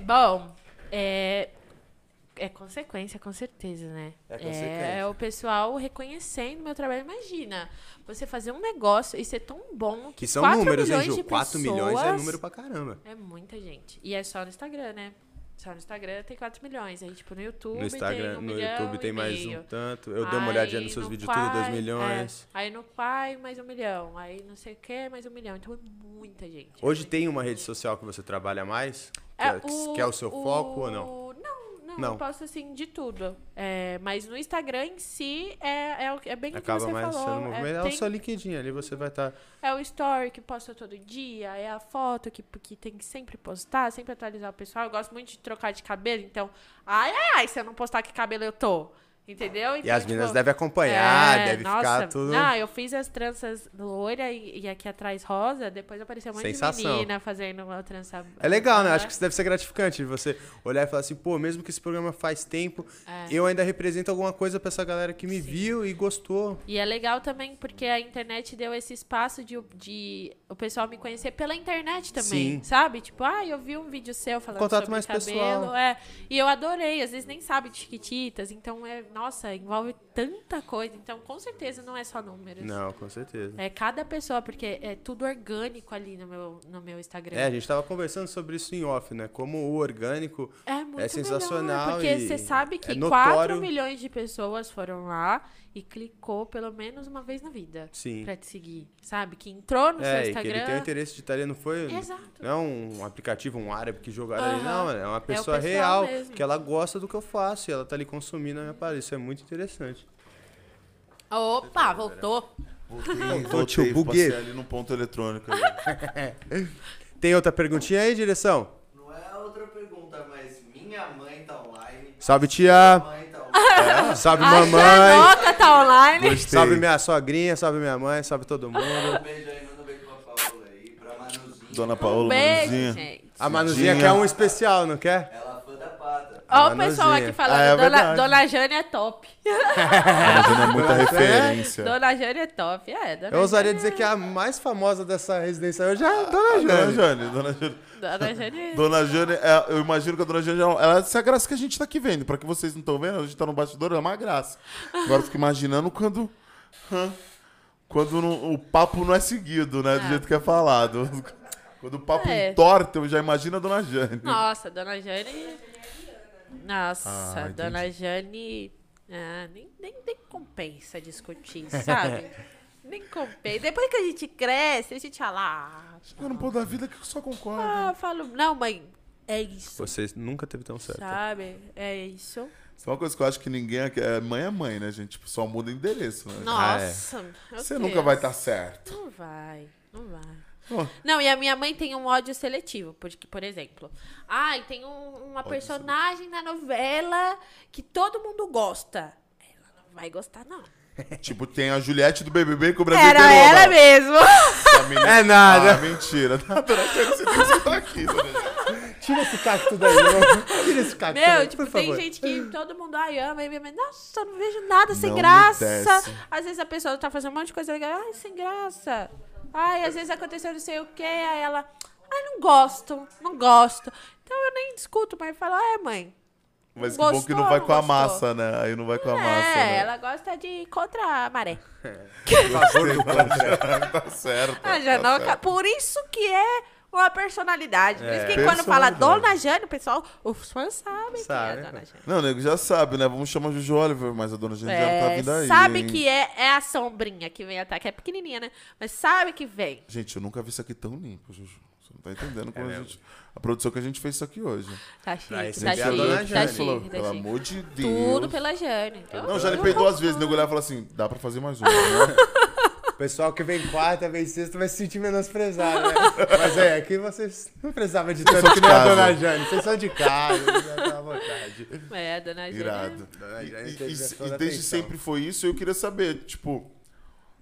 B: Bom, é, é consequência, com certeza, né?
C: É consequência.
B: é o pessoal reconhecendo meu trabalho. Imagina, você fazer um negócio e ser tão bom que
C: Que são
B: 4
C: números, hein,
B: milhões
C: Ju?
B: de
C: 4
B: pessoas...
C: milhões é número pra caramba.
B: É muita gente. E é só no Instagram, né? Só no Instagram tem 4 milhões. Aí, tipo, no YouTube
C: No Instagram,
B: tem um
C: no
B: milhão
C: YouTube
B: e
C: tem mais
B: meio.
C: um tanto. Eu dei uma olhadinha nos seus
B: no
C: vídeos, tudo 2
B: pai-
C: milhões.
B: é. Aí no pai, mais um milhão. Aí não sei o que, mais um milhão. Então é muita gente. é
C: Hoje
B: muita
C: tem uma rede social que você trabalha mais? Que é, que é o, seu foco ou não?
B: Não, não,
C: Não.
B: eu posto assim de tudo. É, mas no Instagram em si é, é, o- é bem o que
C: Acaba
B: você
C: mais sendo
B: falou.
C: movimento. É,
B: É,
C: o
B: tem-
C: seu LinkedIn, ali você vai tá- estar.
B: é o story que posta todo dia, é a foto que, que tem que sempre postar, sempre atualizar o pessoal. Eu gosto muito de trocar de cabelo, então. Ai, ai, ai, se eu não postar que cabelo eu tô. Entendeu?
C: E
B: Então,
C: as meninas
B: tipo,
C: devem acompanhar,
B: é,
C: deve
B: nossa.
C: ficar tudo.
B: Não, eu fiz as tranças loira e, e aqui atrás rosa, depois apareceu um monte
C: Sensação.
B: de menina fazendo uma trança.
C: É legal, né? Acho que isso deve ser gratificante de você olhar e falar assim, pô, mesmo que esse programa faz tempo,
B: É.
C: eu ainda represento alguma coisa pra essa galera que me viu e gostou.
B: E é legal também porque a internet deu esse espaço de, de o pessoal me conhecer pela internet também,
C: Sim.
B: sabe? Tipo, ah, eu vi um vídeo seu falando
C: Contato
B: sobre
C: mais
B: cabelo,
C: pessoal.
B: é. E eu adorei, às vezes nem sabe de chiquititas, então é, nossa, envolve tanta coisa. Então, com certeza não é só números.
C: Não, com certeza.
B: É cada pessoa, porque é tudo orgânico ali no meu, no meu Instagram.
C: É, a gente tava conversando sobre isso em off, né? Como o orgânico
B: É muito
C: é sensacional
B: melhor, porque
C: e
B: você sabe que
C: é
B: 4
C: notório.
B: milhões de pessoas foram lá e clicou pelo menos uma vez na vida
C: Sim.
B: pra te seguir, sabe? Que entrou no
C: É,
B: seu
C: e que ele
B: Instagram.
C: tem o interesse de estar ali, não foi.
B: Exato.
C: Não é um aplicativo, um árabe que jogaram ali,
B: Aham.
C: não, mano, é
B: É o
C: uma pessoa
B: pessoal
C: real,
B: mesmo.
C: que ela gosta do que eu faço e ela tá ali consumindo a minha parada. Isso é muito interessante.
B: Opa, voltou.
A: Voltei,
C: Ô, tio,
A: voltei,
C: buguei.
A: passei ali no ponto eletrônico. ali.
C: Tem outra perguntinha aí, direção?
D: Não é outra pergunta, mas minha mãe tá online.
C: Salve, tia!
D: Minha mãe tá online.
C: Salve,
B: A
C: mamãe!
B: Xanoca tá online.
A: Gostei.
C: Salve minha sogrinha, salve minha mãe, salve todo mundo.
D: Manda um beijo aí, manda um beijo pra Paola aí, pra Manuzinha.
A: Dona Paola,
B: Beijo,
A: Manuzinha.
B: gente.
C: A Manuzinha
A: Sim.
C: quer um especial, não quer?
D: Ela é fã da pata.
B: Ó,
C: A
B: o pessoal
C: Manuzinha.
B: aqui falando,
C: Ah, é
B: dona,
C: verdade.
B: dona Jane é top.
A: Manuzinha é muita referência.
B: Dona Jane é top, é. Dona
C: Eu ousaria
B: Jane-
C: dizer que a mais famosa dessa residência hoje é a Dona
A: Dona
C: Jane.
A: Jane, Dona Jane.
B: Dona Jane.
A: Dona Jane, é, eu imagino que a Dona Jane, ela, ela- essa é a graça que a gente tá aqui vendo. Pra que vocês não estão vendo, a gente tá no bastidor, é uma graça. Agora eu fico imaginando quando. hã, Quando não- o papo não é seguido, né? Do jeito que é falado. Quando o papo
B: É.
A: entorta, eu já imagino a Dona Jane.
B: Nossa, Dona Jane. Nossa,
A: Ah,
B: Dona Jane. Ah, nem, nem, nem compensa discutir, sabe? nem compensa. Depois que a gente cresce, a gente fala.
A: Chegando no pão da vida que eu só concordo.
B: Ah, eu falo, não, mãe, é isso.
C: Você nunca teve tão
A: tá.
C: certo.
B: Sabe? É isso.
A: Só uma coisa que eu acho que ninguém. aqui- É, mãe é mãe, né, gente? Tipo, só muda endereço, né?
B: Nossa. meu
A: Você
B: Deus.
A: nunca vai estar certo.
B: Não vai, não vai.
A: Ó.
B: Não, e a minha mãe tem um ódio seletivo, porque, por exemplo, ai, tem um- uma personagem na novela que todo mundo gosta. Ela não vai gostar, não.
A: Tipo, tem a Juliette do BBB que o Brasil
B: Era
A: inteiro
B: ela
A: ama.
B: mesmo.
A: Essa menina-
C: É nada.
A: Ah, mentira. Tá, Dona Jane, você tem que tá aqui, Dona Jane.
C: Ah, Tira esse cacto daí, irmão. Tira esse cacto.
B: Meu,
C: daí,
B: tipo,
C: por
B: tem
C: favor.
B: gente que todo mundo ai, ama, e minha mãe, nossa, não vejo nada sem
A: Não me
B: graça.
A: desce.
B: Às vezes a pessoa tá fazendo um monte de coisa legal, ai, sem graça. Ai, às vezes aconteceu não sei o quê, aí ela, ai, não gosto, não gosto. Então eu nem discuto, mas eu falo, ah, é, mãe.
A: Mas que
B: Gostou
A: bom que não vai
B: ou
A: com a
B: não gostou?
A: massa, né? Aí não vai com a massa.
B: É,
A: né?
B: ela gosta de contra a maré.
A: Tá certo.
B: Ah, Janoca,
A: tá certo.
B: por isso que é uma personalidade. Por isso que quando
A: Personalidade.
B: fala Dona Jane, o pessoal, os fãs sabem
C: Sabe.
B: que é a Dona Jane.
A: Não, nego já sabe, né? Vamos chamar a Juju Oliver, mas a dona Jane já tá
B: É,
A: vindo aí.
B: sabe
A: hein?
B: que é, é a sombrinha que vem atacar. É pequenininha, né? Mas sabe que vem.
A: Gente, eu nunca vi isso aqui tão limpo, Juju. Você não tá entendendo como a,
C: mesmo.
A: gente, a produção que a gente fez isso aqui hoje.
B: Tá chique,
C: Pra
B: tá
C: esse
B: chique, tá
C: ver é a Dona
B: chique, tá
C: Jane.
A: Falou,
B: chique.
A: Pelo amor de Deus.
B: Tudo pela Jane.
A: Não, já limpei duas vezes. O nego olhava e falou assim: dá pra fazer mais uma. né?
C: O pessoal que vem quarta, vem sexta, vai se sentir menosprezado, né? Mas é, aqui vocês não precisavam de tanto
A: são
C: que
A: de
C: nem a
A: casa.
C: Dona Jane. Vocês são de casa, vocês estão à vontade.
B: É, a Dona Jane.
A: Irado.
C: Dona
A: E,
C: Jane
A: e-
C: teve
A: e-
C: toda
A: e
C: a
A: desde
C: atenção.
A: sempre foi isso. Eu queria saber, tipo,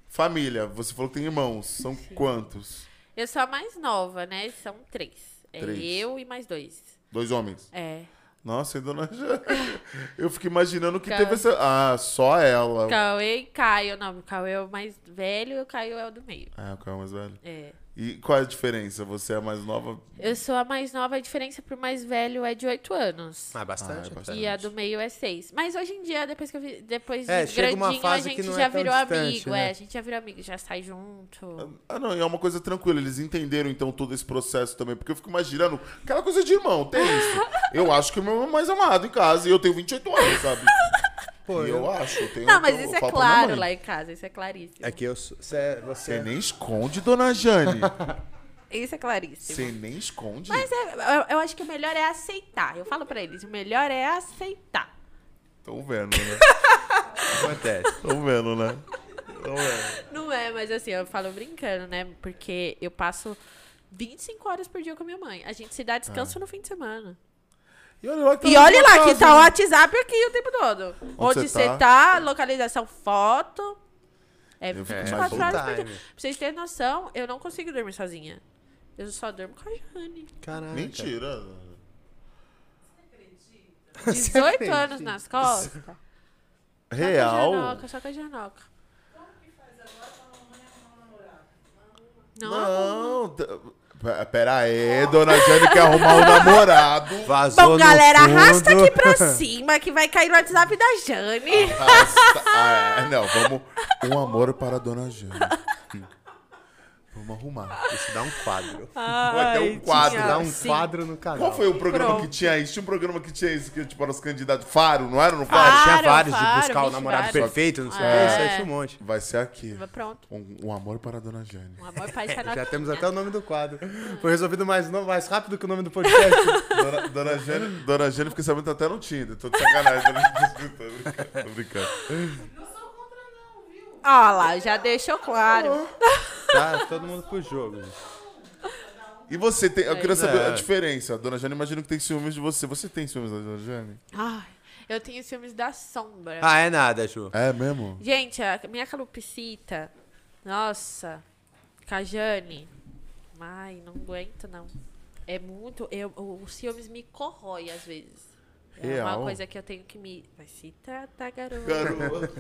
A: família. Você falou que tem irmãos. São quantos?
B: Eu sou a mais nova, né? São três. É
A: Três.
B: eu e mais dois.
A: Dois homens.
B: É.
A: Nossa, e Dona Jane? Eu fico imaginando que
B: Ca-
A: teve essa. Ah, só ela.
B: Cauê e Caio. Não, o Cauê é o mais velho e o Caio é o do meio.
A: Ah, o Caio é mais velho.
B: É.
A: E qual é a diferença? Você é a mais nova?
B: Eu sou a mais nova, a diferença pro mais velho é de 8 anos.
C: Ah, bastante.
A: Ah, é
C: bastante.
A: bastante.
B: E a do meio é 6. Mas hoje em dia, depois que eu vi, depois
C: É,
B: de
C: chega uma
B: grandinho, a
C: fase que
B: gente
C: não
B: já
C: é tão
B: virou
C: distante,
B: amigo.
C: né?
B: É, a gente já virou amigo, já sai junto.
A: Ah, não, e é uma coisa tranquila. Eles entenderam, então, todo esse processo também. Porque eu fico imaginando aquela coisa de irmão, tem isso. Eu acho que o meu irmão é mais amado em casa e eu tenho 28 anos, sabe?
C: Pô,
A: e
C: eu-
A: eu acho, eu tenho.
B: Não, mas
A: eu
B: isso é
A: falo pra minha
B: claro
A: mãe.
B: lá em casa, isso é claríssimo.
C: É que eu sou. Cê, você. é-
A: Você nem esconde, dona Jane.
B: Isso é claríssimo.
A: Você nem esconde.
B: Mas é- eu, eu acho que o melhor é aceitar. Eu falo pra eles, o melhor é aceitar.
A: Tão vendo, né?
C: Acontece.
A: Tão vendo, né? Tão vendo.
B: Não é, mas assim, eu falo brincando, né? Porque eu passo 25 horas por dia com a minha mãe. A gente se dá
C: Ah.
B: descanso no fim de semana.
A: E olha lá que,
B: E
A: tá na
B: olha
A: minha
B: lá, que
A: casa,
B: tá o
A: né?
B: WhatsApp aqui o tempo todo.
A: Onde
B: Onde
A: você
B: você tá?
A: tá?
B: localização, foto. É
A: Eu fico
B: 24
C: mais
B: horas por dia.
C: full-time.
B: Pra vocês terem noção, eu não consigo dormir sozinha. Eu só durmo com a Jane.
C: Caraca.
A: Mentira.
B: 18 anos nas costas. Só com a Tá
A: Real.
B: Janoca, Só com a Janoca. Como que faz agora pra mamãe arrumar um namorado? Não,
A: Não, t- Pe- Pera aí, dona Jane quer arrumar um namorado.
C: Vazou
B: Bom,
C: no
B: galera, arrasta
C: fundo.
B: aqui pra cima que vai cair no WhatsApp da Jane.
A: Arrasta- Ah, é, não, vamos. Um amor para a dona Jane. Vamos arrumar.
C: Isso dá um quadro.
A: Vai ter um quadro,
B: tinha,
C: dá um
B: sim.
C: quadro no canal.
A: Qual foi o programa
B: Pronto.
A: que tinha isso? Tinha um programa que tinha isso, que tipo, eram os candidatos. Faro, não era? Não
C: Ah,
A: Faro?
C: tinha
B: Claro,
C: vários
B: claro,
C: de buscar o
B: vixe,
C: namorado
B: vários.
C: perfeito, não sei o
B: É.
C: que, isso aí tinha um monte.
A: Vai ser aqui.
B: Pronto.
A: Um, um amor para a dona Jane.
B: Um amor pra estar na
C: Já temos até o nome do quadro. Foi resolvido mais, no- mais rápido que o nome do podcast.
A: Dona, dona Jane, dona Jane fica sabendo que tá até no Tinder. Tô de sacanagem. né? tô brincando, tô brincando.
B: Ó lá, já deixou claro.
C: tá todo mundo pro jogo. gente.
A: E você tem. Eu queria saber
C: É.
A: a diferença. A dona Jane, imagino que tem ciúmes de você. Você tem ciúmes da dona Jane?
B: Ai, eu tenho ciúmes da sombra.
C: Ah, é nada, Ju.
A: É mesmo?
B: Gente, a minha calopsita, nossa, Cajane, ai, não aguento não. É muito, eu, o- os ciúmes me corrói às vezes. É
A: Real?
B: uma coisa que eu tenho que me... Vai se tratar, garoto.
A: Garoto.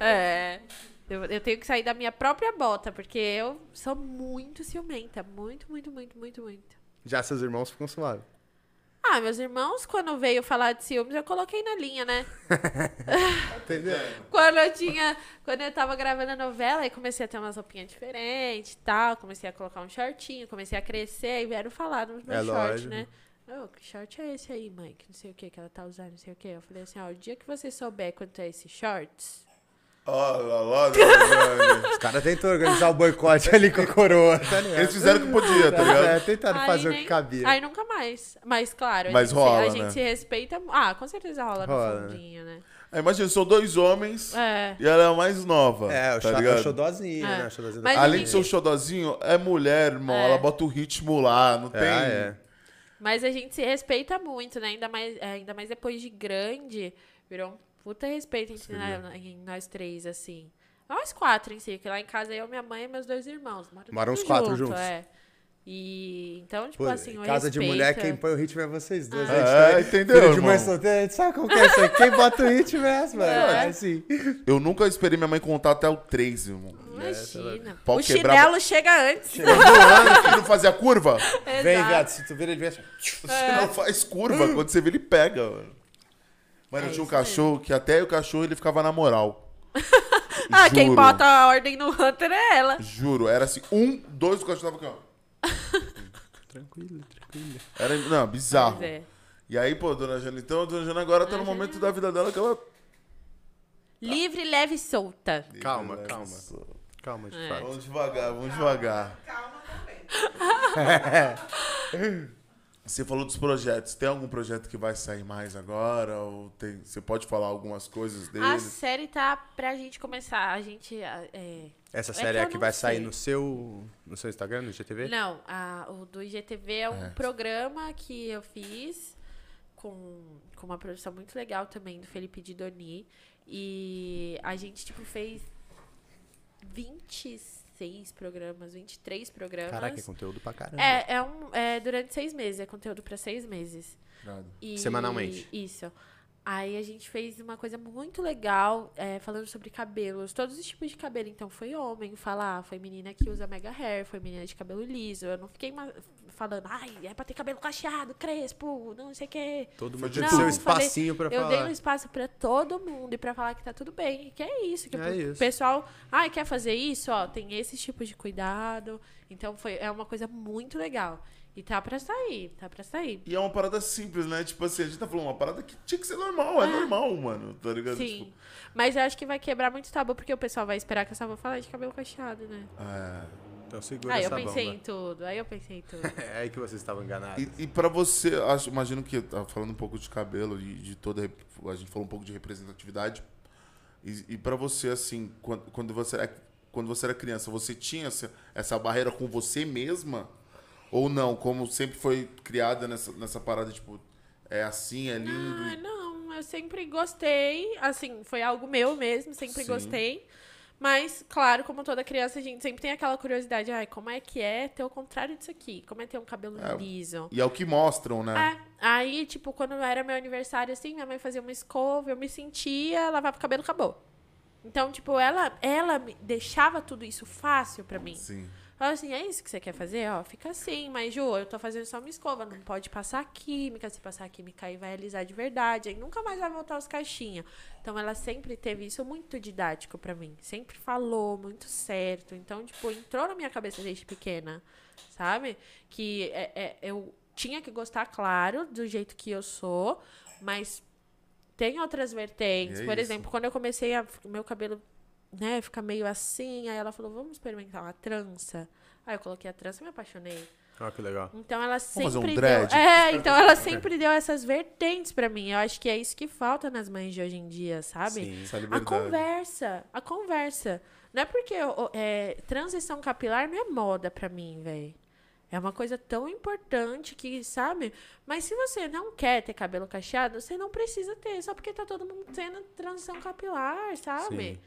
B: É, eu, eu tenho que sair da minha própria bota, porque eu sou muito ciumenta, muito, muito, muito, muito, muito.
C: Já seus irmãos ficam suaves.
B: Ah, meus irmãos, quando veio falar de ciúmes, eu coloquei na linha, né?
C: Entendeu?
A: É.
B: Quando eu tinha. Quando eu tava gravando a novela, aí comecei a ter umas roupinhas diferentes e tal. Comecei a colocar um shortinho, comecei a crescer e vieram falar nos meus
C: É
B: shorts,
C: lógico.
B: né? Ô, que short é esse aí, mãe? Que não sei o que que ela tá usando, não sei o que. Eu falei assim, ó, o dia que você souber quanto é esse shorts.
A: Olha lá, dona Jane.
C: Os caras tentam organizar o boicote ali com a coroa, tá ligado?
A: Eles fizeram o que podia, tá ligado?
C: É, tentaram
B: aí
C: fazer o
B: nem-
C: que cabia.
B: Aí nunca mais. Mas claro,
A: Mas
B: a gente,
A: rola,
B: se, a gente
A: né?
B: se respeita. mu- Ah, com certeza rola,
C: Rola, né?
B: no fundinho, né?
A: Aí, imagina, são dois homens
B: É.
A: e ela é a mais nova.
C: É, o,
A: tá
C: tá
A: ligado?
C: xodózinho,
B: É.
C: né? O xodózinho
B: Mas
C: da
A: Além
B: Sim.
A: de ser um xodozinho, é mulher, irmão.
B: É.
A: Ela bota o ritmo lá, não tem.
C: É, é.
B: Mas a gente se respeita muito, né? Ainda mais, é, ainda mais depois de grande, virou um puta respeito entre na- em nós três, assim. Nós quatro em si, que lá em casa eu, minha mãe e meus dois irmãos. Moram,
C: Moram
B: tudo
C: os quatro
B: junto,
C: juntos.
B: É. E então, tipo
C: Pô,
B: assim, o
C: casa de
B: respeito
C: mulher,
B: é-
C: quem põe o ritmo é vocês dois.
A: Ah.
C: a gente
A: É,
C: tá-
A: entendeu,
C: Filho de mãe
A: irmão?
C: solteira, a gente sabe como que é isso aí. Quem bota o ritmo é as, mano.
B: É.
C: É assim.
A: Eu nunca esperei minha mãe contar até o 3, irmão.
C: É,
B: Imagina.
A: Pau
B: é, o
A: quebrar-
B: chinelo chega antes.
A: Voando,
C: é?
A: que não fazia curva?
C: Vem,
B: Exato.
C: viado, se tu vira, ele vem assim.
A: Você não faz curva. Quando você vê, ele pega, mano. Mano,
B: É
A: eu tinha um
B: isso
A: cachorro que até o cachorro ele ficava na moral.
B: Ah, quem
A: Juro.
B: bota a ordem no Hunter é ela.
A: Juro, era assim, um, dois, o cachorro tava aqui, ó.
C: Tranquilo, tranquilo.
A: Era, não, bizarro.
C: Ah.
B: Pois é.
A: E aí, pô, dona Jana, então a dona Jana agora tá no momento da vida dela que ela.
B: Livre, leve e solta.
C: Calma,
A: Ela-
C: calma. Calma, de
A: né?
C: fato.
A: Vamos devagar, vamos devagar. Você falou dos projetos. Tem algum projeto que vai sair mais agora? Ou tem, você pode falar algumas coisas dele?
B: A série tá pra gente começar. A gente. ah, É,
C: Essa
B: É
C: série
B: que
C: é
B: eu
C: a que
B: não
C: vai sair
B: sei.
C: no seu, no seu Instagram, no GTV?
B: Não, a- o do IGTV é um
A: É.
B: programa que eu fiz com, com uma produção muito legal também do Felipe Didoni. E a gente, tipo, fez 26 programas, 23 programas.
C: Caraca, é conteúdo pra caramba.
B: é, é, um, é durante seis meses, é conteúdo pra seis meses.
A: Nada.
B: E-
C: Semanalmente.
B: Isso. Aí a gente fez uma coisa muito legal, é, falando sobre cabelos, todos os tipos de cabelo. Então, foi homem falar, foi menina que usa mega hair, foi menina de cabelo liso. Eu não fiquei ma- falando, ai, é pra ter cabelo cacheado, crespo, não sei o quê.
C: Todo
A: Foi
C: mundo
A: de
C: tem
A: tudo.
C: seu
B: eu falei-
C: espacinho pra
B: eu
C: falar.
B: dei um espaço pra todo mundo e pra falar que tá tudo bem. Que é isso, que
C: É
B: o pe-
C: isso.
B: pessoal, ai, quer fazer isso, ó, tem esse tipo de cuidado. Então foi é uma coisa muito legal. E tá pra sair, tá pra sair.
A: E é uma parada simples, né? Tipo assim, a gente tá falando uma parada que tinha que ser normal, é normal, mano. Tá ligado?
B: Sim.
A: Tipo,
B: Mas eu acho que vai quebrar muito tabu, porque o pessoal vai esperar que eu só vou falar de cabelo cacheado, né?
A: é.
C: Então segura
B: aí Ah, eu
C: essa
B: pensei em
C: bomba.
B: tudo, aí eu pensei em tudo.
C: É aí que vocês estavam enganados.
A: E, e pra você, acho, imagino que, tá falando um pouco de cabelo e de toda. rep- A gente falou um pouco de representatividade. E, e pra você, assim, quando, quando, você era, quando você era criança, você tinha essa, essa barreira com você mesma? Ou não? Como sempre foi criada nessa, nessa parada, tipo, é assim, é lindo.
B: ah, não, eu sempre gostei, assim, foi algo meu mesmo, sempre
A: Sim.
B: gostei. Mas, claro, como toda criança, a gente sempre tem aquela curiosidade, ai, como é que é ter o contrário disso aqui? Como é ter um cabelo
A: É,
B: liso?
A: E é o que mostram, né?
B: É, aí, tipo, quando era meu aniversário, assim, minha mãe fazia uma escova, eu me sentia, lavava o cabelo, acabou. Então, tipo, ela, ela me deixava tudo isso fácil pra mim.
A: Sim.
B: Fala assim, é isso que você quer fazer? Ó, fica assim, mas Ju, eu tô fazendo só uma escova, não pode passar química, se passar química aí vai alisar de verdade, aí nunca mais vai voltar os caixinhos. Então ela sempre teve isso muito didático pra mim, sempre falou muito certo. Então, tipo, entrou na minha cabeça desde pequena, sabe? Que é- é- eu tinha que gostar, claro, do jeito que eu sou, mas tem outras vertentes.
A: E é
B: Por
A: isso.
B: exemplo, quando eu comecei a. Meu cabelo, né, fica meio assim. Aí ela falou, vamos experimentar uma trança. Aí eu coloquei a trança e me apaixonei.
C: Olha que legal.
B: Então ela
A: Vamos fazer um
B: sempre
A: dread?
B: deu. É, então ela sempre deu essas vertentes pra mim. Eu acho que é isso que falta nas mães de hoje em dia, sabe?
C: Sim.
A: Essa
B: A
A: liberdade.
B: conversa, a conversa. Não é porque ó, é, transição capilar não é moda pra mim, velho. É uma coisa tão importante que, sabe? Mas se você não quer ter cabelo cacheado, você não precisa ter, só porque tá todo mundo tendo transição capilar, sabe?
C: Sim.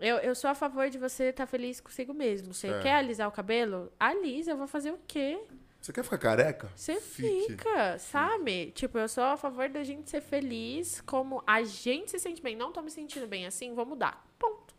B: Eu, eu sou a favor de você estar feliz consigo mesmo. Você
A: É.
B: quer alisar o cabelo? Alisa, eu vou fazer o quê?
A: Você quer ficar careca?
B: Você
A: Fique.
B: fica, sabe? Tipo, eu sou a favor da gente ser feliz como a gente se sente bem. Não tô me sentindo bem assim, vou mudar. Ponto.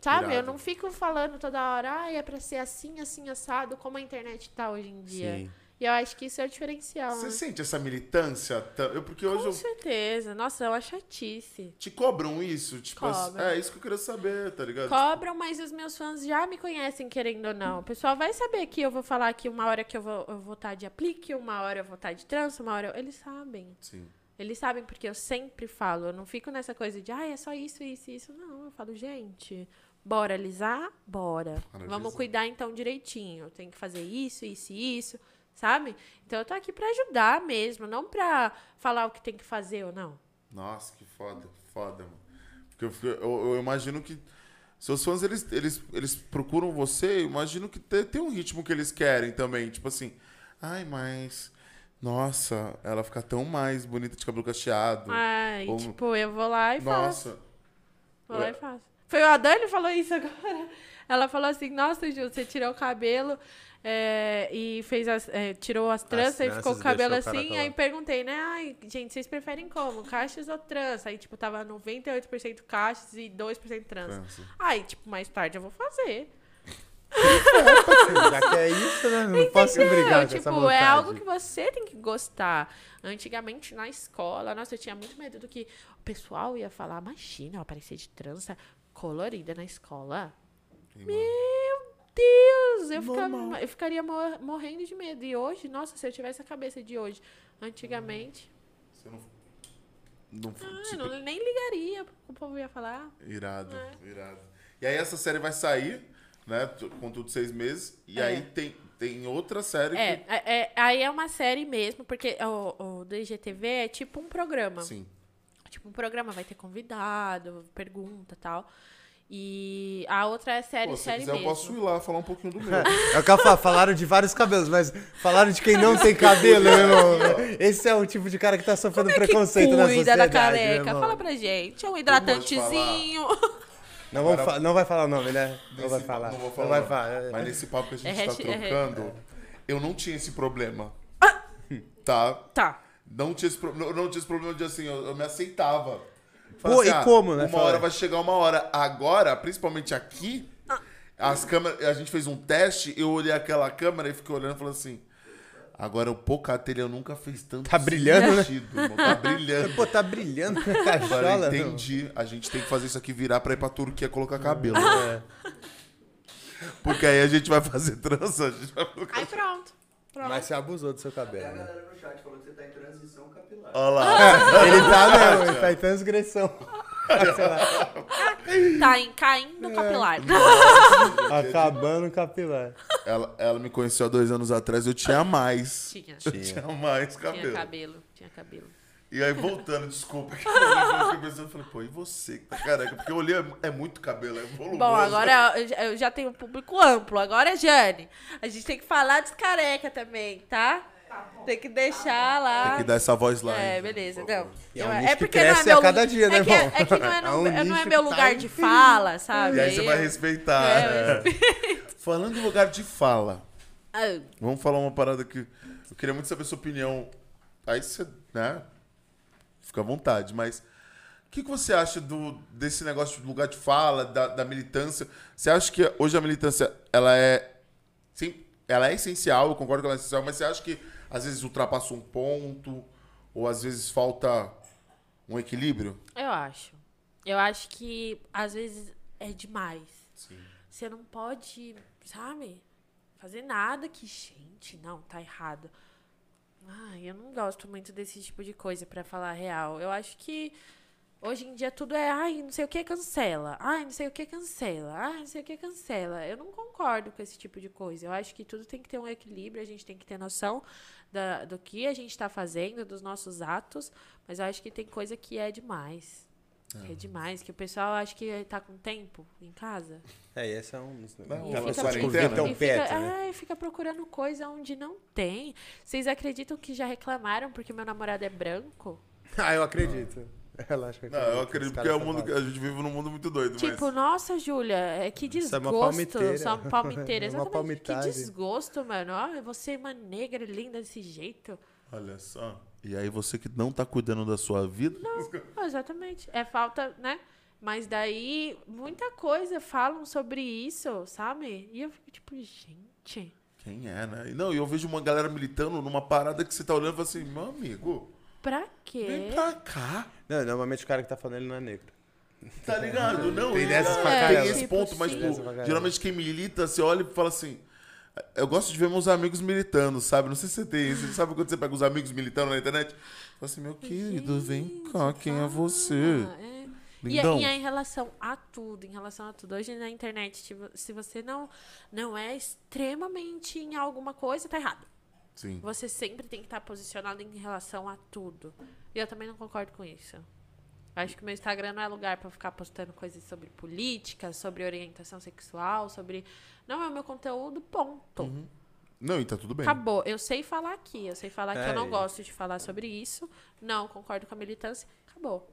B: Sabe? Eu
A: Irado.
B: não fico falando toda hora, ai, é pra ser assim, assim, assado, como a internet tá hoje em dia.
C: Sim.
B: E eu acho que isso é o diferencial.
A: Você
B: né?
A: sente essa militância? ta- Eu, porque hoje
B: Com
A: eu
B: certeza. Nossa, eu acho chatice.
A: Te cobram isso? Tipo,
B: Cobram.
A: é isso que eu queria saber, tá ligado?
B: Cobram, mas os meus fãs já me conhecem, querendo ou não. O pessoal vai saber que eu vou falar que uma hora que eu vou, eu vou estar de aplique, uma hora eu vou estar de trança, uma hora. eu- Eles sabem.
A: Sim.
B: Eles sabem porque eu sempre falo, eu não fico nessa coisa de, ah, é só isso, isso, isso. Não, eu falo, gente, bora alisar? Bora.
A: Bora
B: Vamos
A: alisar.
B: cuidar então direitinho. Tem que fazer isso, isso e isso, sabe? Então eu tô aqui pra ajudar mesmo, não pra falar o que tem que fazer ou não.
A: Nossa, que foda, foda, mano. Porque eu, fico- eu- eu imagino que seus fãs, eles, eles, eles procuram você, eu imagino que te- tem um ritmo que eles querem também. Tipo assim, ai, mas... Nossa, ela fica tão mais bonita de cabelo cacheado.
B: Ai,
A: Ou-
B: tipo, eu vou lá e faço.
A: Nossa.
B: Vou
C: É.
B: lá e faço. "É Foi o Adani que falou isso agora. Ela falou assim: Nossa, Ju, você tirou o cabelo é, e fez as, é, tirou as tranças e
C: tranças,
B: ficou com o cabelo
C: deixou o
B: assim.
C: caracol.
B: aí perguntei, né? Ai, gente, vocês preferem como? Caixas ou trança? Aí, tipo, tava 98% caixas e 2% trança.
A: Trança.
B: Aí, tipo, mais tarde eu vou fazer.
C: Já que é isso, né? Não posso brigar com
B: tipo,
C: essa
B: é
C: vontade.
B: algo que você tem que gostar. Antigamente, na escola, nossa, eu tinha muito medo do que o pessoal ia falar. Imagina, eu aparecer de trança colorida na escola. Meu Deus! Eu, ficava-
A: Normal.
B: eu ficaria mor- morrendo de medo. E hoje, nossa, se eu tivesse a cabeça de hoje, antigamente,
A: Você não... não tipo,
B: ah,
A: se-
B: eu não, nem ligaria pro que o povo ia falar.
A: Irado,
B: É.
A: irado. E aí essa série vai sair, né? t- Com tudo seis meses. E
B: É.
A: aí tem, tem outra série
B: É,
A: que.
B: é, é, aí é uma série mesmo, porque o, o do IGTV é tipo um programa.
A: Sim.
B: Tipo, um programa vai ter convidado, pergunta tal. E a outra é série,
A: Pô, se
B: série
A: quiser,
B: mesmo.
A: eu posso ir lá falar um pouquinho do meu.
C: É o que eu falo, falaram de vários cabelos, mas falaram de quem não tem cabelo, meu irmão. Esse é o tipo de cara que tá
B: Como
C: sofrendo
B: é que
C: preconceito na
B: cuida
C: sociedade.
B: da
C: meu
B: careca?
C: irmão.
B: Fala pra gente. É um hidratantezinho.
C: Não, vamos fa- não vai falar o nome, né? Não
A: Nesse
C: vai
A: papo-
C: falar.
A: Não vou falar.
C: vai falar.
A: Mas nesse papo que a gente
B: É
A: tá
B: hashtag- é-
A: trocando, eu não tinha esse problema.
B: Ah!
A: Tá?
B: Tá.
A: Não tinha esse, pro- não, não tinha esse problema de assim, eu, eu me aceitava.
C: Pô, e como,
A: assim, ah,
C: né,
A: Uma
C: Fala.
A: hora vai chegar uma hora. Agora, principalmente aqui, as câmeras. A gente fez um teste, eu olhei aquela câmera e fiquei olhando e falando assim. Agora o Pocatelha nunca fez tanto
C: Tá brilhando, né?
A: sentido, irmão, Tá brilhando.
C: Pô, tá brilhando na
A: Agora
C: cachola.
A: eu
C: meu.
A: entendi. A gente tem que fazer isso aqui virar pra ir pra Turquia colocar cabelo. né?
C: É.
A: Porque aí a gente vai fazer trança, a gente vai colocar.
B: Aí pronto. Pronto.
C: Mas você abusou do seu
D: Até a
C: cabelo, né?
D: galera no chat falou que você tá em transição capilar.
A: Olha lá.
C: Ele tá mesmo, ele tá em transgressão.
B: Tá em caindo o capilar.
C: Acabando o capilar.
A: Ela, ela me conheceu há dois anos atrás, eu tinha mais.
B: Tinha.
A: Eu tinha mais
B: Tinha
A: cabelo.
B: cabelo. Tinha cabelo.
A: E aí, voltando, desculpa, que eu fiquei pensando, eu falei, pô, e você que tá careca? Porque eu olhei, é, é muito cabelo, é volumoso.
B: Bom, agora eu já- eu já tenho um público amplo. Agora é Jane. A gente tem que falar dos careca também, tá? Tem que deixar lá.
A: Tem que dar essa voz lá.
B: É,
A: hein,
B: beleza.
A: por favor.
B: Não.
C: E é um
B: Eu-
C: nicho que
B: porque
C: cresce a cada dia, né,
B: é que,
C: irmão?
B: É que não é, não,
C: É um
B: é- não é
C: nicho
B: meu
C: que tá
B: lugar de fala, sabe?
A: E aí você vai respeitar.
B: É,
A: Falando em lugar de fala,
B: Ah,
A: vamos falar uma parada que eu queria muito saber sua opinião. Aí você, né, fica à vontade, mas... O que, que você acha do, desse negócio de lugar de fala, da, da militância? Você acha que hoje a militância ela é sempre, ela é essencial, eu concordo que ela é essencial, mas você acha que às vezes ultrapassa um ponto, ou às vezes falta um equilíbrio?
B: Eu acho. Eu acho que às vezes é demais.
A: Sim.
B: Você não pode, sabe, fazer nada que, gente, não, tá errado. Ai, eu não gosto muito desse tipo de coisa, pra falar a real. Eu acho que hoje em dia tudo é, ai, não sei o que cancela. Ai, não sei o que cancela. Ai, não sei o que cancela. Eu não concordo com esse tipo de coisa. Eu acho que tudo tem que ter um equilíbrio, a gente tem que ter noção da, do que a gente tá fazendo, dos nossos atos, mas eu acho que tem coisa que é demais. que É demais, que o pessoal acha que tá com tempo em casa.
C: É, e essa é um dos
A: Não,
B: E
A: Tá na
B: fica,
A: quarentena.
B: procurando-
A: Então,
B: e fica-
C: pet, né?
B: é, e fica procurando coisa onde não tem. Vocês acreditam que já reclamaram porque meu namorado é branco?
C: Ah, eu acredito. Ela acha que
A: Não, eu acredito que é um mundo que a gente vive num mundo muito doido,
B: Tipo, nossa, Júlia, é, que
C: Isso é uma
B: desgosto.
C: palmiteira.
B: Só uma palmiteira.
C: É uma
B: Exatamente.
C: palmitagem.
B: Que desgosto, mano. Ó, você é uma negra linda desse jeito.
A: mas olha só. E aí você que não tá cuidando da sua vida?
B: Ah, Exatamente. É falta, né? Mas daí, muita coisa falam sobre isso, sabe? E eu fico tipo, gente.
A: Quem é, né? E Não, e eu vejo uma galera militando numa parada que você tá olhando e fala assim, meu amigo,
B: Pra quê?
A: vem pra cá.
C: Não, normalmente o cara que tá falando ele não é negro.
A: Tá ligado? Não,
C: Tem
A: e- é,
C: dessas pra
A: tem
C: caramba.
A: esse
B: Tipo,
A: ponto, mas
B: sim.
A: tipo,
C: Dessas pra caramba.
A: geralmente quem milita, você olha e fala assim. Eu gosto de ver meus amigos militando, sabe? Não sei se você tem isso. Sabe quando você pega os amigos militando na internet? Fala assim, meu querido, vem cá, quem é você?
B: Ah, é. E,
A: Lindão.
B: e é em relação a tudo, em relação a tudo. Hoje na internet, tipo, se você não, não é extremamente em alguma coisa, tá errado.
A: Sim.
B: Você sempre tem que estar posicionado em relação a tudo. E eu também não concordo com isso. Acho que o meu Instagram não é lugar pra ficar postando coisas sobre política, sobre orientação sexual, sobre. Não é o meu conteúdo, ponto.
A: Uhum. Não, e tá tudo bem.
B: Acabou. Eu sei falar aqui, eu sei falar que
C: É,
B: eu não
C: e-
B: gosto de falar sobre isso, não concordo com a militância, acabou.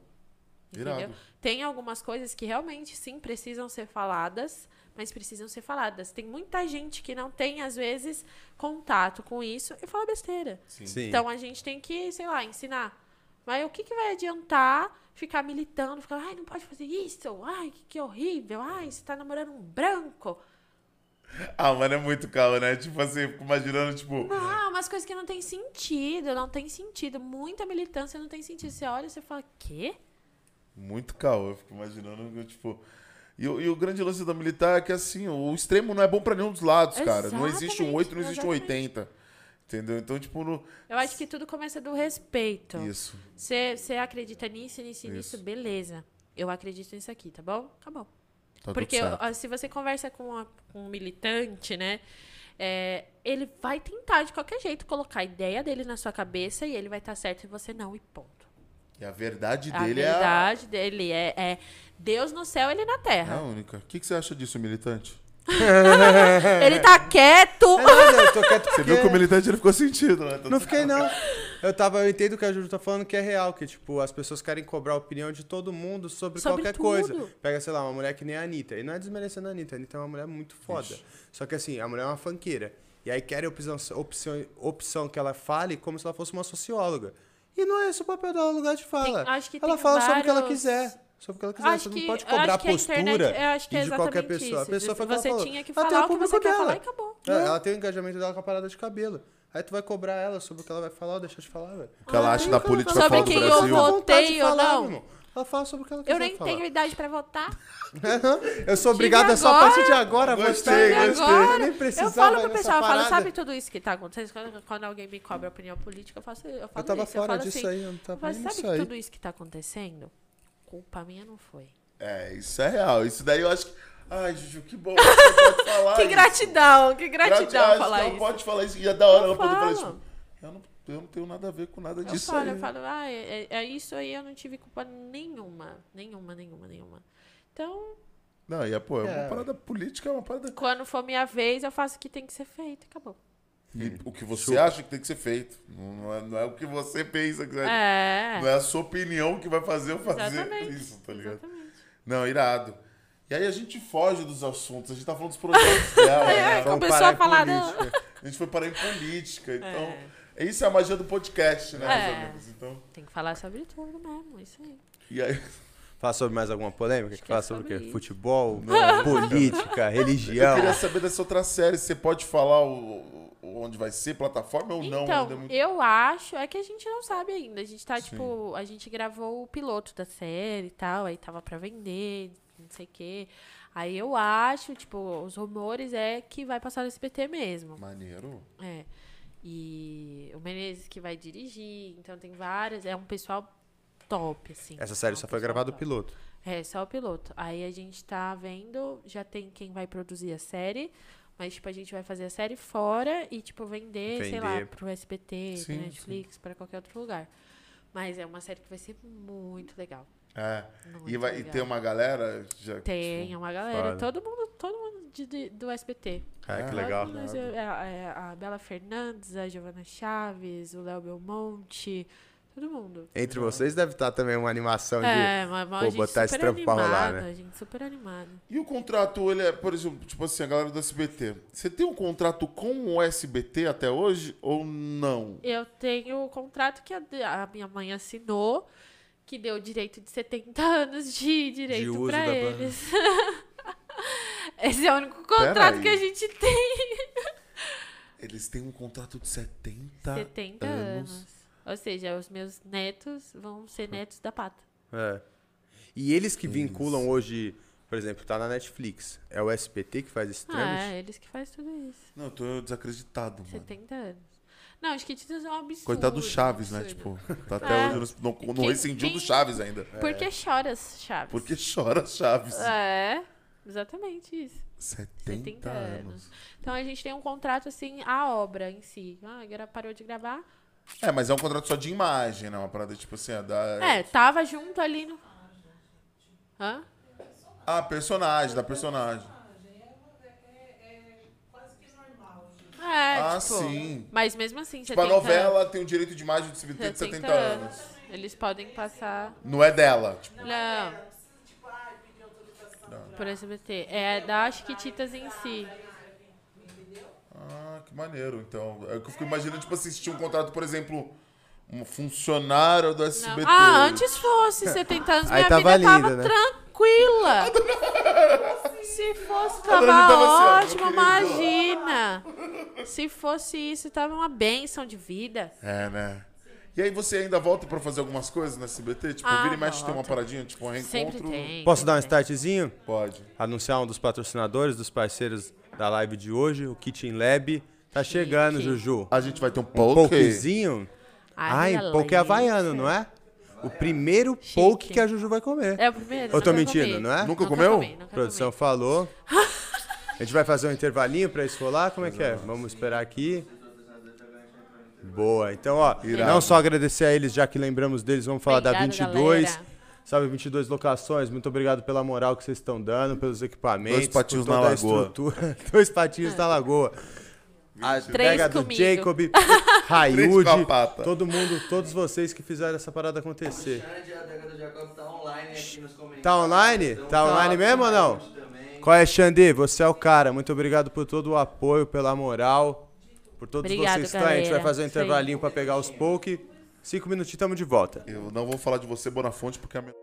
B: Entendeu?
A: Irado.
B: Tem algumas coisas que realmente sim precisam ser faladas, mas precisam ser faladas. Tem muita gente que não tem, às vezes, contato com isso e fala besteira.
A: Sim.
B: Então a gente tem que, sei lá, ensinar. Mas o que, que vai adiantar ficar militando, ficar, ai, não pode fazer isso, ai, que, que horrível, ai, você tá namorando um branco.
A: Ah, mano, é muito calmo, né? Tipo assim, eu fico imaginando, tipo.
B: Ah, umas coisas que não tem sentido, não tem sentido. Muita militância não tem sentido. Você olha e você fala, quê?
A: Muito caô, eu fico imaginando, eu, tipo. E, o- e o grande lance da militar é que assim, o extremo não é bom pra nenhum dos lados, cara. Não existe um
B: Exatamente,
A: 8, não existe um
B: exatamente.
A: 80. Entendeu? Então, tipo, no...
B: Eu acho que tudo começa do respeito.
A: isso.
B: Você você acredita nisso, nisso e nisso,
A: Isso.
B: beleza. Eu acredito nisso aqui, tá bom? Tá bom.
A: Tá
B: Porque
A: tudo certo.
B: ó, se você conversa com, uma- com um militante, né? é, ele vai tentar de qualquer jeito colocar a ideia dele na sua cabeça e ele vai estar certo e você não, e ponto.
A: E a verdade
B: A
A: dele
B: verdade dele é, é Deus no céu, ele
A: é
B: na
A: a- é a
B: terra.
A: única. O que, que você acha disso, militante?
B: Ele tá quieto!
C: É, Não, não, eu tô quieto
A: Você viu que o
C: porque-
A: militante ele ficou sentido, né?
C: Não fiquei, não. Eu, tava, eu entendo o que a Júlia tá falando, que é real, que, tipo, as pessoas querem cobrar a opinião de todo mundo sobre,
B: Sobre
C: qualquer
B: tudo.
C: coisa. Pega, sei lá, uma mulher que nem a Anitta. E não é desmerecendo a Anitta, a Anitta é uma mulher muito foda. Só que, assim, a mulher é uma fanqueira. E aí querem opção, opção, opção que ela fale como se ela fosse uma socióloga. E não é esse o papel dela, o lugar de fala.
B: Tem- acho que
C: ela
B: tem
C: fala sobre o que ela
B: vários-
C: quiser. Sobre o que ela quiser.
B: Acho
C: você
B: que-
C: não pode
B: eu acho
C: cobrar a
B: que a
C: postura
B: internet- eu acho que é
C: de qualquer
B: exatamente
C: pessoa. A
B: isso.
C: pessoa foi o que ela
B: Você
C: falou.
B: tinha que
C: Ela tem
B: falar o que
C: público
B: você quer
C: dela.
B: falar e acabou.
C: É, Ela tem o engajamento dela com a parada de cabelo. Aí tu vai cobrar ela sobre o que ela vai falar ou deixar de falar, velho.
A: O que ela acha da política
B: Sabe
A: fora do
B: quem eu
A: Brasil?
B: vou-
C: vontade de
B: votei ou
C: falar,
B: não?
C: meu irmão. Ela fala sobre o que ela quiser
B: Eu nem tenho idade pra votar.
C: falar. eu sou obrigado
B: Tive
C: a só a
B: agora.
C: partir de agora a
A: Gostei,
C: votar.
B: E
A: Eu gostei.
B: agora,
C: nem
B: eu,
C: precisava
B: falo pro
C: nessa
B: pessoal, eu falo,
C: parada.
B: sabe tudo isso que tá acontecendo? Quando, quando alguém me cobra opinião política, eu faço, eu falo
C: Eu tava
B: isso.
C: fora
B: eu falo
C: disso
B: assim,
C: aí, eu não tava
B: mas
C: nem
B: sabe
C: nisso
B: que
C: aí.
B: tudo isso que tá acontecendo? Culpa minha não foi.
A: É, isso é real. Isso daí eu acho que. Ai, Juju, que bom. que Você pode falar.
B: Que
A: isso.
B: gratidão, que gratidão
A: Grati- acho que
B: falar
A: Ela
B: isso.
A: pode falar isso. E é da hora
B: Eu
A: ela poder falar
B: falo.
A: isso. Eu não, eu não tenho nada a ver com nada
B: Eu
A: disso.
B: falo,
A: aí.
B: eu falo, ah, é, é- é isso aí, eu não tive culpa nenhuma. Nenhuma, nenhuma, nenhuma. Então,
A: Não, e é, pô, é uma
C: É.
A: parada política, é uma parada.
B: quando for minha vez, eu faço o que tem que ser feito. Acabou.
A: E o que você acha que tem que ser feito. Não, não é, não é o que você pensa que vai.
B: É.
A: Não é a sua opinião que vai fazer eu fazer
B: Exatamente.
A: isso, tá ligado?
B: Exatamente.
A: Não, irado. E aí a gente foge dos assuntos, a gente tá falando dos projetos dela. né?
B: Começou
C: parar
B: a
C: em
B: falar,
C: política.
B: É.
A: A gente foi parar em política, então. Isso é a magia do podcast, né, meus
B: É.
A: amigos? Então.
B: Tem que falar sobre tudo mesmo, isso aí.
A: E aí.
C: Falar sobre mais alguma polêmica?
B: Acho
C: Que
B: que é
C: fala sobre o
B: sobre
C: quê?
B: isso.
C: Futebol, política,
A: Eu
C: religião.
A: queria saber dessa outra série. Você pode falar o, o- onde vai ser, plataforma ou não?
B: Então,
A: Ainda é muito-
B: eu acho, é que a gente não sabe ainda. A gente tá, tipo, a gente gravou o piloto da série e tal, aí tava pra vender, não sei o quê. Aí eu acho, tipo, os rumores é que vai passar no SBT mesmo.
A: Maneiro.
B: É. E o Menezes que vai dirigir, então tem várias. É um pessoal top, assim.
C: Essa série só foi
B: gravado
C: gravada o piloto.
B: É, só o piloto. Aí a gente tá vendo, já tem quem vai produzir a série, mas, tipo, a gente vai fazer a série fora e, tipo, vender, sei lá,
C: Vender.
B: pro SBT,
A: Sim,
B: pro Netflix, pra qualquer outro lugar. Mas é uma série que vai ser muito legal.
A: É. E,
B: muito
A: vai, e
B: legal.
A: tem uma galera. Já,
B: Tem uma galera,
C: foda.
B: todo mundo, todo mundo de- de- do SBT.
C: Cara, que
A: Ah,
B: Todo
C: legal.
B: mundo, assim, é, é, a Bela Fernandes, a Giovana Chaves, o Léo Belmonte, todo mundo.
C: Entre vocês deve estar também uma animação
B: É,
C: de.
B: mas mas
C: pô,
B: a gente
C: botar esse
B: super
C: trampo pra
B: animada,
C: rolar, né?
B: a gente super animada.
A: E o contrato, ele é, por exemplo, tipo assim, a galera do SBT. Você tem um contrato com o SBT até hoje ou não?
B: Eu tenho o contrato que a, a minha mãe assinou, que deu direito de 70 anos de direito
C: uso
B: pra
C: da
B: eles. Esse é o único contrato
A: Peraí.
B: que a gente tem.
A: Eles têm um contrato de 70,
B: 70 anos. Ou seja, os meus netos vão ser netos da pata.
C: É. E eles que vinculam hoje, por exemplo, tá na Netflix. É o SPT que faz esse
B: Ah,
C: trâmite?
B: é, eles que fazem tudo isso.
A: Não, eu tô desacreditado, mano.
B: 70 anos. Não, os títulos é um absurdo.
A: Coitado do Chaves,
B: um
A: né? Tipo,
B: absurdo.
A: é. tá até
B: É.
A: hoje não, não, não
B: Quem-
A: rescindiu do
B: quem-
A: Chaves ainda.
B: Por que choras, Chaves?
A: Porque chora Chaves.
B: É, exatamente isso.
A: 70,
B: 70
A: anos.
B: anos. Então a gente tem um contrato assim, a obra em si. Ah, agora parou de gravar.
A: É, mas é um contrato só de imagem, né? Uma parada tipo assim, é da.
B: É, tava junto ali no. Hã?
A: Ah, personagem, da personagem.
B: É,
A: Ah,
B: tipo,
A: sim.
B: Mas mesmo assim,
A: Tipo,
B: 70
A: a novela tem o direito de imagem do SBT de
B: 70
A: 70 anos.
B: Eles podem passar.
A: Não é dela. Tipo,
B: Não, por SBT. É da Chiquititas em si.
A: ah, que maneiro. Então, é que eu fico imaginando, tipo, assistir um contrato, por exemplo, um funcionário do
B: Não.
A: SBT.
B: Ah, antes fosse 70 anos,
C: É. Aí
B: minha
C: tava
B: vida tava
C: linda, né?
B: tranquila. Se fosse, tava,
A: Agora ele tava assim, ó,
B: ótimo,
A: meu querido.
B: imagina. Se fosse isso, tava uma bênção de vida.
A: É, né? E aí você ainda volta pra fazer algumas coisas no SBT? Tipo,
B: Ah,
A: vira e mexe, tem
B: volto.
A: uma paradinha, tipo, um reencontro.
B: Sempre tem.
C: Posso dar um
B: sempre tem.
C: startzinho?
A: Pode.
C: Anunciar um dos patrocinadores, dos parceiros da live de hoje, o Kitchen Lab. Tá chegando, Juju.
A: A gente vai ter um poke.
C: Pokezinho? Ai,
B: minha
C: poke é
B: lei.
C: havaiano, não é? O primeiro poke que a Juju vai comer.
B: É o primeiro.
C: Eu tô
B: nunca
C: mentindo,
B: comi.
C: não é?
A: Nunca comeu?
B: comi, nunca
C: A produção
B: comi.
C: falou. A gente vai fazer um intervalinho pra esfolar? Como é que é? Vamos esperar aqui. Boa. Então, ó,
A: Irado.
C: não só agradecer a eles, já que lembramos deles, vamos falar da
B: Obrigada,
C: 22.
B: galera.
C: Salve 22 locações, muito obrigado pela moral que vocês estão dando, pelos equipamentos,
A: Dois patinhos
C: por toda
A: na
C: a
A: lagoa.
C: estrutura. Dois patinhos na lagoa. A entrega do
B: comigo.
C: Jacob,
A: Três
C: Raiud,
A: com a pata.
C: todo mundo, todos vocês que fizeram essa parada acontecer.
D: Xande, a década do Jacob tá online aqui nos comentários.
C: Tá online?
D: Então,
C: Tá online mesmo ou não?
D: Também.
C: Qual é, Xande? Você é o cara. Muito obrigado por todo o apoio, pela moral, por todos
B: Obrigado,
C: vocês. Tá, a gente vai
B: galera.
C: fazer um
B: Isso aí.
C: intervalinho pra pegar os poke. Cinco minutinhos, tamo de volta.
A: Eu não vou falar de você, Bonafonte, porque a minha...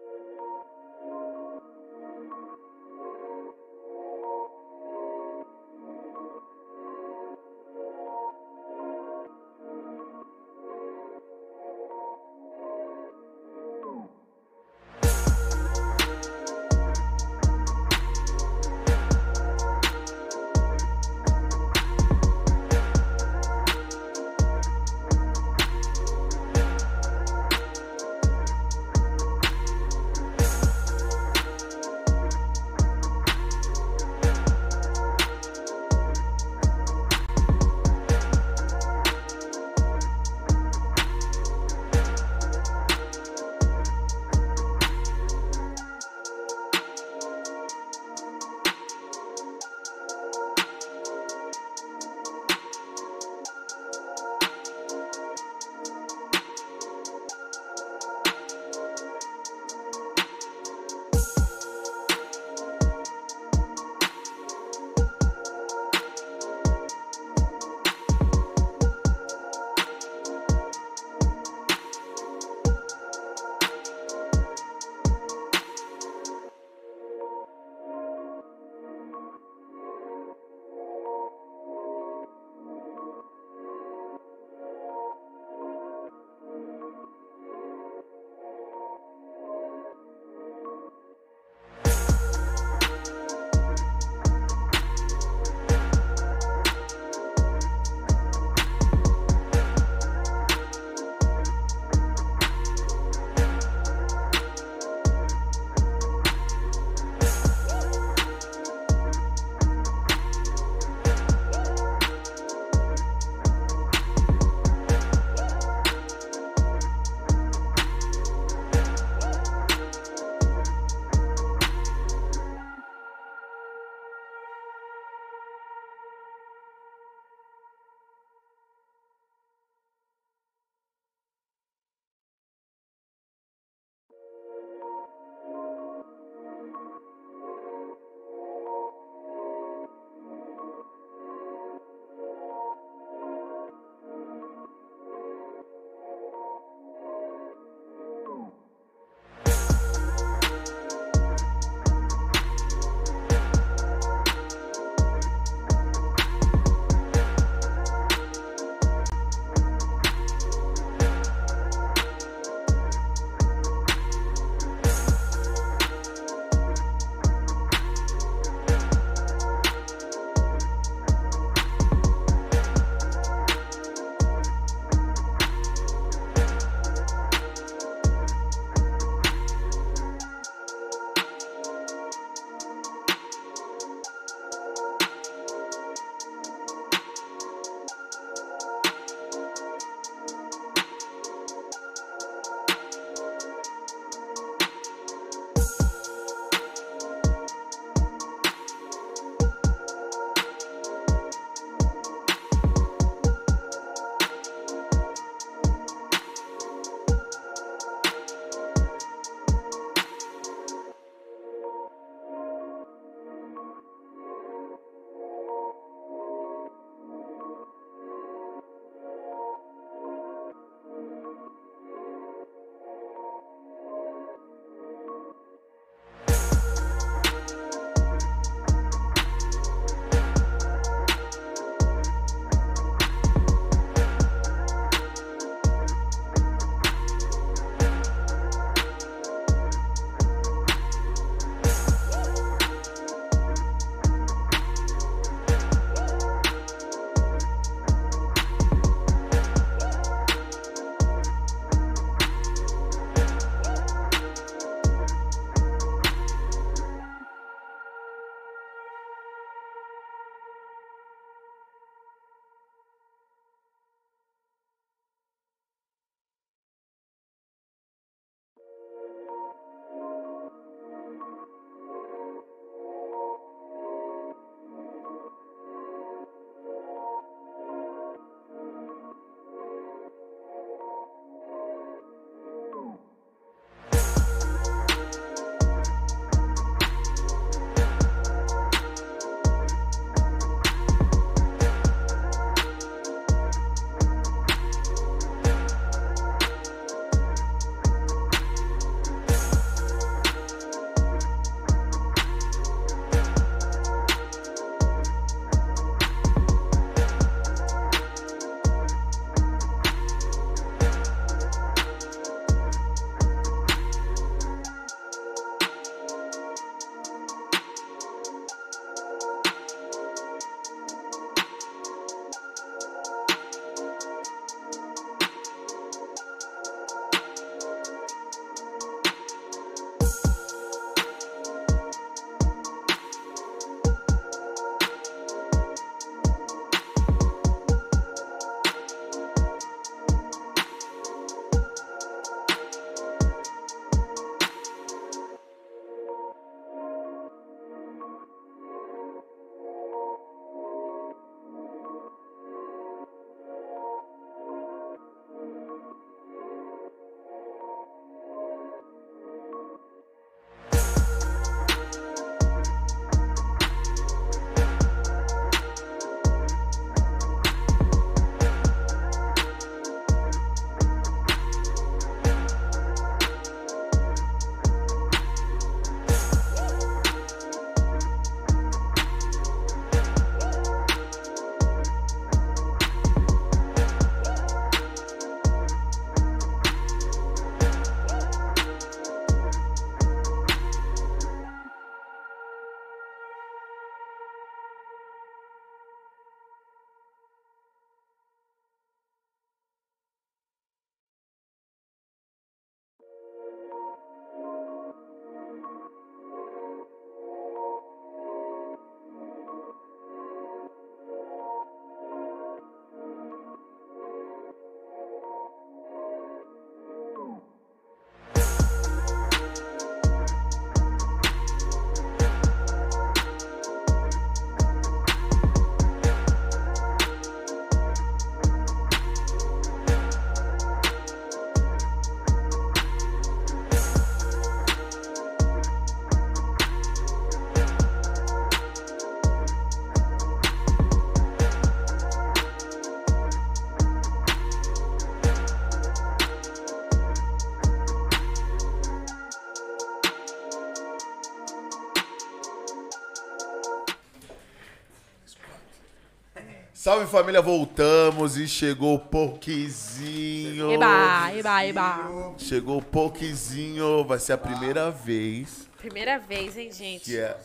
A: Salve família, voltamos e chegou o Pokezinho.
B: Eba, eba, eba.
A: Chegou o Pokezinho, vai ser a primeira vez
B: Primeira vez, hein, gente?
A: que é.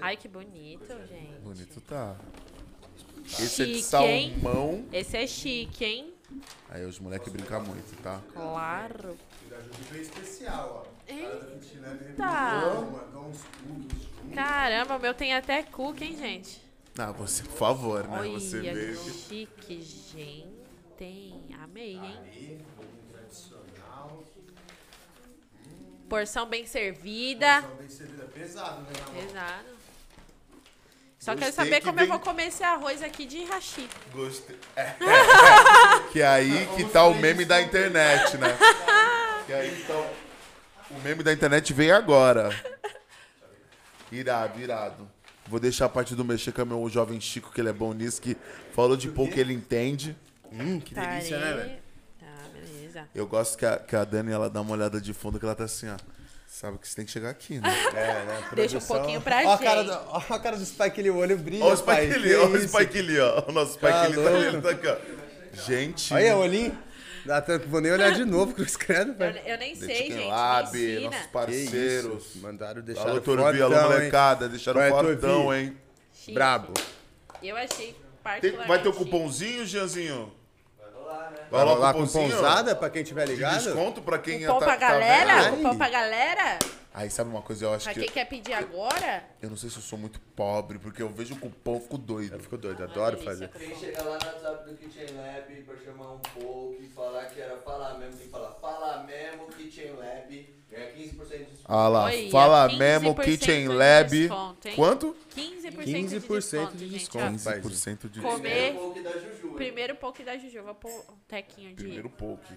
B: Ai, que bonito, gente.
A: Bonito tá. Esse é de
B: Chique, hein?
A: salmão.
B: Esse é chique, hein?
A: Aí os moleques brincam muito, tá?
B: Claro.
C: Bem especial, ó.
B: Eita. Caramba, o meu tem até cookie, hein, gente?
A: Ah, você, por favor, né?
B: Olha,
A: você
B: que
A: vê.
B: chique, gente. Amei, hein? Porção bem servida.
C: Bem servida, pesado, né?
B: Pesado. Só
A: Gostei
B: quero saber
A: que
B: como eu
A: vem-
B: vou comer esse arroz aqui de hashi.
A: Gostei. É, Que aí que tá o meme da internet, né? Que aí que tá o... o meme da internet veio agora. Irado, irado. Vou deixar a parte do mexer com o meu jovem Chico, que ele é bom nisso, que falou de pouco ele entende.
C: Hum, que delícia, né, velho?
B: Tá, beleza.
A: Eu gosto que a, que a Dani ela dá uma olhada de fundo que ela tá assim, ó. Sabe que você tem que chegar aqui, né?
C: É, né?
B: Deixa um
C: Produção.
B: pouquinho pra
C: ó a
B: gente.
C: cara do, ó a cara do Spike Lee, o olho brilha,
A: Olha o
C: pai,
A: Spike
C: que
A: Lee, olha o
C: isso?
A: Spike Lee, ó. O nosso Spike
C: Tá
A: Lee tá,
C: louco.
A: ele tá aqui, ó. Gente.
C: Olha, o olhinho. Dá até- Vou nem olhar de novo, cruz credo,
B: Eu,
C: velho.
B: eu nem
A: The
B: sei,
A: Chicken
B: gente.
A: Lab,
B: me ensina.
A: nossos
C: Que isso,
A: parceiros.
C: Mandaram deixar
A: Alô,
C: o
A: Turbi, alô, molecada. Deixaram
C: Vai,
A: fortão,
C: Turbi.
A: hein?
B: Chique.
C: Brabo.
B: Eu achei
A: Tem-
B: particularmente...
A: vai ter o cupomzinho, Gianzinho?
D: né?
C: Vai rolar com
A: cupomzinho?
C: ponzada pra quem tiver
A: De
C: ligado?
A: desconto pra quem
B: Cupom
A: tá-
B: Um pra
A: tá
B: galera?
A: vendo?
C: vendo?
B: Cupom pra galera?
A: Aí sabe uma coisa, eu acho
B: Pra
A: que.
B: quem quer pedir agora?
A: Eu não sei se eu sou muito pobre, porque eu vejo o cupom e fico doido.
C: Eu fico doido, adoro
B: Delícia,
C: fazer.
D: Quem
B: cupom.
D: chega lá no WhatsApp do Kitchen Lab pra chamar um pouco e falar que era falar mesmo, tem que falar, falar mesmo, Kitchen Lab, ganha 15% de desconto.
A: Ah lá,
B: Olha,
A: fala
B: 15%
A: mesmo,
B: de
A: Kitchen
B: desconto,
A: Lab.
B: hein?
A: Quanto?
B: 15%,
C: 15%
B: de
C: de
B: desconto, gente.
C: desconto.
A: 15% de
B: Comer.
A: desconto.
D: Primeiro pouco da Juju.
B: ó. É. Primeiro poke da Juju. Vou pôr um tequinho de...
A: Primeiro poke.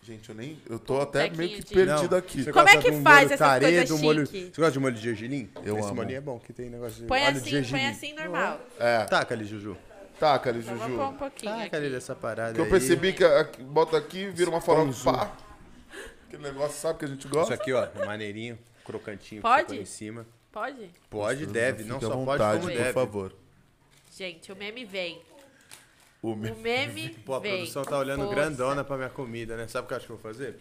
A: Gente, eu nem. Eu tô até meio que
B: Tequinho de-
A: perdido
C: Não,
A: aqui.
C: você
B: Como é
C: gosta
B: que
C: de um
B: faz
C: molho
B: essas
C: tarê,
B: coisas
C: de um molho-
B: chique?
C: Você gosta de um molho de gergelim?
A: Eu
C: Esse
A: amo.
C: molho é bom, que tem negócio de
B: Põe
C: óleo de
B: assim,
C: gergelim.
B: põe assim normal.
A: É,
C: Taca ali, Juju.
A: taca ali,
B: Só vou pôr um
A: Juju.
B: pouquinho
C: Taca ali
B: aqui.
C: dessa parada
A: Que eu
C: aí.
A: percebi que a- a- bota aqui, vira uma
C: Pãozinho.
A: farofa. Aquele negócio, sabe que a gente
C: Isso
A: gosta?
C: aqui, ó, é maneirinho, crocantinho.
B: Pode?
C: ficou em cima.
B: Pode?
C: Pode, deve. Não
A: Fique né? à
C: só
A: vontade,
C: pode, como
A: por
C: deve.
A: favor.
B: Gente, o meme vem.
A: O
B: O
A: meu.
B: meme
C: Pô, a
B: vem.
C: produção tá olhando
B: Força.
C: grandona pra minha comida, né? Sabe o que eu acho que eu vou fazer?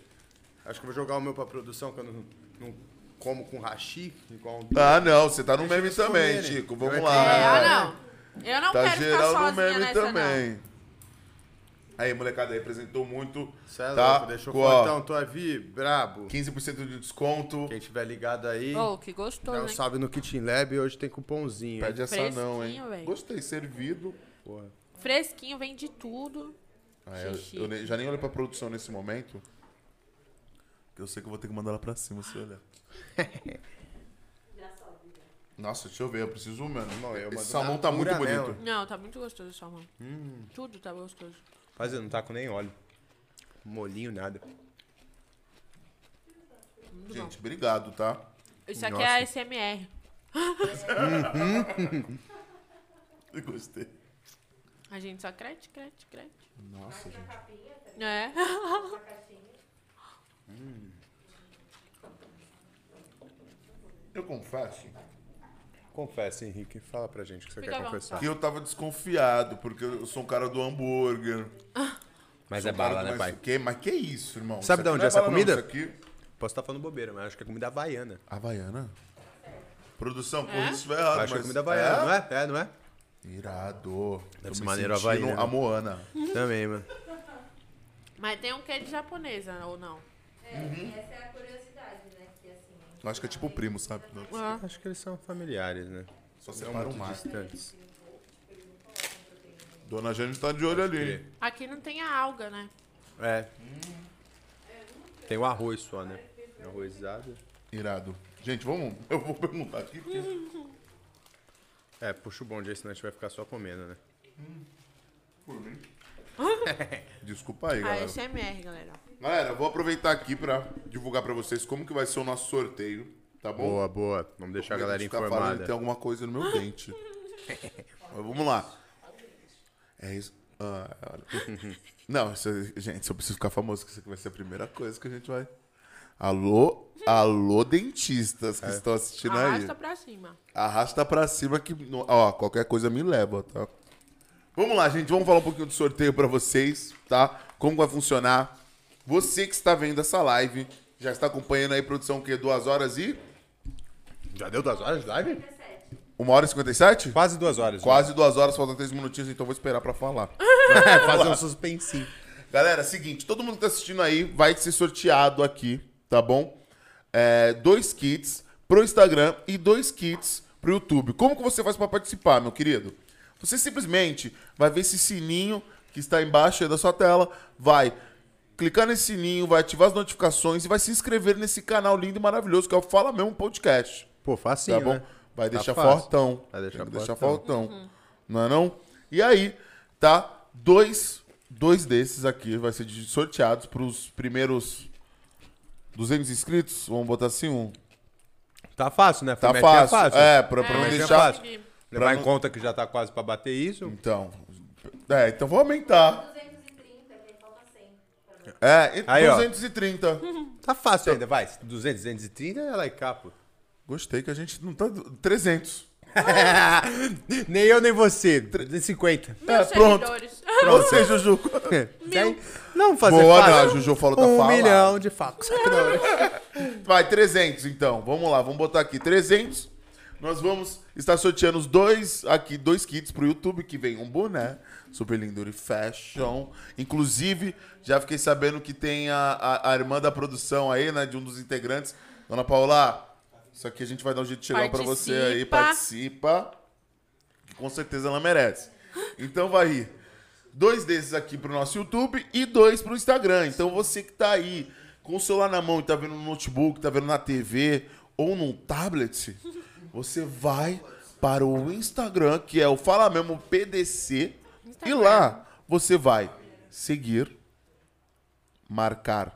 C: Acho que eu vou jogar o meu pra produção, que eu não, não como com hashi, igual um...
A: Ah, não, você tá no
C: Deixa
A: meme
C: eles
A: também,
C: comerem.
A: Chico.
C: Eu
A: Vamos
C: entendo.
A: lá.
B: É, ah, não. Eu não
A: Tá
B: quero ficar
A: geral no
B: sozinha
A: meme
B: nessa,
A: também. Aí, molecada, representou muito.
C: Cê é
A: tá?
C: louco, deixou
A: Com, ó,
C: fortão, tô aí, brabo.
A: 15% de desconto.
C: Quem tiver ligado aí,
B: não. Oh, que
C: dá
B: gostoso,
C: um
B: hein?
C: salve no Kitchen Lab, hoje tem cupomzinho. hein?
A: Pede essa não, hein?
B: Fresquinho, velho.
A: Gostei, servido.
C: Porra.
B: Fresquinho, vem de tudo.
A: Ah, eu,
B: Xixi.
A: eu nem- já nem olho pra produção nesse momento. Que eu sei que eu vou ter que mandar ela pra cima se eu olhar. Nossa, deixa eu ver, eu preciso, mano.
C: Não, eu mando
A: Esse salmão
C: na
A: tá muito
C: pura
A: bonito.
C: nela.
B: Não, tá muito gostoso esse salmão. Tudo tá gostoso.
C: Mas eu não tá com nem óleo. Molinho, nada.
B: Muito bom.
A: Gente, obrigado, tá?
B: Isso aqui
A: nossa.
B: é a SMR.
A: Eu gostei.
B: A gente só crete, crete, crete.
A: Nossa, gente.
B: É.
A: Eu confesso
C: Confessa, Henrique, fala pra gente o que você
B: Fica à
C: quer confessar.
A: que eu tava desconfiado, porque eu sou um cara do hambúrguer.
C: Mas
A: sou
C: é
A: um cara
C: bala,
A: do
C: né,
A: mais
C: pai?
A: o quê? Mas que isso, irmão? Isso
C: Sabe
A: aqui
C: de onde
A: não
C: é essa
A: bala, não.
C: comida?
A: Isso aqui...
C: Posso estar falando bobeira, mas acho que é comida havaiana.
A: Havaiana? Produção, corrija se estiver errado.
C: acho que é
A: mas...
C: comida havaiana, não é? É, não é?
A: Irado. Tô
C: ser
A: me
C: maneiro
A: sentindo
C: Havaí, né?
A: A Moana.
C: Também, mano.
B: Mas tem um quê de japonesa, ou não?
E: É, essa é a curiosidade, né? Que assim,
A: Eu acho que é tipo primo, sabe?
B: Ah.
C: Acho que eles são familiares, né?
A: Só
C: Não
A: separa um
C: muito
A: mar.
C: distantes.
A: Dona Jane tá de olho ali. hein?
B: Aqui não tem a alga, né?
C: É. Tem o arroz só, né? Arrozado.
A: Irado. Gente, vamos. Eu vou perguntar aqui. porque-
C: É, puxa o bonde aí, senão a gente vai ficar só comendo, né?
A: Por mim. Desculpa aí,
B: A
A: galera.
B: SMR, galera.
A: Galera, eu vou aproveitar aqui pra divulgar pra vocês como que vai ser o nosso sorteio, tá bom?
C: Boa, boa. Vamos então. deixar a galera
A: ficar tá falando que
C: informada.
A: tem alguma coisa no meu dente. Mas vamos lá. É isso. Ah, olha. Não, isso, gente, se eu preciso ficar famoso, que isso aqui vai ser a primeira coisa que a gente vai. Alô, alô, dentistas que
C: É.
A: estão assistindo
B: Ah,
A: aí.
B: Arrasta pra cima.
A: Arrasta pra cima que. no- Ó, qualquer coisa me leva, tá? Vamos lá, gente. Vamos falar um pouquinho do sorteio pra vocês, tá? Como vai funcionar. Você que está vendo essa live, já está acompanhando aí, produção, o quê? Duas horas e...
C: Já deu duas horas de live?
A: Uma hora e 57?
C: Quase duas horas. né?
A: Quase duas horas, faltam três minutinhos, então vou esperar pra falar.
C: É, fazer um suspensinho.
A: Galera, seguinte, todo mundo que tá assistindo aí vai ser sorteado aqui, tá bom? É, dois kits pro Instagram e dois kits pro YouTube. Como que você faz pra participar, meu querido? Você simplesmente vai ver esse sininho que está embaixo aí da sua tela, vai clicar nesse sininho, vai ativar as notificações e vai se inscrever nesse canal lindo e maravilhoso que é o Fala Mesmo Podcast
C: Pô, facinho,
A: tá bom?
C: né?
A: Vai deixar
C: fácil.
A: fortão.
C: Vai deixar
A: Tem que deixar
C: fortão.
A: fortão. Não é não? E aí, tá? Dois, dois desses aqui vai ser de- sorteados pros primeiros 200 inscritos. Vamos botar assim um.
C: Tá fácil, né?
A: Tá
C: Promete que
A: fácil. É, pra, pra
B: É,
A: não
C: mas é
A: deixar...
C: fácil.
B: Consegui.
C: Levar
A: pra
C: em
A: não-
C: conta que já tá quase pra bater isso.
A: Então... É, então vou aumentar.
E: 230, que aí falta 100.
A: É, e
C: Aí, ó.
A: 230.
C: Tá fácil ainda, vai. 200, 230 é lá e cá, pô.
A: Gostei que a gente não tá... 300.
C: nem eu, nem você. 350.
A: é,
B: Meus
A: pronto.
B: seguidores.
A: Pronto. Você, Juju.
C: Cem? Não vamos fazer
A: Boa,
C: fácil.
A: não, Juju falou tá
C: um
A: falado.
C: milhão de facos.
A: Vai, 300 então. Vamos lá, vamos botar aqui 300. Nós vamos estar sorteando os dois aqui, dois kits pro YouTube, que vem um boné, Super Linduri Fashion. Inclusive, já fiquei sabendo que tem a, a, a irmã da produção aí, né, de um dos integrantes. Dona Paula, isso aqui a gente vai dar um jeito de chegar pra você aí. Participa. Que com certeza ela merece. Então vai ir dois desses aqui pro nosso YouTube e dois pro Instagram. Então você que tá aí com o celular na mão e tá vendo no notebook, tá vendo na TV ou num tablet, você vai para o Instagram, que é o Fala Mesmo PDC, e lá você vai seguir, marcar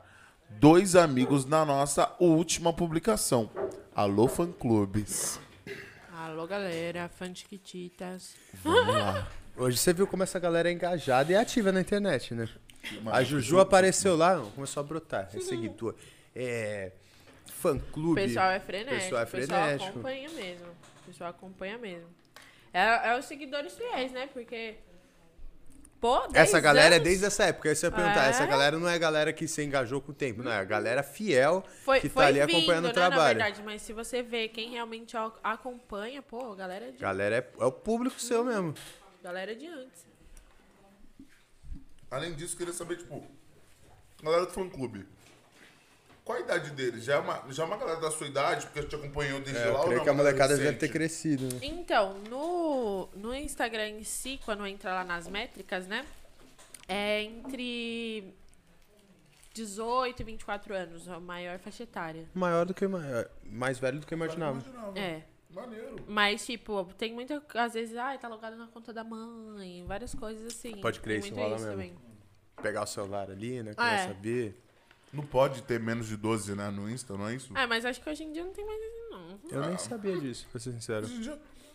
A: dois amigos na nossa última publicação. Alô, fã clubes.
B: Alô, galera, fã de Kititas.
A: Vamos lá.
C: Hoje você viu como essa galera é engajada e ativa na internet, né? A Juju apareceu lá, começou a brotar. É seguidor. É. Fã
B: O
C: clube.
B: pessoal é frenético.
C: Pessoal é frenético.
B: acompanha mesmo. O pessoal acompanha mesmo. É, é os seguidores fiéis, né? Porque. Pô, 10
C: Essa galera é
B: anos
C: desde essa época. Aí você ia perguntar,
B: É?
C: essa galera não é a galera que se engajou com o tempo, não. É a galera fiel
B: foi,
C: que
B: foi
C: tá ali
B: vindo,
C: acompanhando
B: né,
C: o trabalho.
B: Na verdade, mas se você vê quem realmente a- acompanha, pô, a galera de,
C: galera é, é o público seu mesmo.
B: galera é de antes.
A: Além disso, queria saber, tipo, galera do fã clube. Qual a idade deles? Já é uma, já é uma galera da sua idade, porque te acompanhou desde
C: É,
A: lá ou não?
C: crescido, né?
B: Então, no, no Instagram em si, quando entra lá nas métricas, né? É entre 18 e 24 anos, a maior faixa etária.
C: Maior do que maior, mais velho do que eu imaginava.
A: Uhum.
B: É.
A: Maneiro.
B: Mas, tipo, tem muita. Às vezes, ai, tá logado na conta da mãe, várias coisas assim.
C: Pode crer,
B: Tem
C: isso
B: muito
C: rola
B: isso
C: mesmo. Pegar o celular ali, né?
B: Ah,
C: Começa
B: é.
C: a ver.
A: Não pode ter menos de 12, né, no Insta, não é isso?
B: Ah, mas acho que hoje em dia não tem mais isso, não.
C: Eu nem sabia disso, pra ser sincero.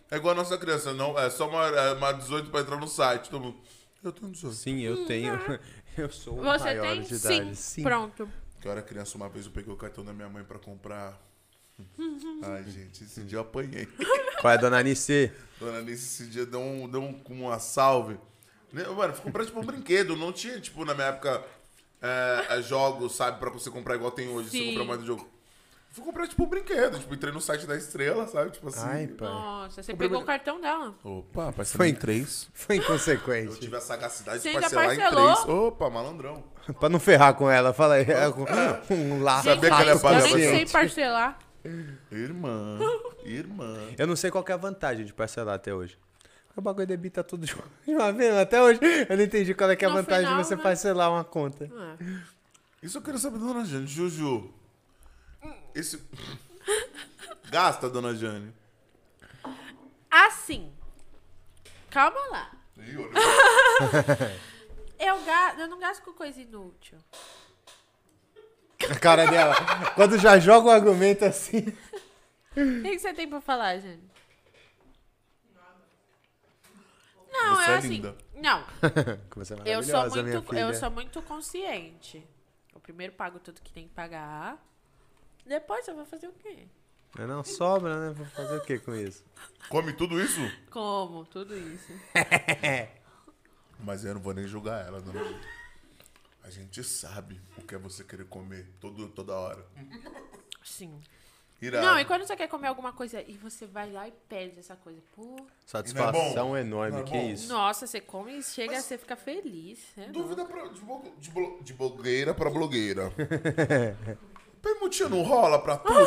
A: É igual a nossa criança, não, é só uma, é uma 18 pra entrar no site. Todo mundo, eu tenho 18.
C: Sim, eu tenho. Eu sou o
B: Você
C: maior
B: tem?
C: de
B: Sim.
C: idade. Sim.
B: Pronto.
A: Que eu era criança, uma vez eu peguei o cartão da minha mãe pra comprar. Ai, gente, esse dia eu apanhei.
C: Qual é, dona Anice?
A: Dona Alice esse dia deu, um, deu um, uma salve. Né, Mano, fui comprar tipo um brinquedo. Não tinha, tipo, na minha época, é, é, jogos, sabe? Pra você comprar igual tem hoje. Você
B: Sim.
A: comprar mais um jogo. Fui comprar, tipo, um brinquedo. Tipo, entrei no site da Estrela, sabe? Tipo assim.
C: Ai, pai.
B: Nossa, você pegou o cartão dela.
A: Opa, parcelou
C: Foi
A: em três.
C: Foi
A: Eu
C: inconsequente.
A: tive a sagacidade
B: Você
A: de
B: ainda
A: parcelar em
B: parcelou?
A: três. Opa, malandrão.
C: pra não ferrar com ela, fala aí. é com- um lá.
A: Sabia que ela é
B: eu
A: paga
B: nem sei
A: bastante.
B: parcelar.
A: Irmã, irmã.
C: Eu não sei qual que é a vantagem de parcelar até hoje. O bagulho debita tudo de uma- de uma vez, até hoje. Eu não entendi qual é, que é a
B: No
C: vantagem
B: final,
C: de você
B: né?
C: parcelar uma conta.
B: Ah,
A: Isso eu quero saber, dona Jane. Juju. Esse. Gasta, dona Jane.
B: Assim. Calma lá.
A: Ih, olha.
B: Eu, ga... eu não gasto com coisa inútil.
C: A cara dela. Quando já joga o argumento assim.
B: O que que você tem pra falar, Jane? Não,
A: Você
B: eu
A: é
B: assim.
A: linda.
B: Não,
C: Como você é
B: eu sou,
C: maravilhosa, minha
B: muito,
C: filha.
B: eu sou muito consciente. Eu primeiro pago tudo que tem que pagar. Depois eu vou fazer o quê?
C: Mas Não sobra, né? Vou fazer o que com isso?
A: Come tudo isso?
B: Como? Tudo isso.
A: Mas eu não vou nem julgar ela, dona Gil. A gente sabe o que é você querer comer todo, toda hora.
B: Sim.
A: Irado.
B: Não, e quando você quer comer alguma coisa e você vai lá e pede essa coisa, pô.
C: Satisfação
A: bom?
C: enorme,
A: Não é
C: que
A: bom?
C: isso.
B: Nossa, você come e chega, você fica feliz. né?
A: Dúvida pra, de, bo- de, blo- de blogueira pra blogueira. Permutinha não rola pra tudo?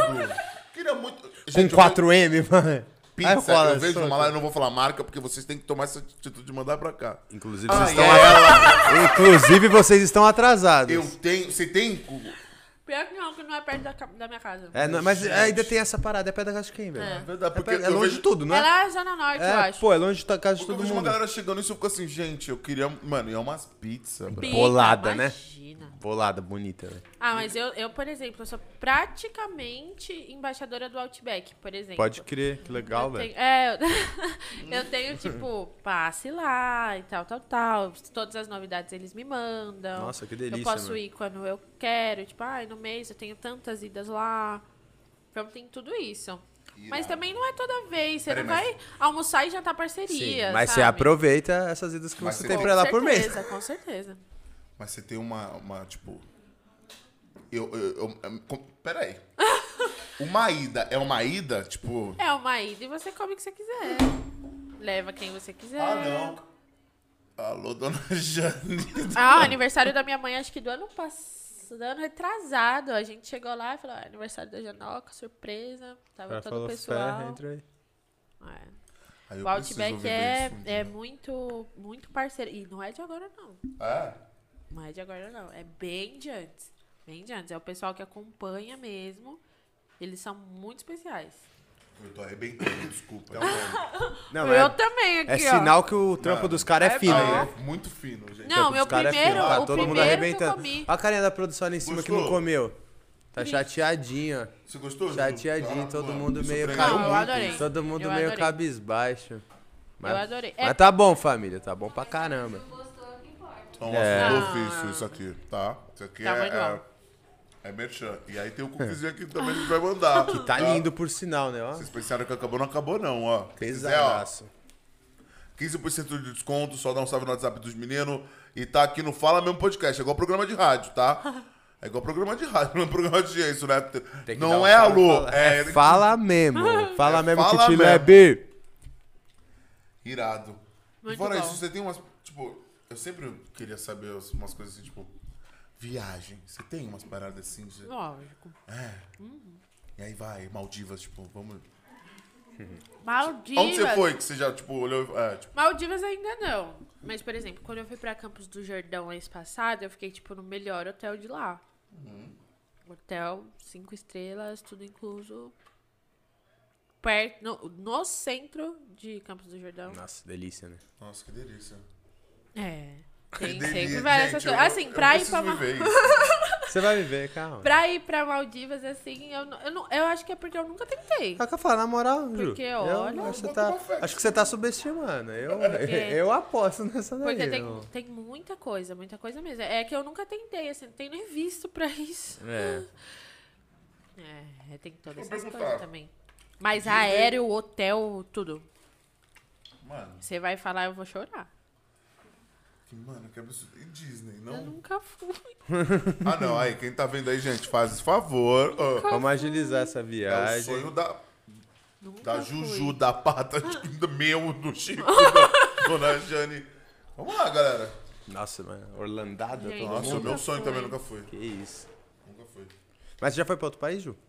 A: Queria muito...
C: Com
A: Gente, eu
C: 4M, mano.
A: Pizza,
C: Aí
A: que
C: rola,
A: eu vejo
C: solta.
A: uma lá, eu não vou falar marca, porque vocês têm que tomar essa atitude de mandar pra cá.
C: Inclusive,
A: Ah,
C: vocês estão
A: é.
C: atrasados. Inclusive, vocês estão atrasados.
A: Eu tenho. Você tem? cu-
B: Pior que não, que não é perto da, ca- da minha casa.
C: É, não, mas
A: Gente.
C: ainda tem essa parada. É perto da casa de quem, velho?
B: É.
A: Verdade,
C: É,
A: porque
C: perto- é
A: eu
C: longe
A: vejo-
C: de tudo, né?
B: É lá na Zona Norte, eu
C: É,
B: acho.
C: pô, é longe da casa de
A: Porque eu
C: todo
A: vejo uma
C: mundo.
A: galera chegando e eu fico assim, gente, eu queria. Mano, e é umas pizzas, bro.
B: Pica,
C: Bolada, né?
B: imagina.
C: Bolada, bonita, velho.
B: Ah, mas eu, eu, por exemplo, eu sou praticamente embaixadora do Outback, por exemplo.
C: Pode crer, que legal,
B: eu
C: velho.
B: tenho, É, eu, eu tenho, tipo, passe lá e tal, tal, tal. Todas as novidades eles me mandam.
C: Nossa, que delícia,
B: Eu posso
C: mano.
B: ir quando eu quero. Tipo, ai, no mês eu tenho tantas idas lá. Então tem tudo isso. Mas também não é toda vez. Você
A: Peraí,
B: não
A: mas-
B: vai almoçar e jantar parceria,
C: Sim, mas
B: sabe?
C: você aproveita essas idas que
A: Mas
C: você
A: você-
C: tem
B: Com
C: pra ir lá por mês.
B: certeza, com certeza.
A: Mas você tem uma. uma tipo. Eu. eu, eu, eu com- peraí. Uma ida é uma ida? Tipo.
B: É uma ida e você come o que você quiser. Leva quem você quiser.
A: Ah, não. Alô, dona Jane.
B: Ah, o aniversário da minha mãe, acho que do ano passado, do ano retrasado. A gente chegou lá e falou, ah, aniversário da Janoca, surpresa. Tava
C: Ela
B: todo
C: falou,
B: o
C: "Ferra,
B: pessoal.
C: entra aí.
B: É.
A: Aí
B: O Outback é,
C: um
A: um
B: é muito, muito parceiro. E não é de agora, não.
A: É?
B: Não é de agora, não. É bem de antes. Bem de antes. É o pessoal que acompanha mesmo. Eles são muito especiais.
A: Eu tô arrebentando, desculpa.
C: Então Não,
B: eu
C: é,
B: também aqui,
C: é
B: ó.
C: sinal que o trampo dos caras é fino,
B: bom.
C: né?
A: É muito fino, gente. Então,
B: Não, meu primeiro,
C: tá
B: o
C: todo mundo
B: primeiro que eu
C: arrebentando.
B: comi.
C: Olha a carinha da produção ali em cima que não
A: Gostou?
C: comeu. Tá chateadinho, ó.
A: Você gostou? Ju?
C: Chateadinho,
A: Ah,
C: todo
A: mano,
C: mundo
A: me
C: meio
A: surpreendeu
B: Não, eu
A: muito.
B: adorei.
C: Todo mundo
B: Eu
C: meio
B: adorei.
C: cabisbaixo. Mas,
B: Eu adorei. É-
C: Mas tá bom, família. Tá bom pra caramba.
E: Gostou, o que importa.
A: É um
C: É.
A: assunto do ofício isso aqui, tá? Isso aqui
B: Tá
A: é,
B: muito
A: é, é merchan. E aí tem o cookiezinho aqui que também a gente vai mandar. Que
C: Tá lindo por sinal, né? Ó.
A: Vocês pensaram que acabou, não acabou não, ó. Se quiser, ó,
C: Pesadaço.
A: 15% de desconto, só dá um salve no WhatsApp dos meninos. E tá aqui no Fala Mesmo Podcast, é igual programa de rádio, tá? É igual programa de rádio, não é programa de isso, né?
C: Tem que dar
A: Não
C: um
A: é
C: salve,
A: alô,
C: fala-
A: é...
C: Fala mesmo. Fala mesmo
A: fala
C: que te
A: mesmo.
C: leve.
A: Irado.
B: Muito
A: e fora
B: bom.
A: isso, você tem umas. Tipo, eu sempre queria saber umas coisas assim, tipo. Viagem. Você tem umas paradas assim? Você...
B: Lógico.
A: E aí vai, Maldivas, tipo, vamos.
B: Maldivas.
A: Onde você foi que você já, tipo, olhou. É, tipo,
B: Maldivas ainda não. Mas, por exemplo, quando eu fui pra Campos do Jordão mês passado, eu fiquei, tipo, no melhor hotel de lá.
A: Uhum.
B: Hotel, cinco estrelas, tudo incluso. Perto, no, no centro de Campos do Jordão.
C: Nossa, delícia, né?
A: nossa, que delícia.
B: É.
A: Que
B: Tem
A: delícia,
B: sempre várias essas
A: gente, eu-
B: coisas. Assim,
A: eu
B: pra ir
A: preciso
B: pra, Ma-
A: viver isso.
C: Você vai viver, calma.
B: pra ir pra Maldivas, assim, eu, não- eu, não- eu acho que é porque eu nunca tentei.
A: Tá
C: Só que eu falo, na moral, Ju,
B: Porque,
C: eu
B: olha- É
C: acho, que você
A: Bota
C: tá,
A: uma fé.
C: acho que você tá subestimando. Eu,
B: Porque-
C: eu aposto nessa daí.
B: Porque tem,
C: irmão.
B: tem muita coisa, muita coisa mesmo. É que eu nunca tentei, assim, não tenho nem visto pra isso.
C: É.
B: É, tem todas
A: Vou
B: essas coisas
A: perguntar.
B: também. Mas aéreo, hotel, tudo.
A: Mano,
B: Você vai falar, eu vou chorar.
A: que, mano, que absurdo. E Disney,
B: Eu
A: não?
B: nunca fui.
A: Ah, não, aí, quem tá vendo aí, gente, faz esse favor. ó.
C: Vamos agilizar essa
A: É o
C: viagem.
A: sonho da,
B: Nunca
A: da
B: fui.
A: Juju, da Pata,
B: Ah.
A: do meu, do Chico, da Dona Jane. Vamos lá, galera.
C: Nossa, mano. Orlandada.
B: Gente.
C: todo
A: Nossa,
C: mundo.
A: o meu sonho
B: fui.
A: também nunca foi.
C: Que isso.
A: Nunca foi.
C: Mas você já foi pra outro país, Ju?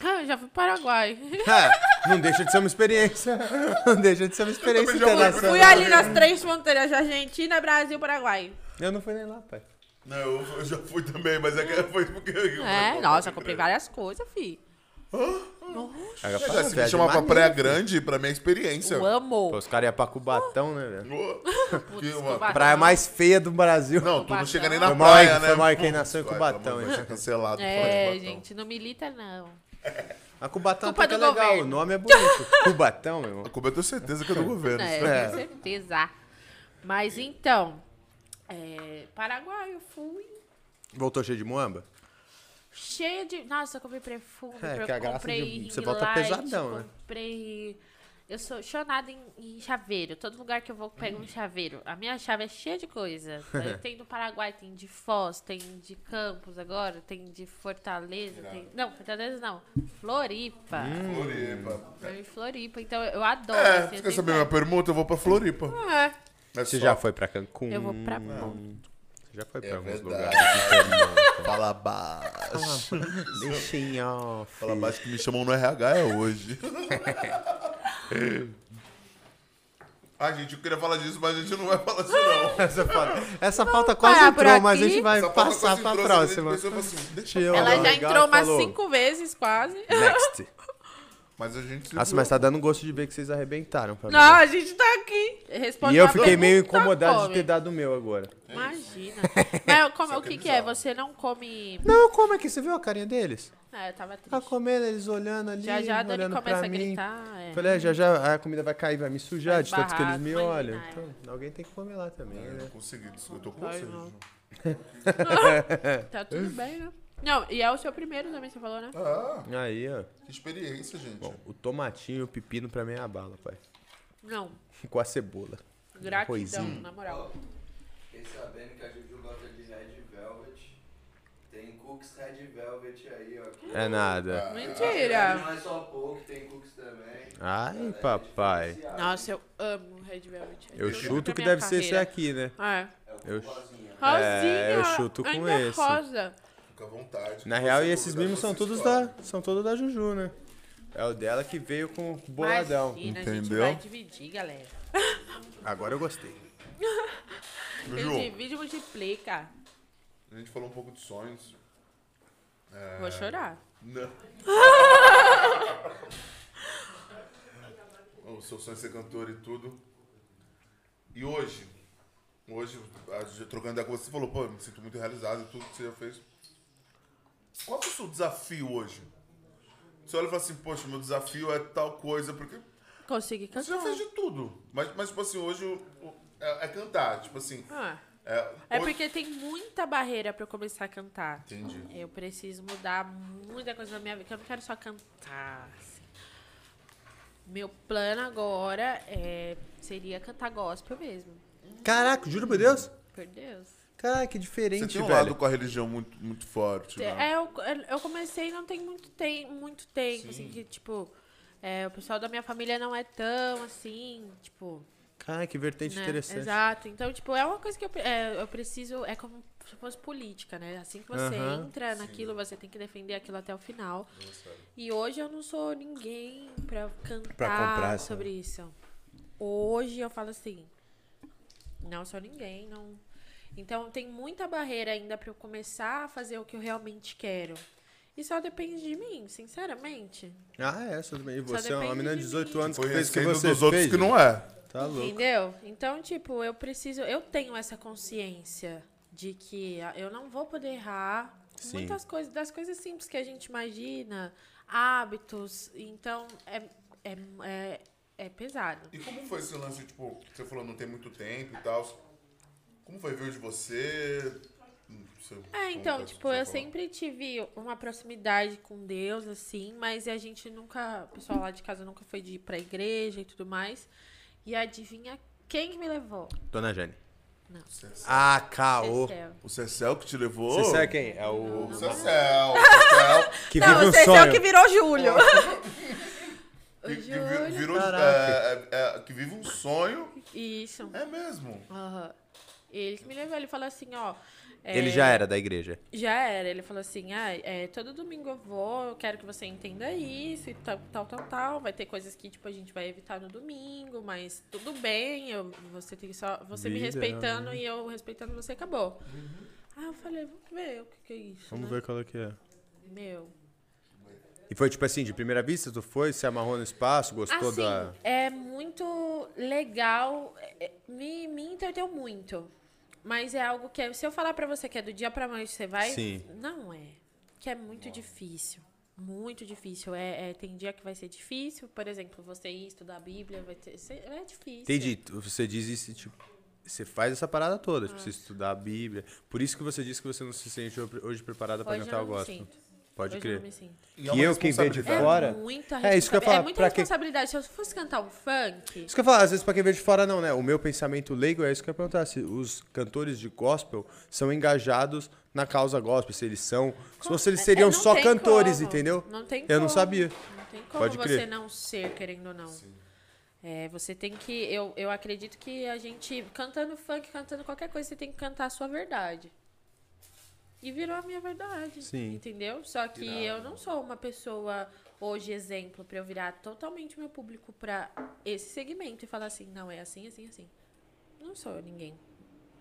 B: Ah, eu já fui pro Paraguai.
C: É, não deixa de ser uma experiência. Não deixa de ser uma experiência
A: também já fui
C: internacional.
B: fui
A: Paraguai.
B: ali nas três fronteiras, Argentina, Brasil, Paraguai.
C: Eu não fui nem lá, pai.
A: Não, eu, eu já fui também, mas é que foi porque. eu-
B: É,
A: eu-
B: nossa, eu comprei várias coisas, fi.
C: Aga,
A: Cara, Se me
C: é
A: chamar pra Praia Grande, pra minha experiência.
B: Eu amo.
C: Os caras iam pra Cubatão, né, velho?
A: Oh, que uma-
B: Cubatão.
C: Praia mais feia do Brasil.
A: Não, tu não chega nem
B: Foi
A: na
C: mal aí-
A: praia, né?
C: foi mal aí quem
A: Putz,
C: nasceu em
A: vai,
C: Cubatão,
A: tá bom, Vai
C: hein?
A: ser cancelado.
B: É,
A: pode, Cubatão.
B: gente, não milita, não.
C: A Cubatão
B: Culpa
C: até que é
B: do
C: legal.
B: governo.
C: O nome é bonito. Cubatão, meu irmão.
A: A Cuba eu tenho certeza que é do governo.
B: É,
A: sabe?
B: com certeza. Mas então, é, Paraguai, eu fui.
C: Voltou cheio de moamba?
B: cheia de. Nossa, eu comprei perfume,
C: É,
B: eu
C: que a graça
B: comprei
C: de- você volta
B: highlight,
C: pesadão, né?
B: comprei
F: Eu sou chonada em, em chaveiro. Todo lugar que eu vou, eu pego um chaveiro. A minha chave é cheia de coisa. Eu tem do Paraguai, tem de Foz, tem de Campos agora, tem de Fortaleza. Tem... Não, Fortaleza não. Floripa.
C: Hum.
A: Floripa.
F: Eu em Floripa, então eu adoro.
A: É,
F: assim, eu
A: fica
F: sempre
A: sabendo minha permuta, eu vou pra Floripa.
B: É.
A: É
C: Você
A: só.
C: já foi pra Cancún?
F: É, Eu vou pra
C: Hum. Você já foi pra
D: É
C: alguns
D: verdade. Fala baixo.
C: lugares. Deixa em off.
A: Fala baixo que me chamam no RH é hoje. ah, gente, eu queria falar disso, mas a gente não vai falar disso, não.
C: Essa pauta, essa pauta quase
B: parar por
C: entrou, mas a
B: aqui.
C: gente vai
A: Essa pauta
C: passar
A: quase
C: pra
A: entrou, assim,
C: próxima.
A: a gente pensou, falou assim, deixa eu-
C: Tio,
B: Ela já
C: legal,
B: entrou umas
C: falou.
B: cinco vezes, quase.
C: Next.
A: Mas a gente. se
C: Nossa,
A: viu.
C: mas tá dando gosto de ver que vocês arrebentaram pra mim.
B: Não, a gente tá aqui. Responde
C: E eu
B: uma
C: fiquei meio
B: pergunta,
C: incomodado de
B: come.
C: ter dado o meu agora.
B: Imagina. Mas como- o que que é? Você não come...
C: Não, como é que você viu a carinha deles?
B: Ah, eu tava triste.
C: Tá comendo, eles olhando ali,
B: já já a Dani
C: olhando
B: começa
C: pra
B: a
C: mim.
B: gritar. é.
C: Falei, é, já já a comida vai cair, vai me sujar
B: Vai
C: de tanto que eles me
B: esbarrar,
C: olham.
B: vai, né?
C: Então, alguém tem que comer lá também,
A: É, Eu não
C: né?
A: consegui, isso eu tô com vocês.
B: não.
A: Ju.
B: Tá tudo bem, né? Não, e é o seu primeiro também, você falou, né?
A: Ah,
C: Aí, ó.
A: que experiência, gente.
C: Bom, o tomatinho e o pepino pra mim é a bala, pai.
B: Não.
C: Com a cebola.
B: Gratidão,
C: Arrozinho.
B: na moral.
D: Fiquei sabendo que a Juju gosta de Red Velvet. Tem Cooks Red Velvet aí, ó.
C: É nada.
B: Mentira.
D: Não é só pouco, tem Cooks também.
C: Ai, papai.
B: Nossa, eu amo Red Velvet. É
C: Eu
B: tudo
C: chuto
B: pra
C: que
B: minha
C: deve ser esse
B: carreira.
C: aqui, né?
B: Ah, é.
C: Eu,
B: Rosinha.
C: É, eu chuto com
B: ainda
C: esse.
B: rosa.
A: Fica à vontade.
C: na
A: Você
C: real, e
A: convidar,
C: esses mimos são
A: você
C: todos
A: escolhe.
C: da, são todos da Juju, né? É o dela que veio com o boladão.
F: Imagina, a gente
A: Entendeu?
F: vai dividir, galera.
C: Agora eu gostei.
A: Ju,
F: Ele divide e multiplica.
A: a gente falou um pouco de sonhos. É,
B: Vou chorar.
A: Não. o seu sonho é ser cantor e tudo. E hoje, hoje, a gente trocando ideia com você, você falou, pô, eu me sinto muito realizado e tudo que você já fez. Qual que é o seu desafio hoje? Você olha e fala assim, poxa, meu desafio é tal coisa, porque
B: Consegui
A: você já
B: cantar.
A: fez de tudo. Mas, mas tipo assim, hoje o- o- é, é cantar, tipo assim.
B: Ah,
A: É,
B: é
A: hoje-
B: porque tem muita barreira pra eu começar a cantar.
A: Entendi.
B: Eu preciso mudar muita coisa na minha vida, que eu não quero só cantar. assim. Meu plano agora é, seria cantar gospel mesmo.
C: Caraca, juro por Deus.
B: Por Deus.
C: Caraca, que diferente,
A: Você tem um lado
C: velho.
A: com a religião muito, muito forte, né?
B: É, eu, eu comecei não tem muito, tem, muito tempo, assim, que, tipo, é, o pessoal da minha família não é tão, assim, tipo...
C: Caraca, que vertente
B: né?
C: interessante.
B: Exato. Então, tipo, é uma coisa que eu, pre- é, eu preciso. É como se fosse política, né? Assim que você
C: Aham.
B: entra naquilo, você tem que defender aquilo até o final. E hoje eu não sou ninguém pra cantar
C: comprar assim. essa-
B: sobre isso. Hoje eu falo assim. Não sou ninguém, não. Então tem muita barreira ainda pra eu começar a fazer o que eu realmente quero. E só depende de mim, sinceramente.
C: Ah, é, só também. E
B: Só
C: você é uma
B: depende
C: menina de
B: de
C: 18
B: mim.
C: anos que fez o que
A: Conhecendo dos
C: você
A: outros
C: fez.
A: que não é.
C: Tá louco.
B: Entendeu? Então, tipo, eu preciso, eu tenho essa consciência de que a- eu não vou poder errar
C: Sim.
B: muitas coisas, das coisas simples que a gente imagina, hábitos. Então, é, é, é, é pesado.
A: E como foi esse lance, tipo, você falou não tem muito tempo e tal. Como foi ver de você? Não sei
B: É,
A: como
B: então,
A: que
B: tipo,
A: você
B: eu
A: falou.
B: sempre tive uma proximidade com Deus, assim, mas a gente nunca, o pessoal lá de casa nunca foi de ir pra igreja e tudo mais. E adivinha quem que me levou?
C: Dona Jane.
A: O
C: Ah, caô.
B: Cecel.
A: Cecel que te levou?
C: Você sabe quem? É o.
A: O Cecel, o Cecel.
C: Que
B: Não,
C: vive um
B: você é o
C: sonho. um
B: que virou Júlio.
A: que,
B: o
A: que vi-
B: Júlio.
A: virou,
C: Caraca.
A: é, é, é, que vive um sonho.
B: Isso.
A: É mesmo.
B: Aham. Ele que me levou, ele falou assim, ó. é,
C: Ele já era da igreja.
B: Já era. Ele falou assim, ah, é, todo domingo eu vou, eu quero que você entenda isso e tal, tal, tal, tal. Vai ter coisas que, tipo, a gente vai evitar no domingo, mas tudo bem, eu, você tem que só. Você me
C: Vida, né? Uhum.
B: respeitando e eu respeitando você, acabou. Ah, eu falei, vamos ver o que, que é isso. né?
C: qual é que é.
B: Meu.
C: E foi tipo assim, de primeira vista, tu foi, se amarrou no espaço, gostou
B: Assim,
C: da.
B: é muito legal, é- é- me, me entreteu muito. Mas é algo que, se eu falar pra você que é do dia pra noite você vai,
C: Sim.
B: não é. Que é muito difícil, muito difícil. É, é- tem dia que vai ser difícil, por exemplo, você ir estudar a Bíblia, vai ter, cê- é difícil.
C: Entendi. tu- Você diz isso, tipo. Você faz essa parada toda,
B: Ah.
C: tipo, você estudar a Bíblia. Por isso que você disse que você não se sente hoje preparada pra
B: Hoje eu
C: cantar o
B: não me
C: gospel.
B: sinto. Hoje
C: Pode
B: eu
C: crer.
B: não me sinto.
A: E é
C: Que
A: uma
C: eu que vejo de
A: responsabilidade.
C: fora-
B: É muita responsabilidade.
C: É, isso que eu ia
B: é
C: falar,
B: muita
C: pra quem-
B: responsabilidade. Se eu fosse cantar um funk,
C: Isso que eu falo, às vezes pra quem vê de fora não, né? O meu pensamento leigo é isso que eu ia perguntar, se os cantores de gospel são engajados na causa gospel, se eles são, se você- eles
B: É,
C: seriam
B: não
C: só
B: tem
C: cantores,
B: como.
C: entendeu?
B: Não tem
C: Eu
B: como.
C: não sabia.
B: Não tem como
C: Pode
B: você
C: crer.
B: não ser, querendo ou não. É, você tem que. Eu, eu acredito que a gente, cantando funk, cantando qualquer coisa, você tem que cantar a sua verdade. E virou a minha verdade.
C: Sim.
B: Entendeu? Só que eu não sou uma pessoa hoje exemplo pra eu virar totalmente meu público pra esse segmento e falar assim, não, é assim, assim, assim. Não sou ninguém.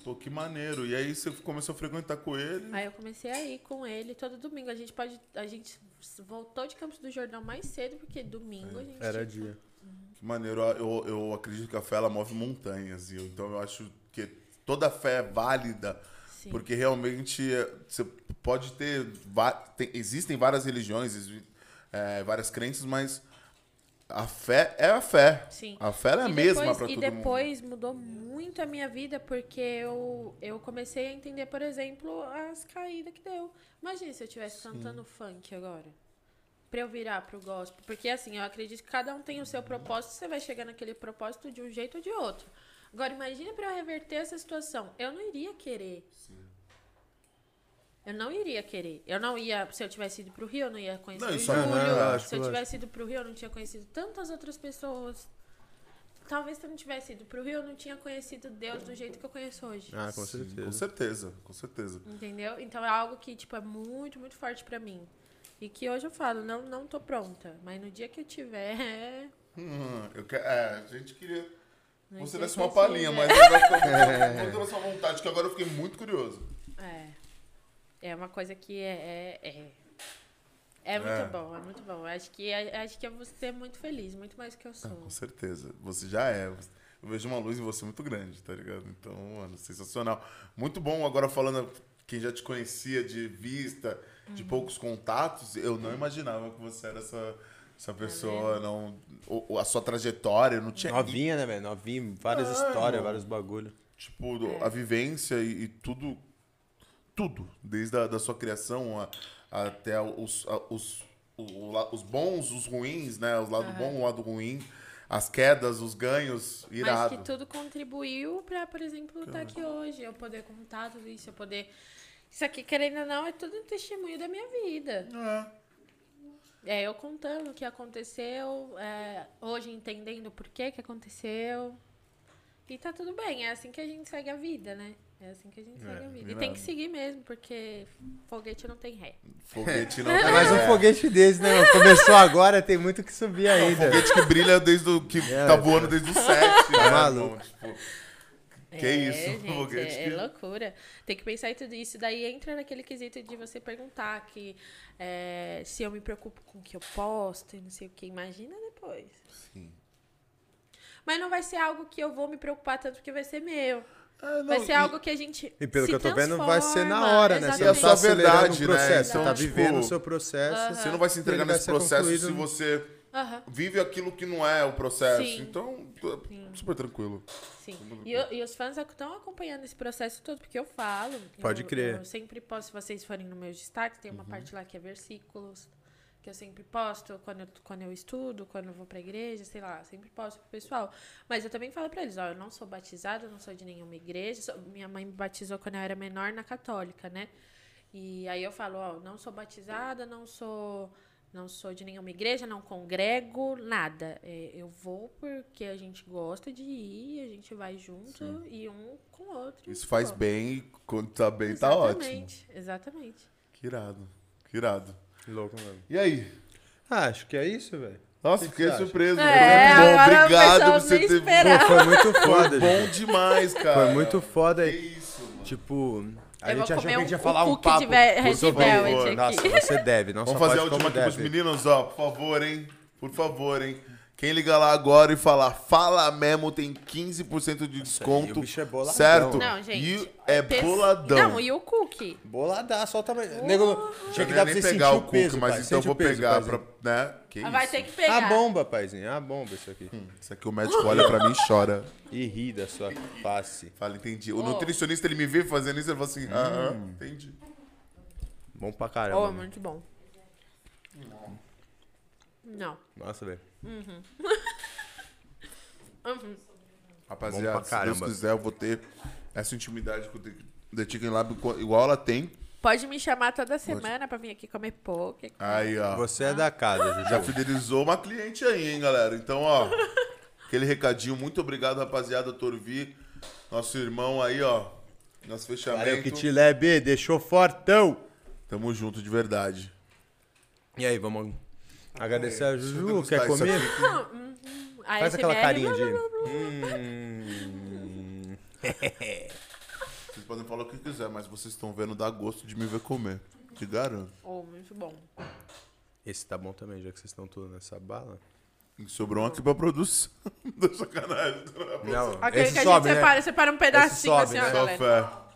A: Pô, que maneiro. E aí você começou a frequentar com ele.
B: Aí eu comecei a ir com ele todo domingo. A gente pode. A gente voltou de Campos do Jordão mais cedo, porque domingo a gente.
C: Era
B: tinha-
C: dia.
A: Que maneiro. Eu, eu acredito que a fé ela move montanhas. E eu- então eu acho que toda fé é válida.
B: Sim.
A: Porque realmente é, você pode ter. va- tem- existem várias religiões, exi- é, várias crenças, mas a fé é a fé.
B: Sim.
A: A fé ela é a
B: E
A: mesma
B: depois-
A: para todo
B: E
A: mundo.
B: depois mudou muito a minha vida, porque eu, eu comecei a entender, por exemplo, as caídas que deu. Imagina se eu estivesse cantando funk agora. Pra eu virar pro gospel. Porque assim, eu acredito que cada um tem o seu propósito, você vai chegar naquele propósito de um jeito ou de outro. Agora, imagina pra eu reverter essa situação. Eu não iria querer. Eu não iria querer. Eu não ia. Se eu tivesse ido pro Rio, eu não ia conhecer
A: Não,
B: o
A: isso é-
B: Júlio.
C: Aham, lógico,
B: se eu
C: lógico.
B: tivesse ido pro Rio, eu não tinha conhecido tantas outras pessoas. Talvez se eu não tivesse ido pro Rio, eu não tinha conhecido Deus do jeito que eu conheço hoje.
C: Ah, com
A: Sim,
C: certeza.
A: Com certeza, com certeza.
B: Entendeu? Então é algo que, tipo, é muito, muito forte pra mim. E que hoje eu falo, não, não tô pronta. Mas no dia que eu tiver.
A: Hum, eu que- é, a gente queria.
B: no
A: Você
B: dia
A: desse
B: que
A: uma
B: eu
A: palhinha,
B: tiver-
A: mas eu vai ficar muito na sua vontade, que agora eu fiquei muito curioso.
B: É. É uma coisa que é. É, é- é muito
A: É.
B: bom, é muito bom. Acho que, acho que eu vou ser muito feliz, muito mais do que eu sou.
A: Com certeza. Você já é. Eu vejo uma luz em você muito grande, tá ligado? Então, mano, sensacional. Muito bom agora falando quem já te conhecia de vista, de
B: Uhum.
A: poucos contatos, eu não imaginava que você era essa, essa
B: Tá
A: pessoa, não, o- o- a sua trajetória, não tinha
C: Novinha, né, velho? Novinha, várias histórias, vários bagulho.
A: tipo,
B: É.
A: do- a vivência e, e tudo, tudo, desde a da sua criação a- até os, a- os, o- o la- os bons, os ruins, né? O lado bom, o lado ruim, as quedas, os ganhos, irado.
B: Mas que tudo contribuiu pra, por exemplo, estar aqui hoje. Eu poder contar tudo isso, eu poder. Isso aqui, querendo ou não, é tudo um testemunho da minha vida. É, eu contando o que aconteceu, é, hoje entendendo por que que aconteceu. E tá tudo bem, é assim que a gente segue a vida, né? É assim que a gente segue a vida. E tem que
A: verdade.
B: seguir mesmo, porque foguete não tem ré.
A: Foguete não
C: É
A: tem
C: mais um
A: ré.
C: foguete desse, né? mano? Começou agora, tem muito que subir ainda.
A: Foguete que brilha desde o. que
C: É,
A: tá voando desde o 7.
C: Tá
A: né,
C: maluco.
A: irmão? Tipo, que
B: é,
A: isso,
B: gente,
A: foguete
B: é,
A: que-
B: loucura. Tem que pensar em tudo isso. Daí entra naquele quesito de você perguntar que é, se eu me preocupo com o que eu posto e não sei o que. Imagina depois.
A: Sim.
B: Mas não vai ser algo que eu vou me preocupar tanto porque vai ser meu.
A: Ah, não,
B: vai ser
A: e-
B: algo que a gente.
C: É, E pelo
B: se
C: que eu tô vendo, vai ser na
B: transforma.
C: hora, né? Você não
A: E
B: Exatamente.
A: só
C: tá
A: a verdade,
C: acelerando
A: né?
C: o processo,
A: Então,
C: você tá
A: tipo,
C: vivendo o seu processo.
A: Você não vai se entregar
C: Ele vai
A: nesse
C: ser
A: processo se
C: construído-
A: você
B: Aham,
A: vive aquilo que não é o processo.
B: Sim.
A: Então, tô- super tranquilo.
B: sim. E, o- e os fãs estão acompanhando esse processo todo, porque eu falo.
C: Pode
B: eu,
C: crer. Uhum.
B: Eu sempre posto, se vocês forem no meus destaques, tem uma parte lá que é versículos, que eu sempre posto quando eu, quando eu estudo, quando eu vou pra igreja, sei lá, sempre posto pro pessoal. Mas eu também falo pra eles, ó, eu não sou batizada, eu não sou de nenhuma igreja, sou- minha mãe me batizou quando eu era menor na católica, né? E aí eu falo, ó, não sou batizada, não sou não sou de nenhuma igreja, não congrego, nada. É, eu vou porque a gente gosta de ir, a gente vai junto e um com o outro.
A: Isso faz
B: bem.
A: bem e quando tá bem, tá ótimo.
B: Exatamente, exatamente.
A: Que irado. Que irado.
C: Louco, mano.
A: E aí?
C: Ah, acho que é isso, velho.
A: Nossa,
C: Que que
A: fiquei
C: você acha?
A: surpreso.
B: É,
A: Muito bom,
B: agora o
A: Obrigado
B: pessoal
A: por você
B: nem
A: ter.
B: espera.
C: Pô, foi muito foda, gente.
A: Bom demais, cara.
C: Foi muito foda.
A: Que isso, mano.
C: Tipo, a
B: Eu vou
C: gente achou que
B: comer
C: a gente ia
B: um
C: falar um
B: cookie de
C: papo
B: ve- Red
C: sobre-
B: Velvet aqui.
C: Nossa, você deve. Nossa,
A: Vamos fazer a
C: pode
A: última aqui
C: como
A: pros
C: deve.
A: meninos, ó, por favor, hein? Por favor, hein? Quem liga lá agora e falar fala mesmo tem 15% de desconto.
C: aí, o bicho é boladão.
A: Certo?
B: Não, gente.
A: E é
B: pes-
A: boladão.
B: Não, e o cookie?
C: Boladaço, solta mais. Nego, tinha que dar pra
A: nem
C: você sentir
A: pegar
C: o
A: o cookie,
C: peso,
A: mas
C: pai.
A: então eu
C: Sente o
A: vou
C: peso,
A: pegar pra.
C: paizinho.
A: Né? Que isso?
B: Ah, Vai ter que
C: A
B: pegar.
C: bomba, paizinho. A bomba isso aqui.
A: Isso aqui o médico olha pra mim e chora.
C: E ri da sua face.
A: Fala, entendi. O nutricionista ele me
C: Hum.
A: vê fazendo isso, ele fala assim, ah, ah, entendi.
C: Tá Bom pra
B: Oh,
C: caramba.
B: muito bom.
G: Não.
C: Nossa, velho.
G: Uhum.
A: Rapaziada,
C: Bom pra
A: se Deus
C: caramba.
A: quiser, eu vou ter essa intimidade com o The- The Chicken Lab co- igual ela tem.
G: Pode me chamar toda semana pra vir aqui comer poke.
A: Aí, ó.
C: Você é da casa, Juju.
A: Ah. Já fidelizou uma cliente aí, hein, galera? Então, ó, aquele recadinho. Muito obrigado, rapaziada, Torvi. Nosso irmão aí, ó. Nosso fechamento.
C: Valeu, Kit Lab, deixou fortão.
A: Tamo junto de verdade.
C: E aí, vamos agradecer a
A: Deixa eu
C: Juju,
A: degustar
C: quer
A: isso
C: comer?
A: aqui.
G: A
C: Faz aquela
G: ASMR,
C: carinha de.
G: blá, blá,
C: Hum.
A: Vocês podem falar o que quiser, mas vocês estão vendo, dá gosto de me ver comer. Te garanto.
G: blá. Oh, muito bom.
C: Esse tá bom também, já que vocês estão tudo nessa bala.
A: E sobrou um aqui pra produção. Da sacanagem.
C: Não,
G: Aquele
C: esse
G: que a
C: sobe,
G: gente separa,
C: né?
G: separa um pedacinho
C: sobe,
G: assim,
C: né?
G: ó,
A: Só
G: galera.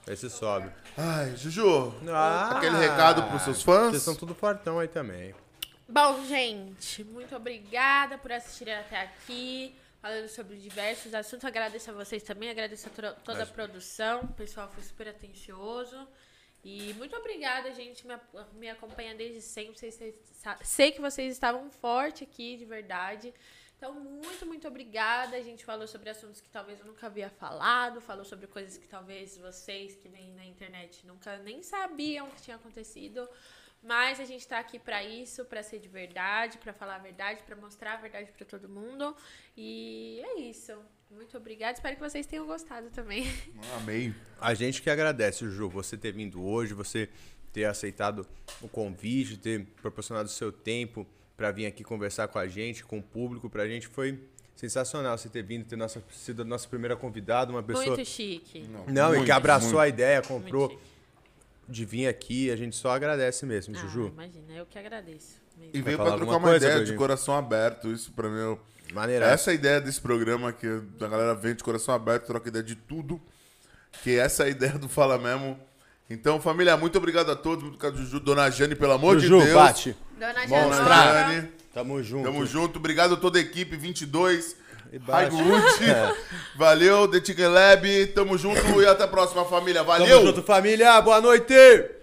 A: fé.
C: Esse sobe.
A: Ai, Juju.
C: Ah,
A: aquele recado pros seus fãs?
C: Vocês estão tudo fortão aí também.
B: Bom, gente, muito obrigada por assistirem até aqui, falando sobre diversos assuntos. Agradeço a vocês também, agradeço a tro- toda a produção. O pessoal foi super atencioso. E muito obrigada, gente, me, ap- me acompanha desde sempre. Vocês, vocês sa- sei que vocês estavam forte aqui, de verdade. Então, muito, muito obrigada. A gente falou sobre assuntos que talvez eu nunca havia falado, falou sobre coisas que talvez vocês que vêm na internet nunca nem sabiam que tinha acontecido. Mas a gente tá aqui pra isso, pra ser de verdade, pra falar a verdade, pra mostrar a verdade pra todo mundo. E é isso. Muito obrigada. Espero que vocês tenham gostado também.
A: Amei.
C: A gente que agradece, Ju, você ter vindo hoje, você ter aceitado o convite, ter proporcionado o seu tempo para vir aqui conversar com a gente, com o público. Pra gente foi sensacional você ter vindo, ter nossa, sido a nossa primeira convidada, uma pessoa.
B: Muito chique.
C: Não, e que
A: Muito,
C: abraçou
A: muito.
C: a ideia,
B: Muito
C: comprou
B: chique.
C: de vir aqui. A gente só agradece mesmo,
B: Ah,
C: Juju.
B: imagina, eu que agradeço. mesmo.
A: E veio
C: falar
A: pra trocar
C: alguma
A: uma
C: coisa,
A: ideia de
C: Doidinho?
A: coração aberto. Isso pra mim é o-
C: Maneiraço.
A: Essa é a ideia desse programa que a galera vem de coração aberto, troca ideia de tudo. Que essa é a ideia do Fala Mesmo. Então, família, muito obrigado a todos. Muito obrigado, Juju. Dona Jane, pelo amor
C: Juju,
A: de Deus.
C: bate.
B: Dona
A: Dona
B: Janora.
A: Jane.
C: Tamo junto.
A: Tamo junto. Obrigado a toda a equipe 22.
C: E bate. É.
A: Raigwood. Valeu, The Chicken Lab. Tamo junto e até a próxima, família.
C: Tamo
A: Valeu.
C: junto, família. Boa noite.